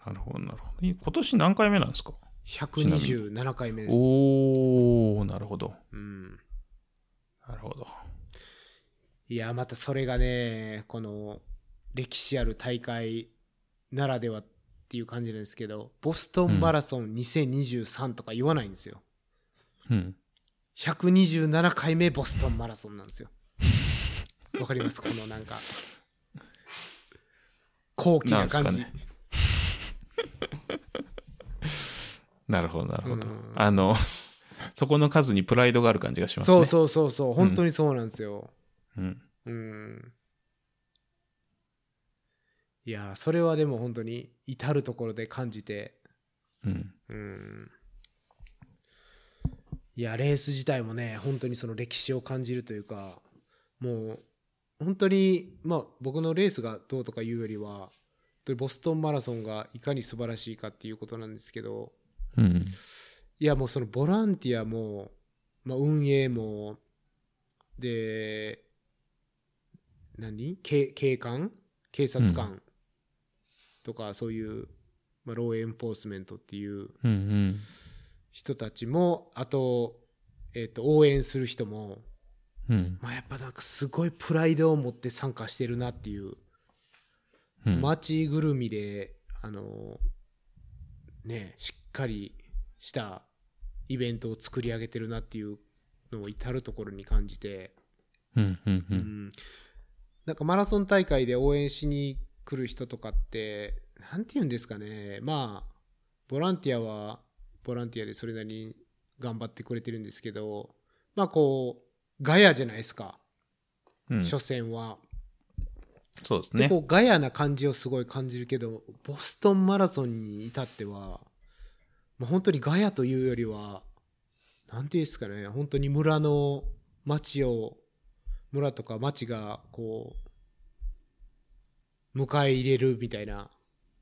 Speaker 2: なるほど、なるほど。今年何回目なんですか
Speaker 1: 127回目です。
Speaker 2: おおなるほど。
Speaker 1: うん。
Speaker 2: なるほど。
Speaker 1: いや、またそれがね、この、歴史ある大会ならではっていう感じなんですけど、ボストンマラソン2023とか言わないんですよ。
Speaker 2: うん。
Speaker 1: 127回目ボストンマラソンなんですよ。わかりますこのなんか、高貴な感じ。
Speaker 2: なんすかなるほど、なるほど
Speaker 1: うん。
Speaker 2: あの、 *laughs* そこの数にプライドがある感じがしますね。
Speaker 1: そうそうそうそう、本当にそうなんですよ。
Speaker 2: うん。
Speaker 1: うん。いやー、それはでも本当に至るところで感じて、
Speaker 2: うん。
Speaker 1: うん。いや、レース自体もね、本当にその歴史を感じるというか、もう、本当に、まあ、僕のレースがどうとかいうよりは、本当にボストンマラソンがいかに素晴らしいかっていうことなんですけど、
Speaker 2: うん。
Speaker 1: いや、もうそのボランティアも、まあ、運営も、で、何警警官警察官とか、そういう、まあ、ローエンフォースメントっていう、
Speaker 2: うん。うん。
Speaker 1: 人たちもあと,、えっと応援する人も、
Speaker 2: うん。
Speaker 1: まあ、やっぱなんかすごいプライドを持って参加してるなっていう
Speaker 2: うん。
Speaker 1: 街ぐるみであのねしっかりしたイベントを作り上げてるなっていうのを至る所に感じて、
Speaker 2: うん。うん。う。
Speaker 1: うんんなんかマラソン大会で応援しに来る人とかってなんて言うんですかねまあボランティアはボランティアでそれなりに頑張ってくれてるんですけどまあこうガヤじゃないですか、
Speaker 2: うん
Speaker 1: 所詮は。
Speaker 2: そうです
Speaker 1: で
Speaker 2: ね
Speaker 1: こ。うガヤな感じをすごい感じるけどボストンマラソンに至っては、まあ、本当にガヤというよりはなんていうんですかね本当に村の町を村とか町がこう迎え入れるみたいな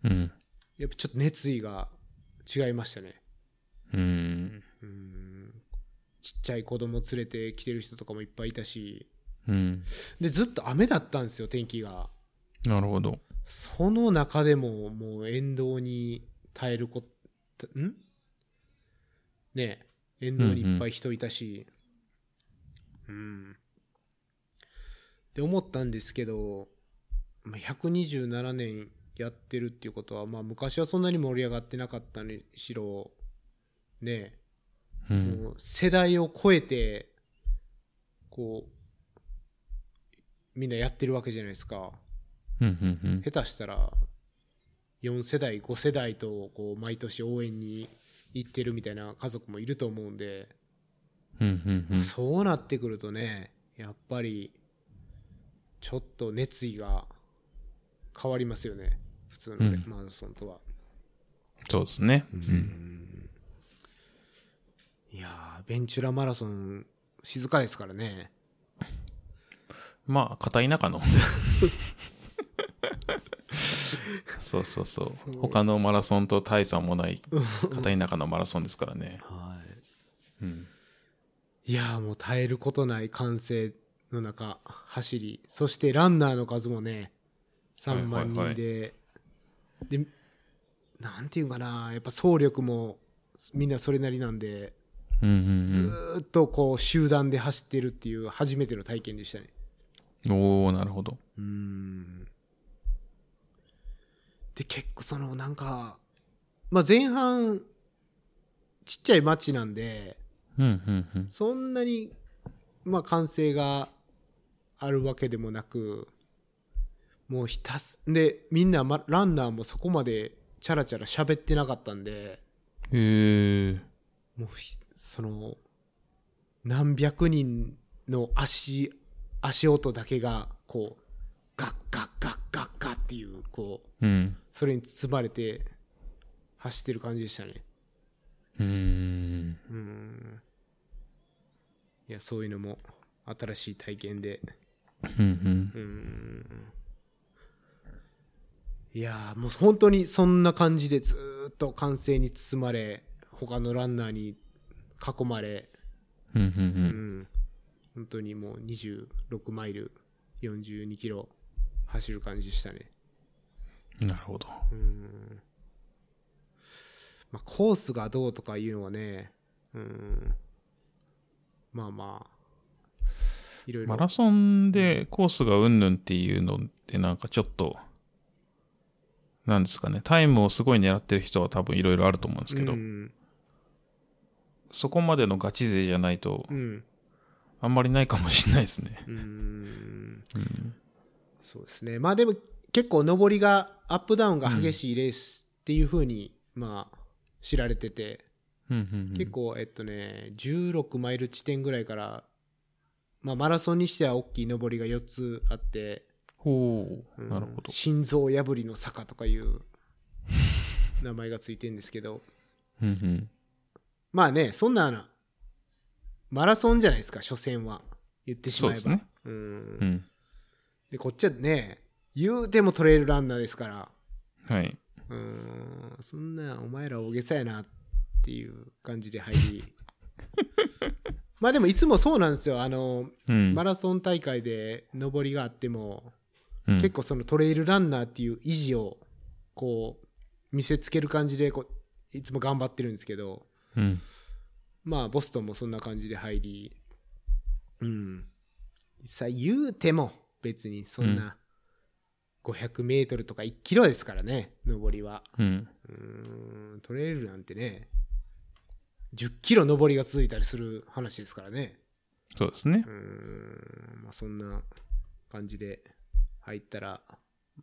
Speaker 2: うん。
Speaker 1: やっぱちょっと熱意が違いましたね。
Speaker 2: うん。
Speaker 1: うんちっちゃい子供連れて来てる人とかもいっぱいいたし
Speaker 2: うん。
Speaker 1: でずっと雨だったんですよ天気が。
Speaker 2: なるほど。
Speaker 1: その中でも、もう沿道に耐えること、んねえ、沿道にいっぱい人いたし、うん、って思ったんですけど、まあ127年やってるっていうことは、まあ昔はそんなに盛り上がってなかったにしろ、ね
Speaker 2: う
Speaker 1: え、
Speaker 2: ん。
Speaker 1: もう世代を超えて、こう、みんなやってるわけじゃないですか。
Speaker 2: うん。うん。
Speaker 1: 下手したら4世代5世代とこう毎年応援に行ってるみたいな家族もいると思うんで、
Speaker 2: うんうんうん。
Speaker 1: そうなってくるとねやっぱりちょっと熱意が変わりますよね普通のね
Speaker 2: うん
Speaker 1: マラソンとは、
Speaker 2: そうですね。う。
Speaker 1: うんんいやーベンチュラマラソン静かですからね
Speaker 2: まあ、片田舎の。そうそうそう
Speaker 1: そう。
Speaker 2: 他のマラソンと大差もない、片田舎のマラソンですからね。
Speaker 1: はい
Speaker 2: うん。
Speaker 1: いやーもう耐えることない歓声の中走りそしてランナーの数もね3
Speaker 2: は
Speaker 1: 万
Speaker 2: いはいは
Speaker 1: 人
Speaker 2: い
Speaker 1: で、でなんていうかなやっぱ総力もみんなそれなりなんで
Speaker 2: うん
Speaker 1: ずーっとこう集団で走ってるっていう初めての体験でしたね
Speaker 2: うんうん。おおなるほど。
Speaker 1: うんで結構そのなんか、まあ、前半ちっちゃい町なんで
Speaker 2: うんうんうん。
Speaker 1: そんなに、まあ、完成があるわけでもなく、もうひたす、で、みんな、ま、ランナーもそこまでチャラチャラ喋ってなかったんで、
Speaker 2: へえ。
Speaker 1: もうひ、その、何百人の足、足音だけが、こう、ガッガッガッガッガッっていう、こう、
Speaker 2: うん。
Speaker 1: それに包まれて走ってる感じでしたね。
Speaker 2: うーん。
Speaker 1: うん。いや、そういうのも新しい体験で。
Speaker 2: うんうん
Speaker 1: う。ーんいやーもう本当にそんな感じでずーっと歓声に包まれ他のランナーに囲まれ、
Speaker 2: うんうんう
Speaker 1: うん
Speaker 2: ん。
Speaker 1: 本当にもう26マイル42キロ走る感じでしたね
Speaker 2: なるほど。
Speaker 1: うーん、まあ、コースがどうとかいうのはねうーんまあまあいろいろ
Speaker 2: マラソンでコースがうんぬんっていうのってなんかちょっと、なんですかね、タイムをすごい狙ってる人は多分いろいろあると思うんですけど、
Speaker 1: うん
Speaker 2: そこまでのガチ勢じゃないと
Speaker 1: う、ん
Speaker 2: あんまりないかもしれないですね。
Speaker 1: うーん
Speaker 2: うん。
Speaker 1: そうですね。まあでも結構上りがアップダウンが激しいレースっていう風に、まあ知られてて、
Speaker 2: うんうんうん
Speaker 1: 結。構えっとね、16マイル地点ぐらいから、まあマラソンにしては大きい上りが4つあって、
Speaker 2: ほう
Speaker 1: う。ん
Speaker 2: なるほど。
Speaker 1: 心臓破りの坂とかいう
Speaker 2: *laughs*
Speaker 1: 名前がついてるんですけど、
Speaker 2: うんうん。
Speaker 1: まあね、そんなマラソンじゃないですか、所詮は。言ってしまえば。
Speaker 2: そうですね
Speaker 1: う。
Speaker 2: うんん。
Speaker 1: で、こっちはね、言うてもトレイルランナーですから。
Speaker 2: はい。
Speaker 1: うーんそんなお前ら大げさやなっていう感じで入り *laughs* まあでもいつもそうなんですよあの
Speaker 2: うん。
Speaker 1: マラソン大会で上りがあっても、
Speaker 2: うん
Speaker 1: 結構そのトレイルランナーっていう意地をこう見せつける感じでこういつも頑張ってるんですけど
Speaker 2: うん。
Speaker 1: まあボストンもそんな感じで入りうんさあ言うても別にそんな 500m とか1キロですからね上りは。
Speaker 2: うん。
Speaker 1: うーんトレイルなんてね、10キロ上りが続いたりする話ですからね。
Speaker 2: そうですね
Speaker 1: うー。ん、まあ、そんな感じで入ったら、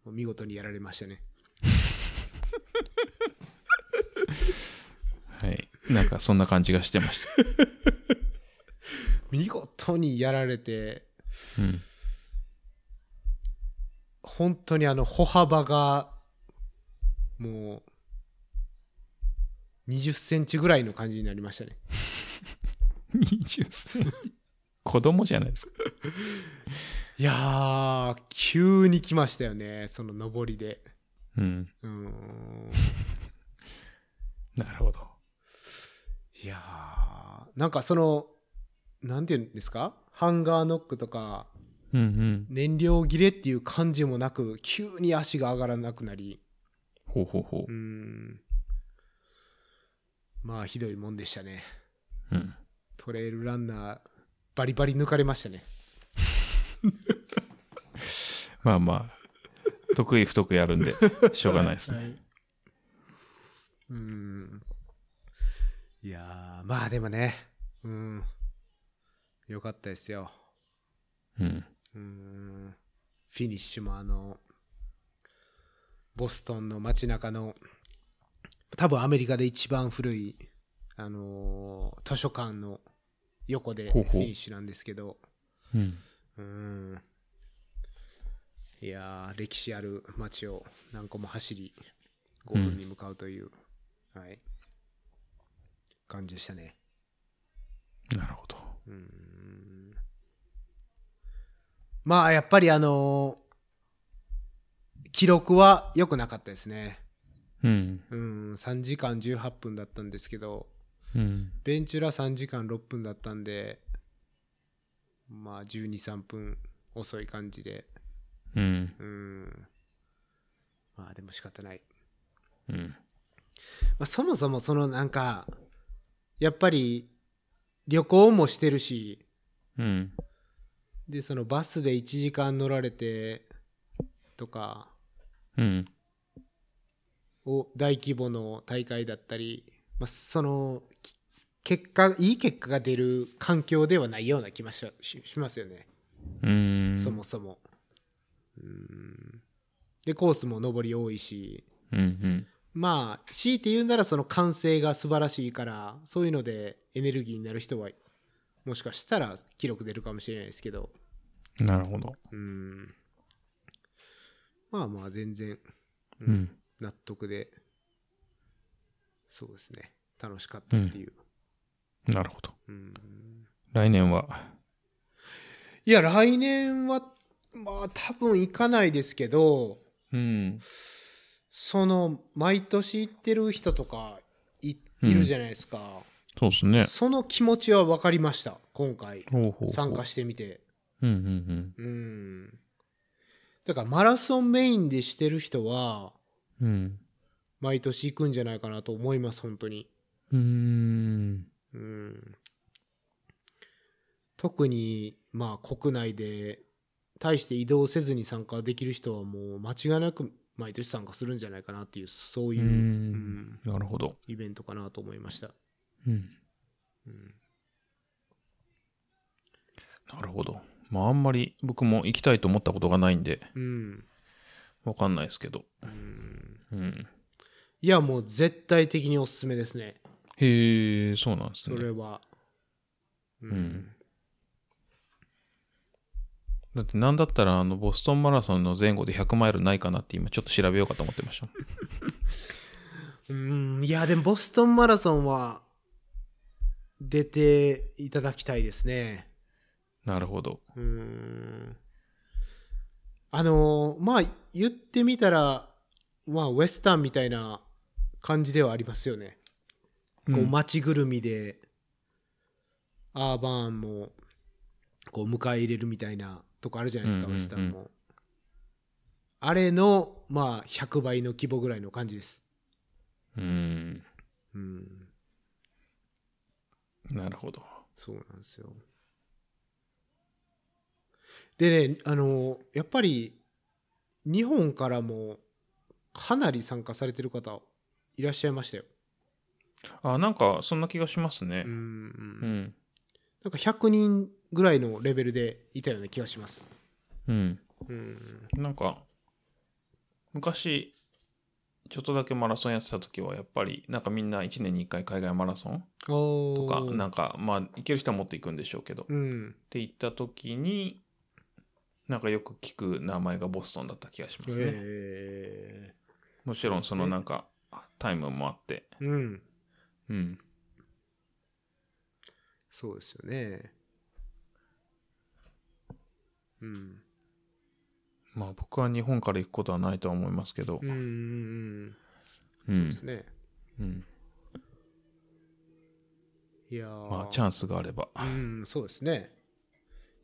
Speaker 1: もう見事にやられましたね。
Speaker 2: はい。なんかそんな感じがしてまし
Speaker 1: 見事にやられて、
Speaker 2: た。うん。
Speaker 1: 本当にあの歩幅が、もう、20センチぐらいの感じになりましたね。
Speaker 2: 20歳。子供じゃないですか。
Speaker 1: いやー、急に来ましたよね、その上りで。
Speaker 2: うん。
Speaker 1: うーん。
Speaker 2: なるほど。
Speaker 1: いやーなんかそのなんていうんですかハンガーノックとか
Speaker 2: うんうん。
Speaker 1: 燃料切れっていう感じもなく急に足が上がらなくなり
Speaker 2: ほうほうほ
Speaker 1: うーんまあひどいもんでしたね
Speaker 2: う。うん。
Speaker 1: トレイルランナーバリバリ抜かれましたね
Speaker 2: まあまあ、得意不得意あるんで、しょうがないですね。
Speaker 1: うーんいやーまあでもねうんよかったですよ
Speaker 2: うん。
Speaker 1: うーんフィニッシュもあのボストンの街中の多分アメリカで一番古いあのー図書館の横でフ
Speaker 2: ほうほう
Speaker 1: ィニッシュなんですけど、
Speaker 2: うん。
Speaker 1: うん。いやー、歴史ある街を何個も走り、ゴールに向かうという、はい、感じでしたね。
Speaker 2: なるほど。
Speaker 1: うんまあ、やっぱりあのー記録は良くなかったですね。
Speaker 2: うん。
Speaker 1: うん、3時間18分だったんですけど、
Speaker 2: うん。
Speaker 1: ベンチュラ3時間6分だったんで、まあ、12、3分遅い感じで、
Speaker 2: うん。
Speaker 1: うん。まあ、でも仕方ない。
Speaker 2: うん。
Speaker 1: まあ、そもそもそのなんか、やっぱり旅行もしてるし、
Speaker 2: うん。
Speaker 1: でそのバスで1時間乗られてとか
Speaker 2: うん。
Speaker 1: を大規模の大会だったり、まあ、そのき結果いい結果が出る環境ではないような気がしししますよね、
Speaker 2: うん。
Speaker 1: そもそも。うんでコースも上り多いし
Speaker 2: うん。
Speaker 1: まあ強いて言うならその完成が素晴らしいからそういうのでエネルギーになる人はもしかしたら記録出るかもしれないですけど。
Speaker 2: うん。なるほど。
Speaker 1: うんまあまあ全然、う
Speaker 2: うんん。
Speaker 1: 納得でそうですね楽しかったっていう、
Speaker 2: なるほど。
Speaker 1: うん
Speaker 2: 来年は。
Speaker 1: いや来年はまあ多分行かないですけど
Speaker 2: うん。
Speaker 1: その毎年行ってる人とかいいるじゃないですか、
Speaker 2: そうですね。
Speaker 1: その気持ちは分かりました今回
Speaker 2: ほうほう
Speaker 1: 参加
Speaker 2: し
Speaker 1: してみて
Speaker 2: うんうん
Speaker 1: うんだからマラソンメインでしてる人は
Speaker 2: うん。うん。
Speaker 1: 毎年行くんじゃないかなと思います本当に
Speaker 2: うーん。
Speaker 1: うん特にまあ国内で大して移動せずに参加できる人はもう間違いなく毎年参加するんじゃないかなっていうそういうう、
Speaker 2: ん
Speaker 1: ん
Speaker 2: なるほど。
Speaker 1: イベントかなと思いました、
Speaker 2: うん。
Speaker 1: うん
Speaker 2: なるほど。まああんまり僕も行きたいと思ったことがないんで、
Speaker 1: うん
Speaker 2: わかんないですけど。
Speaker 1: うん
Speaker 2: うん。
Speaker 1: いやもう絶対的におすすめですね
Speaker 2: へえ、そうなんです
Speaker 1: そ
Speaker 2: ね
Speaker 1: れ。は、うん
Speaker 2: んだってなんだったらあのボストンマラソンの前後で100マイルないかなって今ちょっと調べようかと思ってました。
Speaker 1: うんいやでもボストンマラソンは出ていただきたいですね
Speaker 2: なるほど。
Speaker 1: うーんあのーまあ言ってみたらまあウエスタンみたいな感じではありますよね、こう街ぐるみでアーバーンもこう迎え入れるみたいなとこあるじゃないですか、
Speaker 2: うんうんうん
Speaker 1: ウエスタンもあれのまあ100倍の規模ぐらいの感じです
Speaker 2: うん。
Speaker 1: うん
Speaker 2: なるほど。
Speaker 1: そうなんですよ。でね、あの、やっぱり、日本からも、かなり参加されてる方、いらっしゃいましたよ。
Speaker 2: あ、なんかそんな気がしますね
Speaker 1: う
Speaker 2: う
Speaker 1: ん。。
Speaker 2: ん。
Speaker 1: なんか100人ぐらいのレベルでいたような気がします。
Speaker 2: うん。
Speaker 1: うん。
Speaker 2: なんか、昔、ちょっとだけマラソンやってた時は、やっぱり、なんかみんな1年に1回海外マラソンと
Speaker 1: と
Speaker 2: か、なんか、まあ、行ける人は持っていくんでしょうけど、っ
Speaker 1: うん。
Speaker 2: て言った時に、なんかよく聞く名前がボストンだった気がしますね。
Speaker 1: え
Speaker 2: もちろん、そのなんか、タイムもあって、
Speaker 1: えうん。
Speaker 2: うん。
Speaker 1: そうですよね。うん。
Speaker 2: まあ、僕は日本から行くことはないとは思いますけど、
Speaker 1: うんうん
Speaker 2: う
Speaker 1: うん。そうで
Speaker 2: ん
Speaker 1: す。ね。
Speaker 2: うん
Speaker 1: いや
Speaker 2: まあ
Speaker 1: ー、
Speaker 2: チャンスがあれば。
Speaker 1: うん、そうですね。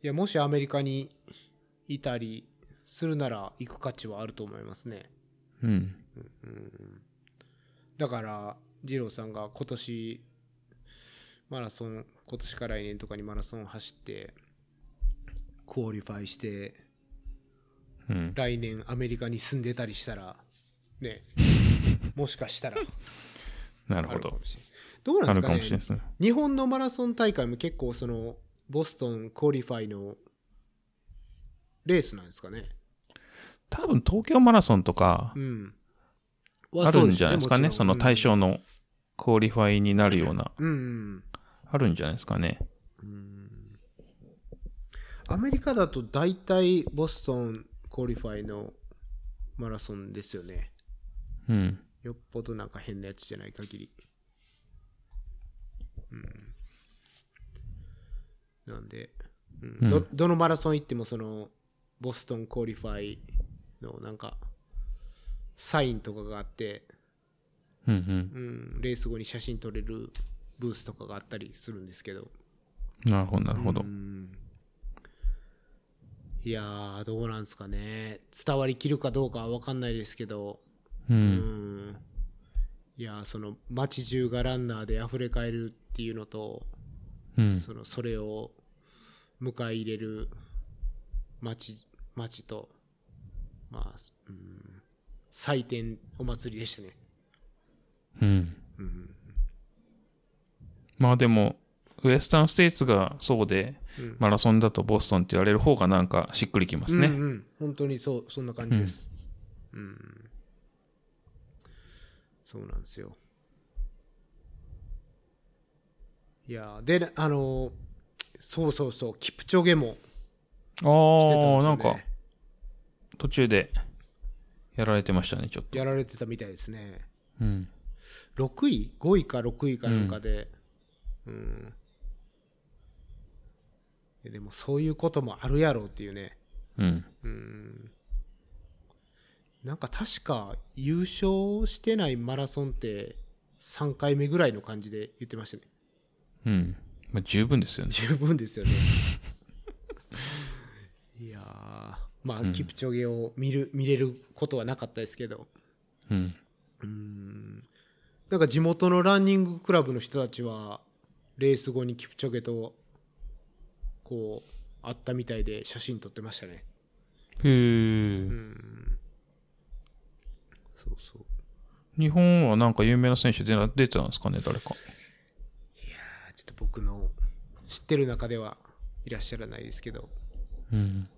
Speaker 1: いや、もしアメリカにいたりするなら行く価値はあると思いますね。
Speaker 2: うん。
Speaker 1: うん、だから、二郎さんが今年、マラソン、今年か来年とかにマラソンを走って、クオリファイして、
Speaker 2: うん。
Speaker 1: 来年アメリカに住んでたりしたら、ね、もしかしたら、
Speaker 2: *laughs* なる
Speaker 1: あ
Speaker 2: ほ
Speaker 1: るか
Speaker 2: ど
Speaker 1: も。しれない。どうなん
Speaker 2: あ
Speaker 1: です
Speaker 2: る
Speaker 1: か
Speaker 2: かもしれない
Speaker 1: ね
Speaker 2: ですね。
Speaker 1: 日本のマラソン大会も結構そのボストンクオリファイのレースなんですかね。
Speaker 2: 多分、東京マラソンとか
Speaker 1: う、ん。
Speaker 2: あるんじゃないですかね、
Speaker 1: もち
Speaker 2: そ
Speaker 1: ろん
Speaker 2: の対象のクオリファイになるような、
Speaker 1: うん。
Speaker 2: あるんじゃないですかね。
Speaker 1: うんアメリカだと大体ボストンクオリファイのマラソンですよね。
Speaker 2: うん。
Speaker 1: よっぽどなんか変なやつじゃない限り。うん。なんで、うん
Speaker 2: うん
Speaker 1: どどのマラソン行ってもその、ボストンクオリファイのなんか、サインとかがあって、
Speaker 2: うんう。
Speaker 1: うんん、レース後に写真撮れるブースとかがあったりするんですけど。
Speaker 2: なるほど、なるほど
Speaker 1: う。んいやー、どうなんですかね。伝わりきるかどうかは分かんないですけど、
Speaker 2: う。
Speaker 1: うんんいやーその街中がランナーで溢れかえるっていうのと、
Speaker 2: うん。
Speaker 1: そのそれを迎え入れる街街とまあ、うん、祭典お祭りでしたね
Speaker 2: うん。
Speaker 1: うん
Speaker 2: まあでも、ウエスタンステイツがそうで、
Speaker 1: うん
Speaker 2: マラソンだとボストンって言われる方がなんかしっくりきます
Speaker 1: うん
Speaker 2: ね。
Speaker 1: うん本当にそうそんな感じですうん、そうなんですよいやーであのーそうそうそうキプチョゲもしてたんですよ
Speaker 2: ああ、
Speaker 1: ね
Speaker 2: なんか途中でやられてましたね、ちょっと。
Speaker 1: やられてたみたいですね
Speaker 2: うん。
Speaker 1: 6位5位か6位かなんかでうん、いやでもそういうこともあるやろうっていうね
Speaker 2: うん。
Speaker 1: うんなんか確か優勝してないマラソンって3回目ぐらいの感じで言ってましたね *laughs*
Speaker 2: うん。まあ十分ですよね。
Speaker 1: 十分ですよねいやーまあキプチョゲを見る、見れることはなかったですけど
Speaker 2: うん。
Speaker 1: うんなんか地元のランニングクラブの人たちはレース後にキプチョゲとこう会ったみたいで写真撮ってましたね
Speaker 2: へー
Speaker 1: うんそうそう
Speaker 2: 日本はなんか有名な選手出な出てたんですかね、誰か。
Speaker 1: いやーちょっと僕の知ってる中ではいらっしゃらないですけど
Speaker 2: うん。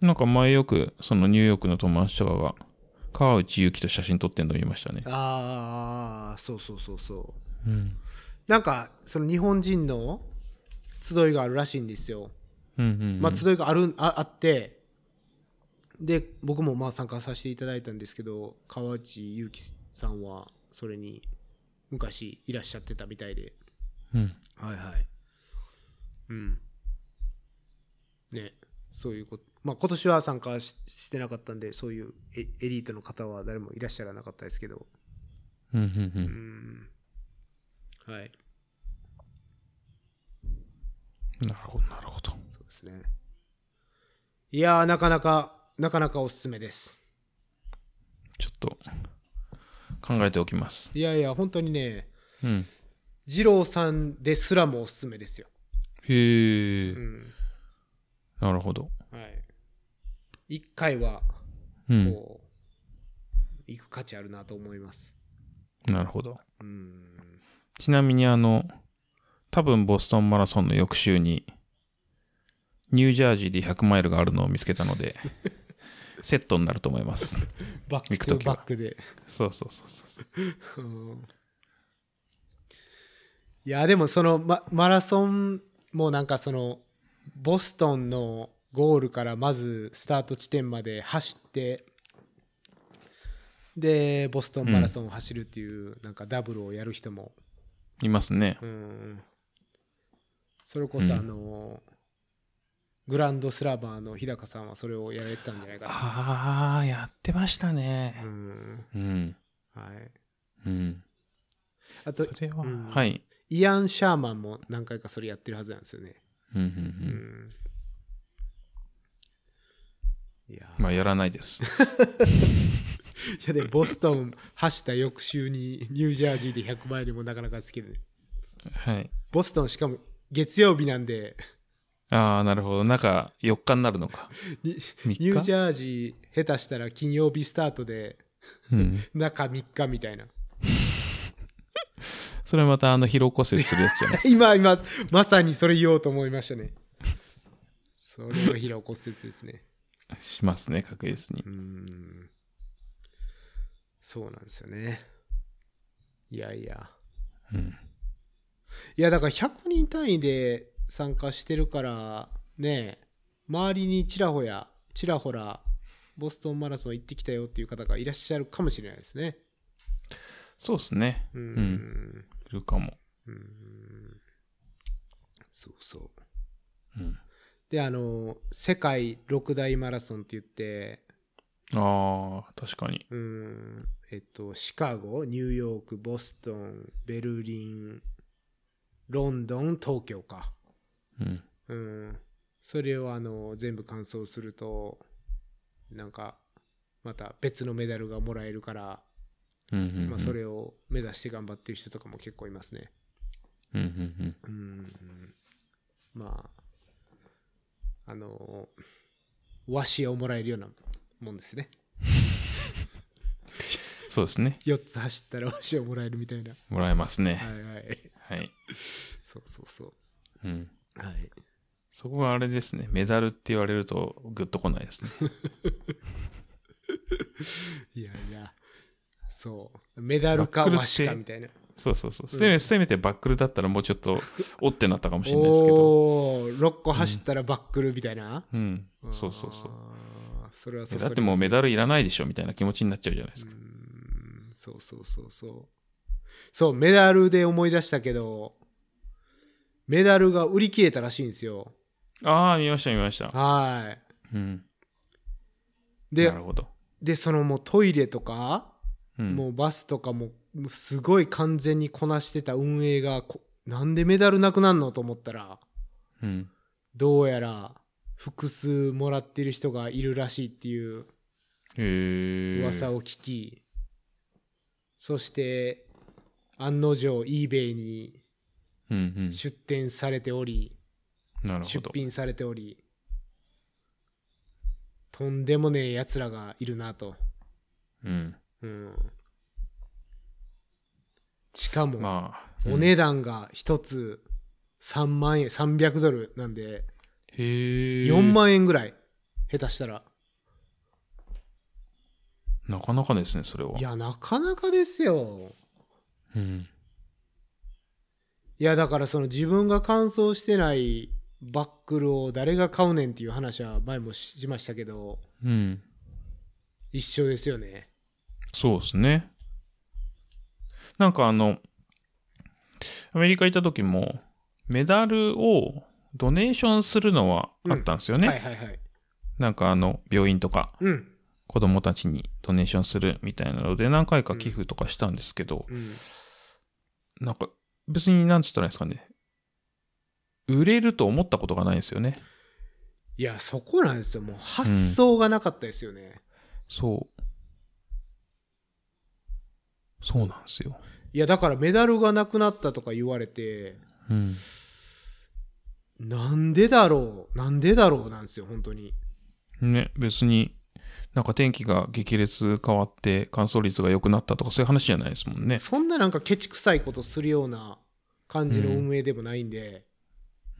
Speaker 2: なんか前よく、そのニューヨークの友達とかが、川内優輝と写真撮ってんの見ましたね。
Speaker 1: ああそうそうそうそう
Speaker 2: うん。
Speaker 1: なんかその日本人の集いがあるらしいんですよ
Speaker 2: うんうん。
Speaker 1: まあ、集いがあるああってで僕もまあ参加させていただいたんですけど川内優輝さんはそれに昔いらっしゃってたみたいで
Speaker 2: うん。
Speaker 1: はいはいうんねそういうことまあ今年は参加ししてなかったんでそういうエエリートの方は誰もいらっしゃらなかったですけど
Speaker 2: うんうんう。
Speaker 1: うんんはい
Speaker 2: なるほど、なるほど。
Speaker 1: そうですねいやーなかなかなかなかおすすめです
Speaker 2: ちょっと、考えておきます。
Speaker 1: いやいや本当にね
Speaker 2: うん。
Speaker 1: 二郎さんですらもおすすめですよ。
Speaker 2: へえ
Speaker 1: う、ん。
Speaker 2: なるほど。
Speaker 1: はい。一回は、
Speaker 2: うん。
Speaker 1: こう、行く価値あるなと思います。
Speaker 2: なるほど。
Speaker 1: うん。
Speaker 2: ちなみにあの、多分ボストンマラソンの翌週に、ニュージャージーで100マイルがあるのを見つけたので、セットになると思います。
Speaker 1: バッ
Speaker 2: 行
Speaker 1: ク
Speaker 2: く
Speaker 1: と
Speaker 2: とき
Speaker 1: バ
Speaker 2: は
Speaker 1: ックで。
Speaker 2: そうそうそうそう。
Speaker 1: うんいや、でもその、ま、マラソンもなんかその、ボストンのゴールからまずスタート地点まで走って、で、ボストンマラソンを走るっていう、なんかダブルをやる人も
Speaker 2: いますね。
Speaker 1: うんそれこそ、
Speaker 2: うん
Speaker 1: あのグランドスラバーの日高さんはそれをやられてたんじゃないかな
Speaker 2: ああ、やってました
Speaker 1: う
Speaker 2: ね。
Speaker 1: ん
Speaker 2: うん。
Speaker 1: はい、
Speaker 2: うん。
Speaker 1: あと
Speaker 2: それは、
Speaker 1: うん
Speaker 2: はい。
Speaker 1: イアン・シャーマンも何回かそれやってるはずなんですよね、
Speaker 2: うんう
Speaker 1: うん
Speaker 2: うん。
Speaker 1: ん、いや,、
Speaker 2: まあ、やらないです。
Speaker 1: いやでもボストン走った翌週にニュージャージーで100マイルもなかなか好きで、ね、
Speaker 2: はい。
Speaker 1: ボストンしかも月曜日なんで
Speaker 2: ああ、なるほど。中4日になるのか。
Speaker 1: に
Speaker 2: 3日
Speaker 1: ニュージャージー下手したら金曜日スタートで
Speaker 2: うん。
Speaker 1: 中3日みたいな
Speaker 2: それまたあの、疲労骨折するやつじゃないですか。 *laughs*
Speaker 1: *laughs* 今、今、まさにそれ言おうと思いましたね。それは疲労骨折ですね。
Speaker 2: しますね、確実に
Speaker 1: う。ーん。そうなんですよね。いやいや。
Speaker 2: うん。
Speaker 1: いや、だから100人単位で参加してるから、ねえ、周りにちらほや、ちらほら、ボストンマラソン行ってきたよっていう方がいらっしゃるかもしれないですね。
Speaker 2: そうですね。
Speaker 1: う。
Speaker 2: うんいるかも。
Speaker 1: うん。そうそう。
Speaker 2: うん。
Speaker 1: で、あの、世界六大マラソンって言って、
Speaker 2: ああ、確かに。
Speaker 1: うん、えっと、シカゴ、ニューヨーク、ボストン、ベルリン、ロンドン、東京か。
Speaker 2: うん。
Speaker 1: うん、それをあの全部完走するとなんかまた別のメダルがもらえるから、
Speaker 2: うんうん、うん。
Speaker 1: まあ、それを目指して頑張ってる人とかも結構いますね。
Speaker 2: うんうん
Speaker 1: うん、まああの和紙をもらえるようなもんです
Speaker 2: *laughs*
Speaker 1: ね。
Speaker 2: うん。そうですね。
Speaker 1: 4つ走ったら和紙をもらえるみたいな。
Speaker 2: もらえます
Speaker 1: は
Speaker 2: ね。
Speaker 1: いはい。
Speaker 2: はい。
Speaker 1: そうそうそ
Speaker 2: うん。
Speaker 1: う。はい。 *laughs*
Speaker 2: そこはあれですね。メダルって言われるとグッとこないですね。
Speaker 1: いやいや。そう。メダルか
Speaker 2: バックル
Speaker 1: 和
Speaker 2: って
Speaker 1: 紙かみたいな。
Speaker 2: そうそうそう。
Speaker 1: うん
Speaker 2: せめせめてバックルだったらもうちょっ
Speaker 1: *laughs*
Speaker 2: と、おってなったかもしれないですけど。
Speaker 1: おおー、6個走ったらバックルみたいな、
Speaker 2: うん。そうそうそう。
Speaker 1: あー。それは
Speaker 2: え
Speaker 1: そ
Speaker 2: だってもうメ
Speaker 1: ダ
Speaker 2: ダルいらないでしょみたいな気持ちになっちゃうじゃないですか。
Speaker 1: そうそうそうそう。そう、メダルで思い出したけど、メダルが売り切れたらしいんですよ。
Speaker 2: ああ、見ました見ました。
Speaker 1: は
Speaker 2: うん。
Speaker 1: い。
Speaker 2: な
Speaker 1: で
Speaker 2: る、ほど。
Speaker 1: で、そのもうトイレとか、
Speaker 2: うん。
Speaker 1: もうバスとかも、もうすごい完全にこなしてた運営がこ、なんでメダルなくなんのと思ったら、
Speaker 2: うん。
Speaker 1: どうやら複数もらってる人がいるらしいっていう
Speaker 2: へえ。
Speaker 1: 噂を聞き、そして案の定 eBay に
Speaker 2: うんうん。
Speaker 1: 出店されており、
Speaker 2: なるほ
Speaker 1: 出
Speaker 2: ど。
Speaker 1: 品されておりとんでもねえやつらがいるなと、
Speaker 2: うん。
Speaker 1: うん、しかも、
Speaker 2: まあ。
Speaker 1: お値段が1つ3万円300ドルなんで
Speaker 2: うん。へえ。
Speaker 1: 4万円ぐらい下手したら
Speaker 2: なかなかですね、それは。
Speaker 1: いやなかなかですよ
Speaker 2: うん。
Speaker 1: いやだからその自分が乾燥してないバックルを誰が買うねんっていう話は前もししましたけど
Speaker 2: うん。
Speaker 1: 一緒ですよね
Speaker 2: そうですね。なんかあの、アメリカ行った時も、メダルをドネーションするのはあったんですよね。
Speaker 1: はいはいはい
Speaker 2: なんかあの、病院とか、
Speaker 1: うん
Speaker 2: 子供たちにドネーションするみたいなので、何回か寄付とかしたんですけど、
Speaker 1: うん
Speaker 2: なんか、別になんつったらいいんですかね。売れると思ったことがないんですよね。
Speaker 1: いやそこなんですよもう発想がなかったですよね、
Speaker 2: そう。そうなんですよ。
Speaker 1: いやだからメダルがなくなったとか言われて
Speaker 2: うん。
Speaker 1: なんでだろうなんでだろうなんですよ本当に
Speaker 2: ね、別に、なんか天気が激烈変わって乾燥率が良くなったとかそういう話じゃないですもんね。
Speaker 1: そんななんかケチくさいことするような感じの運営でもないんで、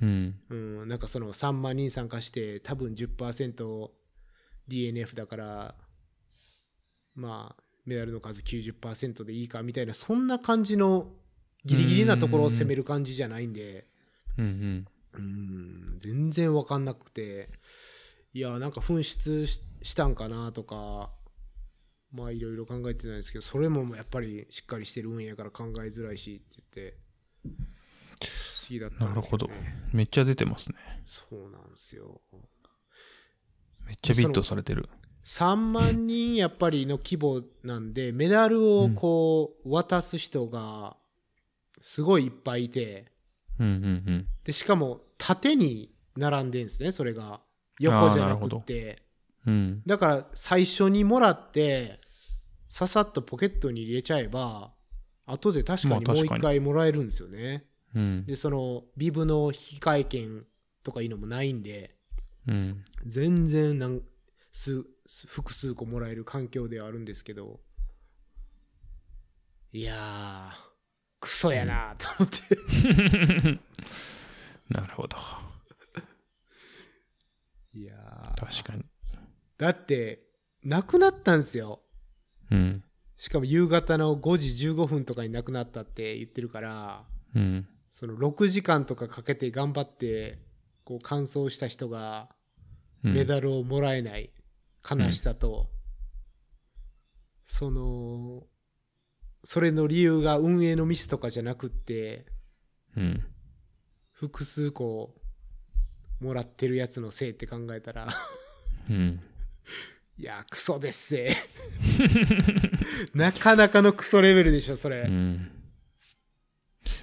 Speaker 2: うん。
Speaker 1: うん、なんかその3万人参加して多分 10%DNF だからまあメダルの数90%でいいかみたいなそんな感じのギリギリなところを攻める感じじゃないんで
Speaker 2: うんうん。
Speaker 1: うん全然分かんなくていやなんか紛失ししたんかなとかまあいろいろ考えてたんですけどそれもやっぱりしっかりしてる運営やから考えづらいしって言って不思議だったんですけど、ね、
Speaker 2: なるほどめっちゃ出てますね。
Speaker 1: そうなんですよ。
Speaker 2: めっちゃビットされてる。
Speaker 1: 3万人やっぱりの規模なんで、メダルをこう渡す人がすごいいっぱいいて、
Speaker 2: うんうん
Speaker 1: で、しかも縦に並んでんですね、それが。横じゃな
Speaker 2: あーなるほ
Speaker 1: く
Speaker 2: ど
Speaker 1: って。
Speaker 2: うん。うん。
Speaker 1: だから最初にもらって、ささっとポケットに入れちゃえば、後で確か
Speaker 2: ま
Speaker 1: にも
Speaker 2: あ
Speaker 1: う
Speaker 2: 確
Speaker 1: 一
Speaker 2: かに
Speaker 1: 回もらえるんですよね。
Speaker 2: うん。
Speaker 1: で、その、ビブの引換券とかいうのもないんで、
Speaker 2: うん。
Speaker 1: 全然なん数数複数個もらえる環境ではあるんですけどいやークソやなと思って、
Speaker 2: *laughs* なるほど。
Speaker 1: いやー
Speaker 2: 確かに。
Speaker 1: だってなくなったんですよ
Speaker 2: うん。
Speaker 1: しかも夕方の5時15分とかに亡くなったって言ってるから
Speaker 2: うん。
Speaker 1: その6時間とかかけて頑張ってこう完走した人が
Speaker 2: うん
Speaker 1: メダルをもらえない悲しさと、そのそれの理由が運営のミスとかじゃなくって
Speaker 2: うん。
Speaker 1: 複数個もらってるやつのせいって考えたら *laughs*
Speaker 2: うん。
Speaker 1: いやクソですせ *laughs* なかなかのクソレベルでしょそれ、
Speaker 2: うん。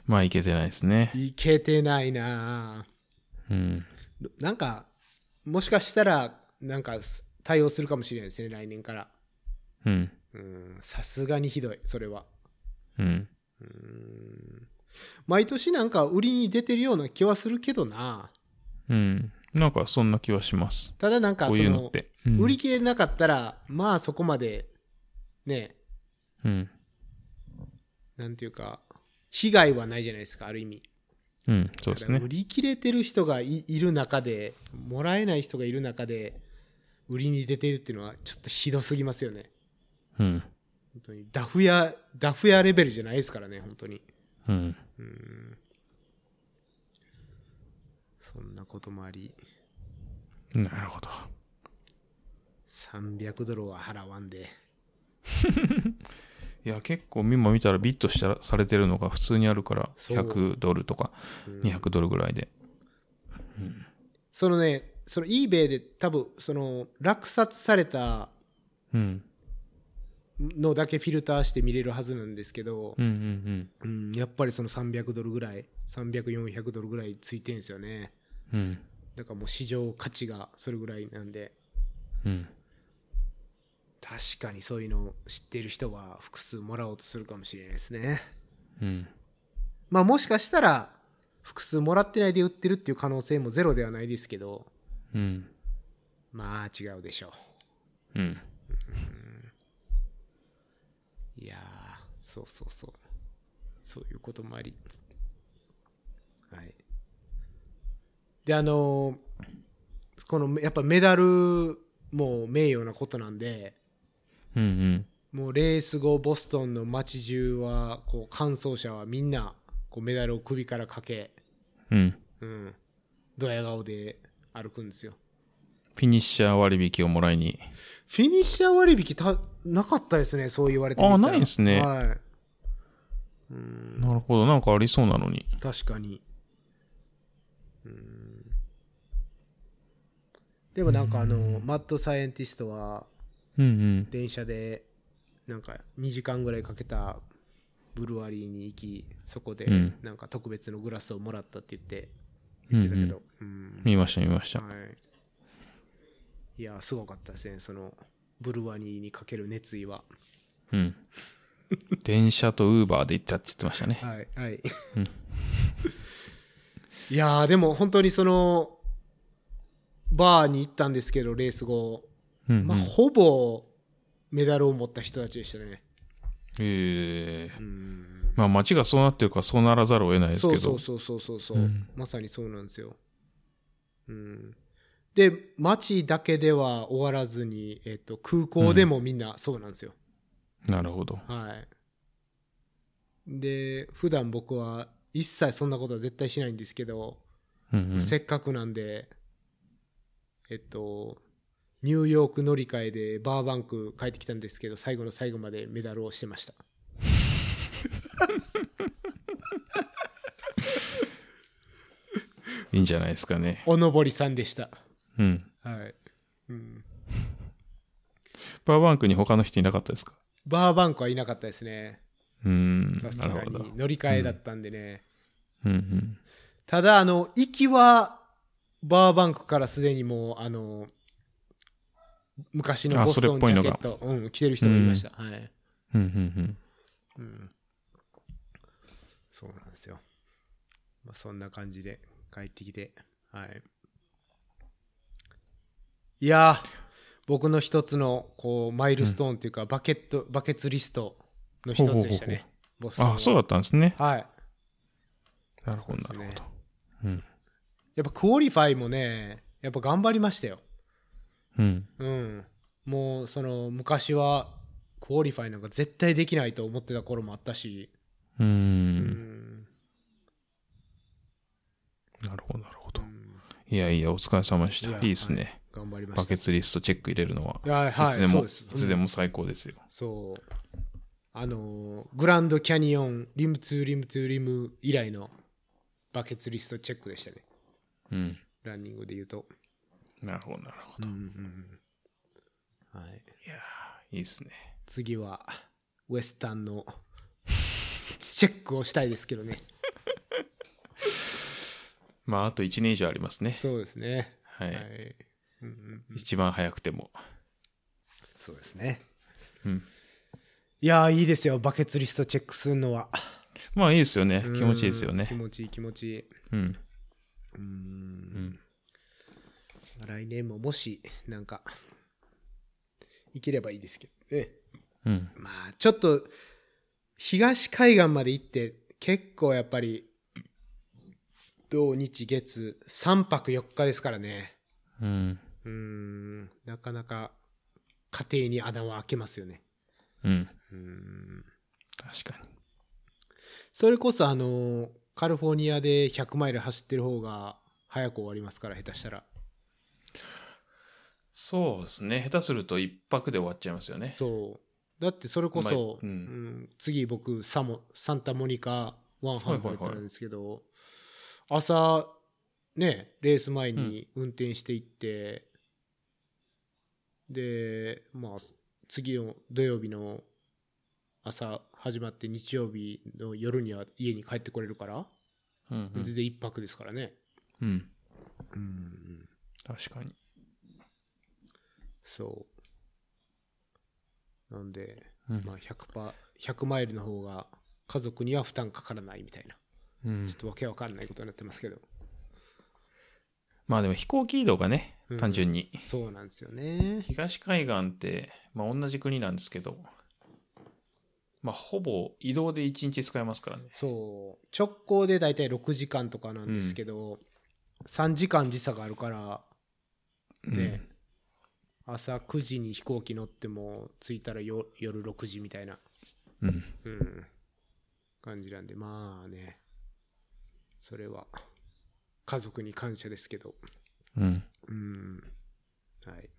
Speaker 2: まあ、いけてないですね。
Speaker 1: いけてないなぁ
Speaker 2: うん。
Speaker 1: どなんかもしかしたらなんかす対応するかもしれないですね来年から
Speaker 2: うん。
Speaker 1: うんさすがにひどいそれは
Speaker 2: うん。
Speaker 1: うん毎年なんか売りに出てるような気はするけどな
Speaker 2: うん。なんか、そんな気はします。
Speaker 1: ただなんか
Speaker 2: こ
Speaker 1: そう
Speaker 2: いうの
Speaker 1: の
Speaker 2: って。うん
Speaker 1: 売り切れなかったらまあそこまでね
Speaker 2: うん。
Speaker 1: なんていうか被害はないじゃないですかある意味
Speaker 2: うん。そうです
Speaker 1: 売
Speaker 2: ね。
Speaker 1: り切れてる人がいいる中でもらえない人がいる中で売りに出てるっていうのはちょっとひどすぎますよね
Speaker 2: うん。
Speaker 1: 本当にダフ屋ダフ屋レベルじゃないですからね本当に
Speaker 2: うん。
Speaker 1: うんそんなこともあり
Speaker 2: なるほど。
Speaker 1: 300ドルは払わんで
Speaker 2: いや、結構、今見たらビットしたらされてるのが普通にあるから、
Speaker 1: そう
Speaker 2: 100ドルとか
Speaker 1: うん
Speaker 2: 200ドルぐらいで。
Speaker 1: そのねその eBay で多分その落札された
Speaker 2: うん。
Speaker 1: のだけフィルターして見れるはずなんですけど、
Speaker 2: うんうん
Speaker 1: うんやっぱりその300ドルぐらい300400ドルぐらいついてんすよね
Speaker 2: うん。うん。
Speaker 1: だからもう市場価値がそれぐらいなんで
Speaker 2: うん。
Speaker 1: 確かにそういうのを知ってる人は複数もらおうとするかもしれないですね
Speaker 2: うん。
Speaker 1: まあもしかしたら複数もらってないで売ってるっていう可能性もゼロではないですけど
Speaker 2: うん。
Speaker 1: まあ違うでしょう
Speaker 2: うん。
Speaker 1: いやーそうそうそう。そういうこともあり。はい。で、あのーこの、やっぱメダルも名誉なことなんで、
Speaker 2: うんうん。
Speaker 1: もうレース後、ボストンの街中は、こう、完走者はみんな、こう、メダルを首からかけ、
Speaker 2: うん。
Speaker 1: うん、ドヤ顔で歩くんですよ。
Speaker 2: フィニッシャー割引をもらいに。
Speaker 1: フィニッシャー割引た、なかったですね、そう言われてみたら
Speaker 2: あないんすね
Speaker 1: はい。
Speaker 2: なるほど。なんかありそうなのに。
Speaker 1: 確かにうんでもなんかあのマッドサイエンティストは
Speaker 2: うん
Speaker 1: 電車でなんか2時間ぐらいかけたブルワリーに行きそこで
Speaker 2: うん
Speaker 1: なんか特別のグラスをもらったって言って
Speaker 2: うん。うん
Speaker 1: 言ってたけ
Speaker 2: うん
Speaker 1: ど、うん
Speaker 2: 見ました見ました。
Speaker 1: はい、いやすごかったですねそのブルワリーにかける熱意は
Speaker 2: うん。電車とウーバーで行ったって言ってましたね。
Speaker 1: はいはい。いやーでも本当にそのバーに行ったんですけどレース後、
Speaker 2: うんうん。
Speaker 1: まあ、ほぼメダルを持った人たちでしたね。
Speaker 2: ええ
Speaker 1: うん
Speaker 2: まあ街がそうなってるからそうならざるを得ないです
Speaker 1: そ
Speaker 2: け
Speaker 1: う
Speaker 2: ど。
Speaker 1: そうそうそうそうそう、
Speaker 2: うん
Speaker 1: まさにそうなんですよ。うん、で街だけでは終わらずに、えっと空港でもみんなそうなんですよ。
Speaker 2: なるほど。
Speaker 1: はい。で普段僕は一切そんなことは絶対しないんですけど、
Speaker 2: うんうん。
Speaker 1: せっかくなんで、えっと、ニューヨーク乗り換えでバーバンク帰ってきたんですけど、最後の最後までメダルをしてました。
Speaker 2: いいんじゃないですかね。
Speaker 1: おのぼりさんでした。
Speaker 2: うん。
Speaker 1: はい。うん、
Speaker 2: バーバンクに他の人いなかったですか
Speaker 1: バーバンクはいなかったですね。
Speaker 2: うん。
Speaker 1: さす
Speaker 2: な
Speaker 1: が
Speaker 2: るほど。
Speaker 1: に。乗り換えだったんでね。
Speaker 2: うんうん。
Speaker 1: ただ、あの、行きは、バーバンクからすでにもう、あの、昔の
Speaker 2: あ
Speaker 1: ボスト
Speaker 2: それっ
Speaker 1: ン
Speaker 2: ぽい
Speaker 1: ジャ
Speaker 2: の
Speaker 1: ケ
Speaker 2: が
Speaker 1: ット、うん、着てる人もいました。はい。
Speaker 2: うんうん
Speaker 1: うん、そうなんですよ、まあ、そんな感じで帰ってきてはいいやー僕の一つのこうマイルストーンというか、バケットバケツリストの一つでしたねボス
Speaker 2: うん。あ、そうだ
Speaker 1: っ
Speaker 2: ったんですね。
Speaker 1: たはい
Speaker 2: なるほど、
Speaker 1: そう
Speaker 2: な
Speaker 1: ですね
Speaker 2: るほど。うん。
Speaker 1: やっぱクオリファイもねやっぱ頑張りましたよ
Speaker 2: うん。
Speaker 1: うんもうその昔はクオリファイなんか絶対できないと思ってた頃もあったし、
Speaker 2: うー。
Speaker 1: うんん
Speaker 2: なるほど、なるほ
Speaker 1: う
Speaker 2: ど。
Speaker 1: ん
Speaker 2: いやいや、お疲れ様でし
Speaker 1: い
Speaker 2: た。
Speaker 1: や
Speaker 2: いいですね。
Speaker 1: 頑張りま
Speaker 2: バ
Speaker 1: した
Speaker 2: ケツリストチェック入れるのは。
Speaker 1: いやはい
Speaker 2: いつで
Speaker 1: そ
Speaker 2: も、
Speaker 1: う
Speaker 2: い
Speaker 1: です
Speaker 2: つでも最高ですよ。
Speaker 1: そうあのーグランドキャニオンリム2リム2リム以来のバケツリストチェックでしたね
Speaker 2: うん。
Speaker 1: ランニングで言うと、
Speaker 2: なるほど、なるほ
Speaker 1: う
Speaker 2: ど。
Speaker 1: んう
Speaker 2: い
Speaker 1: んうんはい、
Speaker 2: やーいいですね。
Speaker 1: 次はウエスタンのチェックをしたいですけどね
Speaker 2: まあ、あと1年以上ありますね。
Speaker 1: そうですね
Speaker 2: は。
Speaker 1: はいい、うんうんうん、
Speaker 2: 一番早くても。
Speaker 1: そうですね
Speaker 2: うん。
Speaker 1: いやーいいですよバケツリストチェックするのは
Speaker 2: まあ、いいですよね。気持ちいいですよ
Speaker 1: うん気
Speaker 2: ね。
Speaker 1: 持ちいい気持ちいい
Speaker 2: うん。
Speaker 1: うん
Speaker 2: ん
Speaker 1: 来年ももしなんか行ければいいですけどね
Speaker 2: うん。
Speaker 1: まあちょっと東海岸まで行って結構やっぱり土日月3泊4日ですからね
Speaker 2: うん。
Speaker 1: うんなかなか家庭に穴は開けますよね
Speaker 2: うん。
Speaker 1: うん
Speaker 2: 確かに。
Speaker 1: それこそあのカリフォルニアで100マイル走ってる方が早く終わりますから下手したら
Speaker 2: そうですね。下手すると一泊で終わっちゃいますよね。
Speaker 1: そうだってそれこそ、
Speaker 2: まあうん
Speaker 1: うん次僕サモサンタモニカワンハンドレッドなんですけど、朝ねレース前に運転していって、でまあ次の土曜日の朝始まって日曜日の夜には家に帰ってこれるから、
Speaker 2: うん、うん
Speaker 1: 全然一泊ですからね、
Speaker 2: うん。
Speaker 1: うん、
Speaker 2: 確かに。
Speaker 1: そうなんで
Speaker 2: うん
Speaker 1: まあ、100パ100マイルの方が家族には負担かからないみたいな
Speaker 2: うん
Speaker 1: ちょっとわけわかんないことになってますけど
Speaker 2: まあでも飛行機移動がね
Speaker 1: うん、
Speaker 2: 単純に。
Speaker 1: そうなんですよね
Speaker 2: 東海岸って、まあ同じ国なんですけど、まあほぼ移動で1日使えますからね。
Speaker 1: そう直行で大体6時間とかなんですけど、3時間時差があるからね、朝9時に飛行機乗っても着いたらよ夜6時みたいな、
Speaker 2: うん。うん。
Speaker 1: うん、感じなんでまあねそれは家族に感謝ですけど
Speaker 2: うん。
Speaker 1: うんはい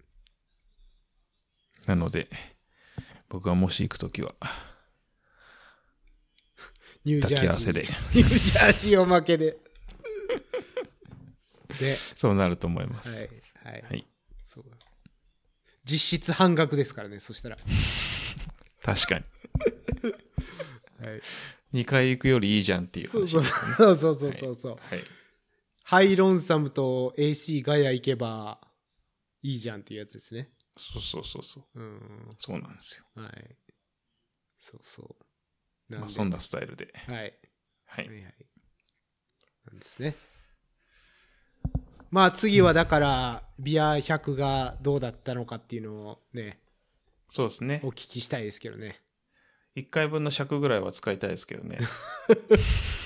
Speaker 2: なので、僕はもし行くときは、
Speaker 1: ニュージ
Speaker 2: 抱き
Speaker 1: ャージー
Speaker 2: 合わせで、
Speaker 1: ニュージャージーおまけで。で、
Speaker 2: そうなると思いま
Speaker 1: は
Speaker 2: す。
Speaker 1: い、はい、
Speaker 2: はい。
Speaker 1: そうだ実質半額ですからね、そしたら。
Speaker 2: *laughs* 確か
Speaker 1: はい、
Speaker 2: に。2回行くよりいいじゃんっていう話
Speaker 1: そうそうそうそうそうそうそう、
Speaker 2: はい。
Speaker 1: ハイロンサムと AC ガヤ行けばいいじゃんっていうやつですね。
Speaker 2: そうそうそうそう。
Speaker 1: うん。
Speaker 2: そうなんですよ。
Speaker 1: はい。そうそう。
Speaker 2: ま
Speaker 1: ん
Speaker 2: あ
Speaker 1: で
Speaker 2: そんなスタイルで。
Speaker 1: はい。
Speaker 2: はい
Speaker 1: はい。はい。なんですね。まあ次はだから、ビア100がどうだったのかっていうのをね、
Speaker 2: そうですね
Speaker 1: お。聞きしたいですけどね。
Speaker 2: 1回分の尺ぐらいは使いたいですけど
Speaker 1: *laughs*
Speaker 2: ね。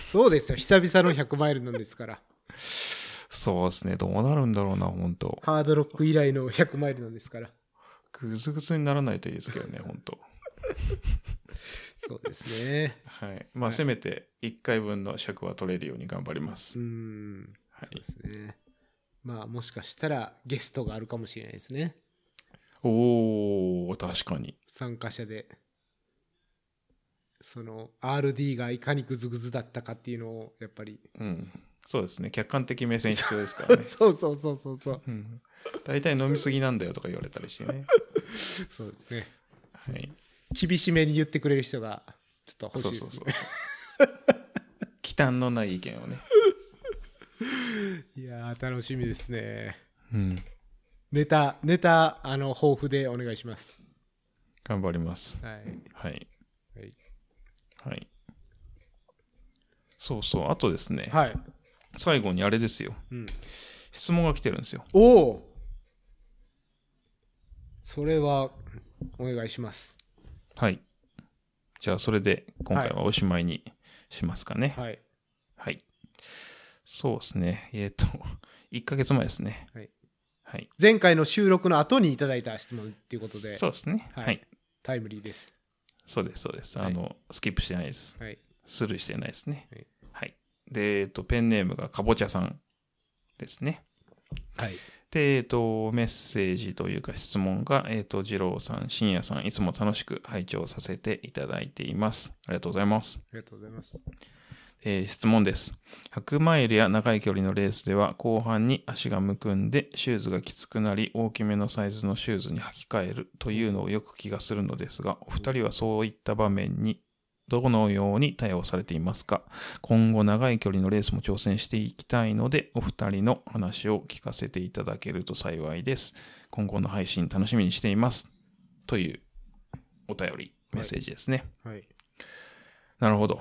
Speaker 1: そうですよ、久々の100マイルなんですから。
Speaker 2: そうですね。どうなるんだろうな、本当
Speaker 1: ハードロック以来の100マイルなんですから。
Speaker 2: ぐずぐずにならないといいですけどね、本当
Speaker 1: そうですね。
Speaker 2: はい。ま
Speaker 1: は
Speaker 2: あ、
Speaker 1: い
Speaker 2: せめて1回分の尺は取れるように頑張りま
Speaker 1: う
Speaker 2: す。
Speaker 1: ん、
Speaker 2: は
Speaker 1: そう
Speaker 2: い
Speaker 1: で。すね。まあもしかしたらゲストがあるかもしれないですね。
Speaker 2: おー、確かに。
Speaker 1: 参加者で。その RD がいかにグズグズだったかっていうのをやっ
Speaker 2: *laughs*
Speaker 1: ぱり。
Speaker 2: うん。そうですね。客観的目線必要ですからね。
Speaker 1: *laughs* そうそうそうそうそう。
Speaker 2: うん。大体飲みすぎなんだよとか言われたりしてね。
Speaker 1: そうですね。
Speaker 2: はい。
Speaker 1: 厳しめに言ってくれる人がちょっと
Speaker 2: そうそ
Speaker 1: 欲
Speaker 2: う
Speaker 1: しい
Speaker 2: そ
Speaker 1: で
Speaker 2: う
Speaker 1: す、
Speaker 2: そ
Speaker 1: ね
Speaker 2: う。。 *laughs* 忌憚のない意見をね。
Speaker 1: いやー楽しみですね。
Speaker 2: うん。
Speaker 1: ネタ、ネタ、あの、豊富でお願いします。
Speaker 2: 頑張ります。
Speaker 1: はい。
Speaker 2: はい。
Speaker 1: はい。
Speaker 2: はい。そうそう。あとですね。
Speaker 1: はい。
Speaker 2: 最後にあれですよ。
Speaker 1: うん、
Speaker 2: 質問が来てるんですよ。
Speaker 1: おおそれは、お願いします。
Speaker 2: はい。じゃあ、それで今回はおしまいにしますかね。はい。
Speaker 1: はい。
Speaker 2: そうですね。えっ、と、1ヶ月前ですね。
Speaker 1: はい。
Speaker 2: はい。
Speaker 1: 前回の収録の後にいただいた質問っていうことで。
Speaker 2: そうですね。
Speaker 1: は
Speaker 2: はいい。
Speaker 1: タイムリーです。
Speaker 2: そうです、そうです。
Speaker 1: はい
Speaker 2: あの、スキップしてないです。
Speaker 1: はい。
Speaker 2: スルーしてないですね
Speaker 1: はい。
Speaker 2: はい。で、えっと、ペンネームがかぼちゃさんですね。
Speaker 1: はい。
Speaker 2: で、えっと、メッセージというか質問が、えっと、二郎さん、深夜さん、いつも楽しく拝聴させていただいています。ありがとうございます。
Speaker 1: ありがとうございます。
Speaker 2: えー質問です。100マイルや長い距離のレースでは後半に足がむくんでシューズがきつくなり大きめのサイズのシューズに履き替えるというのをよく気がするのですが、お二人はそういった場面にどのように対応されていますか今後長い距離のレースも挑戦していきたいので、お二人の話を聞かせていただけると幸いです。今後の配信楽しみにしています。というお便り、メッセージですね。
Speaker 1: はい。
Speaker 2: なるほど。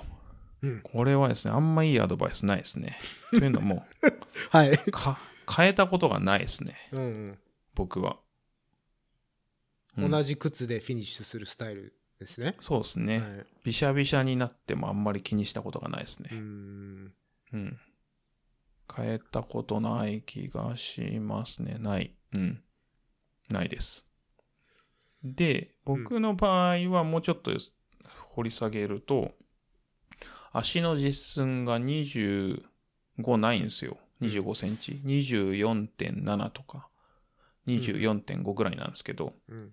Speaker 1: うん
Speaker 2: これはですね、あんまいいアドバイスないです
Speaker 1: *laughs*
Speaker 2: ね。というのも、
Speaker 1: はい。
Speaker 2: か、変えたことがないですね、
Speaker 1: うん、
Speaker 2: 僕は。
Speaker 1: うん。
Speaker 2: う
Speaker 1: 同
Speaker 2: ん
Speaker 1: じ靴でフィニッシュするスタイルですね。
Speaker 2: そうです
Speaker 1: は
Speaker 2: ね、
Speaker 1: い。
Speaker 2: びしゃびしゃになってもあんまり気にしたことがないです
Speaker 1: うー
Speaker 2: ね。
Speaker 1: ん。
Speaker 2: うん。変えたことない気がしますね。ない。うん。ないです。で、僕の場合はもうちょっと掘り下げると、足の実寸が25ないんですよ。25センチ。24.7とか、24.5ぐらいなんですけど、
Speaker 1: うん。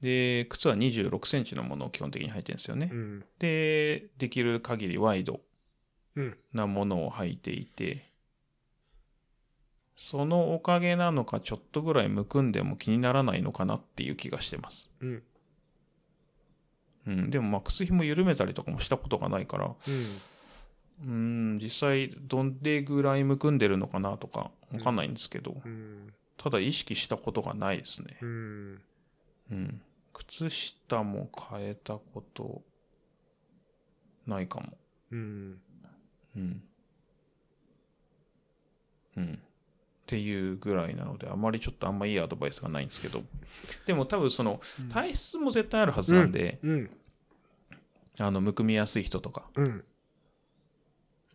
Speaker 2: で、靴は26センチのものを基本的に履いてるんですよね。
Speaker 1: うん。
Speaker 2: で、できる限りワイド
Speaker 1: うん。
Speaker 2: なものを履いていて、そのおかげなのか、ちょっとぐらいむくんでも気にならないのかなっていう気がしてます。
Speaker 1: うん。
Speaker 2: うん、でもまあ靴紐緩めたりとかもしたことがないから、
Speaker 1: うん。
Speaker 2: うん、実際どんでぐらいむくんでるのかなとかわかんないんですけど、
Speaker 1: うん。
Speaker 2: ただ意識したことがないですね。
Speaker 1: うん。
Speaker 2: うん。靴下も変えたことないかも。
Speaker 1: うん。
Speaker 2: うん。うん。っていうぐらいなので、あまりちょっとあんまいいアドバイスがないんですけど、でも多分その体質も絶対あるはずなんで、
Speaker 1: うん。
Speaker 2: あの、むくみやすい人とか、
Speaker 1: うん。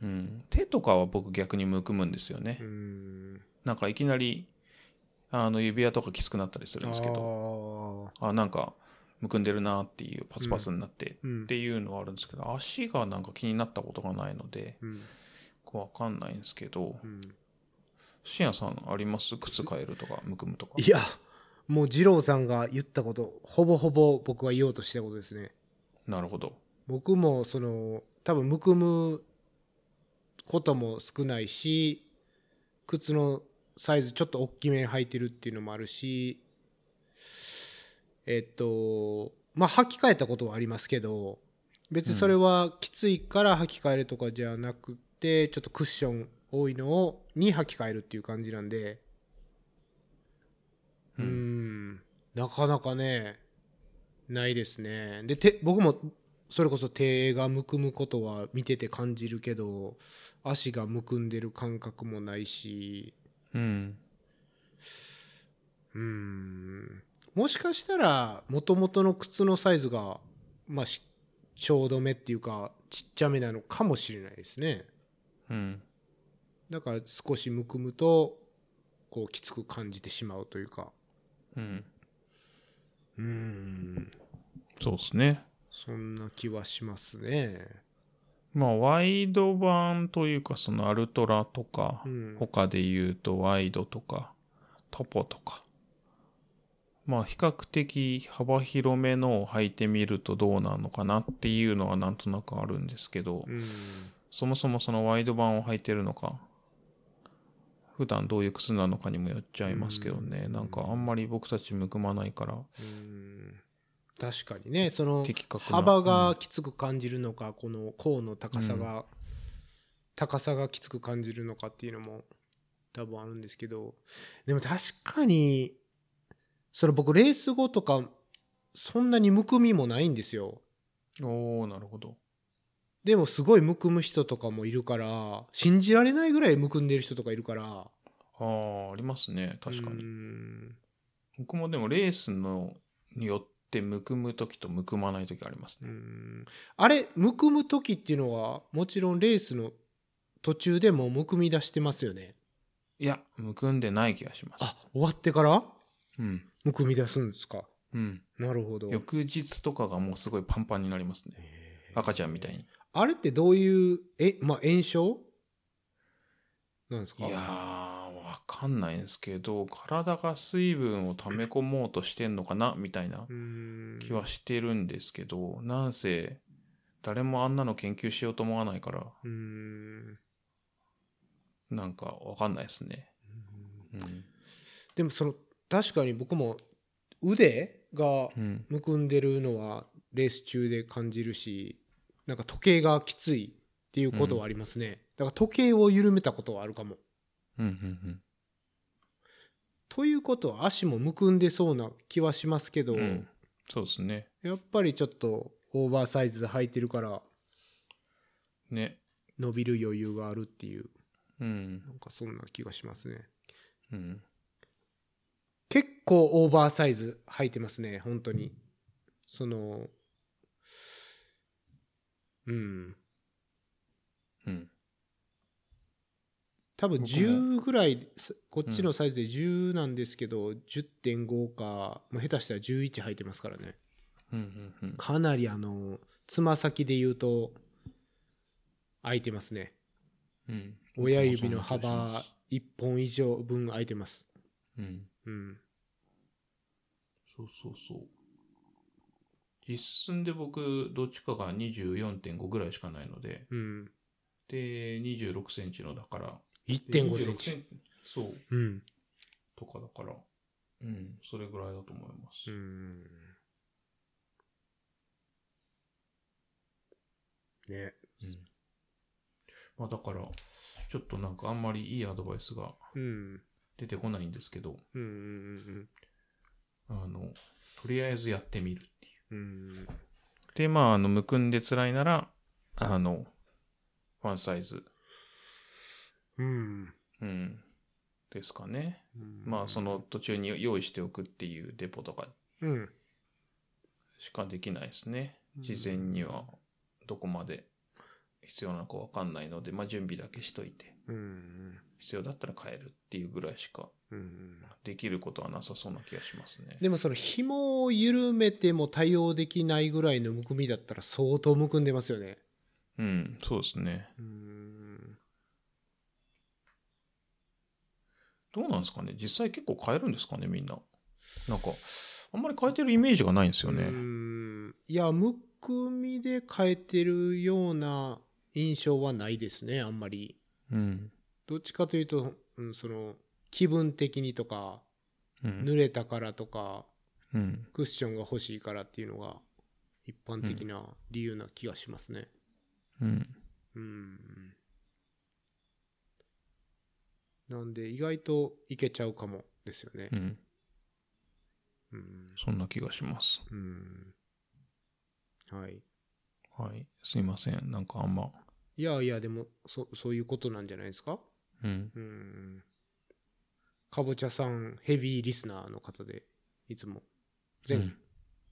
Speaker 2: うん。手とかは僕逆にむくむんですよね。
Speaker 1: うん。
Speaker 2: なんかいきなり、あの、指輪とかきつくなったりするんですけど、
Speaker 1: ど。
Speaker 2: あなんか、むくんでるなっていう、パツパツになって、
Speaker 1: うん
Speaker 2: って。いうのはあるんですけど、足がなんか気になったことがないので、
Speaker 1: うん。
Speaker 2: わかんないんですけど、
Speaker 1: うん。
Speaker 2: 深夜さんあります靴変えるとか、むくむとか。
Speaker 1: いや、もう二郎さんが言ったこと、ほぼほぼ僕は言おうとしたことですね。
Speaker 2: なるほど。
Speaker 1: 僕も、その、多分むくむことも少ないし、靴のサイズちょっと大きめに履いてるっていうのもあるし、えっと、まあ、履き替えたことはありますけど、別にそれはきついから履き替えるとかじゃなくて、ちょっとクッション多いのを、に履き替えるっていう感じなんで、うー
Speaker 2: うん
Speaker 1: んなかなかね、ないですね。で、手僕もそれこそ手がむくむことは見てて感じるけど、足がむくんでる感覚もないし、
Speaker 2: うん。
Speaker 1: うーん、もしかしたら、もともとの靴のサイズが、まあ、しちょうどめっていうか、ちっちゃめなのかもしれないですね。
Speaker 2: うん。
Speaker 1: だから少しむくむと、こう、きつく感じてしまうというか。
Speaker 2: うん。
Speaker 1: うーん、
Speaker 2: そうですね。
Speaker 1: そんな気はしますね。
Speaker 2: まあ、ワイド版というか、そのアルトラとか、
Speaker 1: うん
Speaker 2: 他で言うとワイドとか、トポとか。まあ、比較的幅広めのを履いてみるとどうなのかなっていうのはなんとなくあるんですけど、
Speaker 1: うん
Speaker 2: そもそもそのワイド版を履いてるのか、普段どういう靴なのかにもよっちゃいますけどね。
Speaker 1: うん
Speaker 2: なんかあんまり僕たちむくまないから、
Speaker 1: うん確かにねその
Speaker 2: 的確な
Speaker 1: 幅がきつく感じるのか、この甲の高さが、高さがきつく感じるのかっていうのも多分あるんですけどでも確かにその僕レース後とかそんなにむくみもないんですよ
Speaker 2: おー、なるほど。
Speaker 1: でもすごいむくむ人とかもいるから信じられないぐらいむくんでる人とかいるから
Speaker 2: ああ、ありますね。確かに
Speaker 1: う。ん
Speaker 2: 僕もでもレースのによってむくむ時とむくまない時あります
Speaker 1: う
Speaker 2: ね。
Speaker 1: んあれむくむ時っていうのはもちろんレースの途中でもうむくみ出してますよね
Speaker 2: いや、むくんでない気がします。
Speaker 1: あ終わってから
Speaker 2: うん。
Speaker 1: むくみ出すんですか
Speaker 2: うん。
Speaker 1: なるほど。
Speaker 2: 翌日とかがもうすごいパンパンになりますね。赤ちゃんみたいに。
Speaker 1: あれってどういう、え、まあ、炎症なんです
Speaker 2: い
Speaker 1: か
Speaker 2: やー、わかんないんですけど、体が水分を溜め込もうとしてんのかなみたいな
Speaker 1: うーん
Speaker 2: 気はしてるんですけど、なんせ、誰もあんなの研究しようと思わないから、
Speaker 1: うーん
Speaker 2: なんかわかんないですね。うん。
Speaker 1: でもその確かに僕も腕が
Speaker 2: うん。
Speaker 1: むくんでるのはレース中で感じるしなんか時計がきついっていうことはありますね、だから時計を緩めたことはあるかも
Speaker 2: うん。うん。
Speaker 1: ということは足もむくんでそうな気はしますけど、
Speaker 2: うん。うん、そうですね。
Speaker 1: やっぱりちょっとオーバーサイズで履いてるから
Speaker 2: ね。
Speaker 1: 伸びる余裕があるっていう
Speaker 2: うん。
Speaker 1: なんかそんな気がしますね
Speaker 2: うん。
Speaker 1: 結構オーバーサイズ履いてますね本当にそのうん
Speaker 2: うん。
Speaker 1: 多分
Speaker 2: 僕も
Speaker 1: 10ぐらいすこっちのサイズで10なんですけど、10.5か、まあ、下手したら11履いてますからね
Speaker 2: うん。うん。うん。
Speaker 1: かなりあのつま先で言うと空いてますね
Speaker 2: うん
Speaker 1: 親指の幅。1本以上分空いてます
Speaker 2: うん。
Speaker 1: うん
Speaker 2: そうそうそう。実寸で僕、どっちかが24.5ぐらいしかないので、
Speaker 1: うん
Speaker 2: で、26センチのだから。
Speaker 1: 1.5セ
Speaker 2: 26
Speaker 1: ンチ
Speaker 2: そう、
Speaker 1: うん
Speaker 2: とかだから。うん、それぐらいだと思いま
Speaker 1: う
Speaker 2: す。
Speaker 1: んね
Speaker 2: うんまあだから、ちょっとなんかあんまりいいアドバイスが
Speaker 1: うん
Speaker 2: 出てこないんですけど、
Speaker 1: うんうん
Speaker 2: あの、とりあえずやってみるってい
Speaker 1: うんうん
Speaker 2: う。で、まあ、あの、むくんで辛いなら、あの、ワンサイズ、
Speaker 1: うん
Speaker 2: うん、ですかね。
Speaker 1: うん
Speaker 2: まあその途中に用意しておくっていうデポとか
Speaker 1: うん
Speaker 2: しかできないですね。
Speaker 1: うん
Speaker 2: 事前にはどこまで必要なのかわかんないので、まあ準備だけしといて、
Speaker 1: うん
Speaker 2: 必要だったら変えるっていうぐらいしか
Speaker 1: うんうん
Speaker 2: できることはなさそうな気がしますね。
Speaker 1: でもその紐を緩めても対応できないぐらいのむくみだったら相当むくんでますよね。
Speaker 2: うん、そうですね。
Speaker 1: うん。
Speaker 2: どうなんですかね実際結構変えるんですかねみんな。なんか、あんまり変えてるイメージがないんですよね。
Speaker 1: いや、むくみで変えてるような印象はないですね、あんまり。
Speaker 2: うん。
Speaker 1: どっちかというと、うん、その、気分的にとか、
Speaker 2: うん。
Speaker 1: 濡れたからとか、
Speaker 2: うん。
Speaker 1: クッションが欲しいからっていうのが一般的な理由な気がしますね。
Speaker 2: うん。
Speaker 1: うん。なんで、意外といけちゃうかもですよね
Speaker 2: う。ん。
Speaker 1: うん。
Speaker 2: そんな気がします。
Speaker 1: うん。はい。
Speaker 2: はい。すいません。なんかあんま。
Speaker 1: いやいや、でも、そ、そういうことなんじゃないですか
Speaker 2: うん。
Speaker 1: うん。かぼちゃさん、ヘビーリスナーの方で、いつも、前、
Speaker 2: うん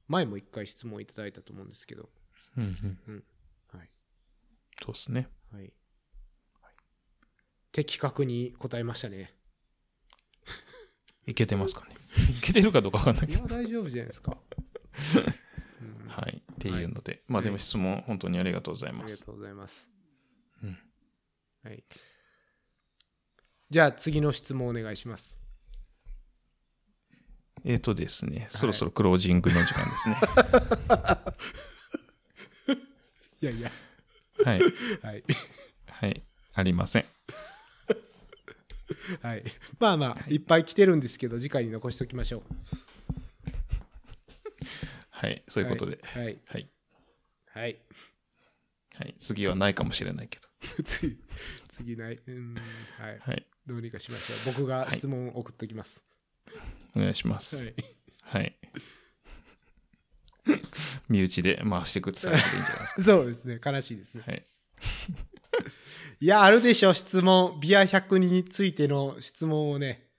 Speaker 1: 前も一回質問いただいたと思うんですけど、
Speaker 2: うんうん。
Speaker 1: はい。
Speaker 2: そうですね。
Speaker 1: はい。的確に答えましたね。
Speaker 2: いけてます *laughs* かね。いけてるかどうかわかんない
Speaker 1: *laughs* い
Speaker 2: け
Speaker 1: や
Speaker 2: ど。、
Speaker 1: 大丈夫じゃないです *laughs* か。うん
Speaker 2: はい。っていうので。まあでも質問、本当にありがとうござい
Speaker 1: あ
Speaker 2: ま
Speaker 1: りが
Speaker 2: す。
Speaker 1: とうございます。
Speaker 2: うん
Speaker 1: はい。じゃあ次の質問お願いします。
Speaker 2: えっ、とですね、そろそろクロージングの時間です *laughs* ね。
Speaker 1: いやいや。
Speaker 2: はい。
Speaker 1: はい。
Speaker 2: はい。ありません。
Speaker 1: *laughs* はい。まあまあ、いっぱい来てるんですけど、次回に残しておきましょう。
Speaker 2: はい。そういうことで。
Speaker 1: はい。はい。
Speaker 2: はい。
Speaker 1: はい、
Speaker 2: は
Speaker 1: *laughs*
Speaker 2: い。次はないかもしれないけど。
Speaker 1: 次、次ない。うん。はい。
Speaker 2: はい。
Speaker 1: どうにかしましょう。僕が質問を送っておきます。
Speaker 2: お願いしま
Speaker 1: は
Speaker 2: す。
Speaker 1: い。
Speaker 2: *laughs* はい。身内で回してくってされていいんじゃないですか。
Speaker 1: *laughs* そうですね。悲しいですね。
Speaker 2: はい。
Speaker 1: いや、あるでしょ、質問。ビア100についての質問をね。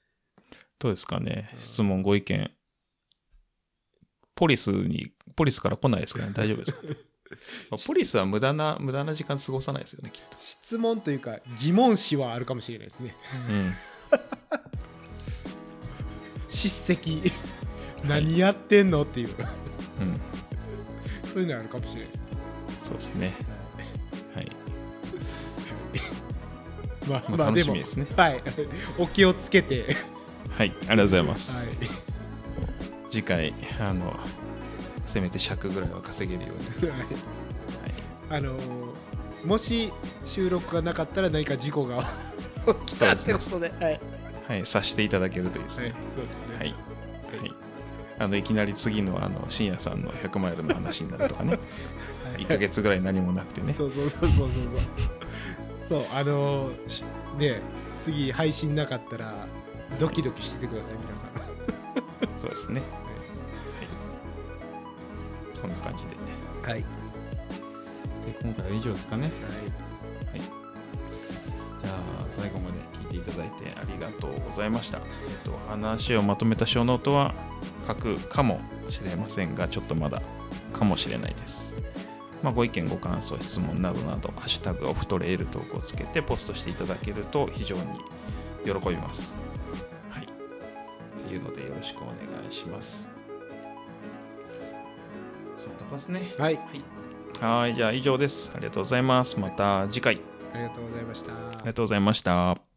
Speaker 2: どうですかね。質問、ご意見。ポリスに、ポリスから来ないですかね。大丈夫 *laughs* ですか、まあポリスは無駄な、無駄な時間過ごさないですよね、きっと。
Speaker 1: 質問というか、疑問詞はあるかもしれないですね。
Speaker 2: うん。
Speaker 1: 叱責。何やってんのっていう
Speaker 2: うん。
Speaker 1: そういうのあるかもしれないです
Speaker 2: そうですね。はい。
Speaker 1: まあ
Speaker 2: まあ
Speaker 1: まあ
Speaker 2: 楽
Speaker 1: で
Speaker 2: し
Speaker 1: も
Speaker 2: みですね
Speaker 1: はい *laughs* お気をつけてはい
Speaker 2: はい。ありがとうございます。次回、あの、せめて尺ぐらいは稼げるように。
Speaker 1: はい
Speaker 2: はい。
Speaker 1: あのーもし収録がなかったら何か事故が起きたってことではい
Speaker 2: はい。さしていただけるといいです
Speaker 1: はい、そうで
Speaker 2: ね。
Speaker 1: すね
Speaker 2: はい。はい。あの、いきなり次の、あの、深夜さんの100マイルの話になるとかね。
Speaker 1: はい
Speaker 2: 1ヶ月ぐらい何もなくてね。
Speaker 1: そうそうそうそうそうそうそうあのーしね次配信なかったらドキドキしててください皆さんは
Speaker 2: そうですね。はい。そんな感じで。
Speaker 1: い、はい
Speaker 3: で今回は以上ですかね。
Speaker 2: じゃあ最後まで聞いていただいてありがとうございました。えっと話をまとめた小ノートは書くかもしれませんが、ちょっとまだかもしれないです。まあ、ご意見、ご感想、質問などなど、ハッシュタグオフトレールトークをつけてポストしていただけると非常に喜びます。はい。というのでよろしくお願いします。そんなとこですね。
Speaker 1: はい、
Speaker 2: はい。じゃあ以上です。ありがとうございます。また次回。
Speaker 1: ありがとうございました
Speaker 2: ありがとうございました。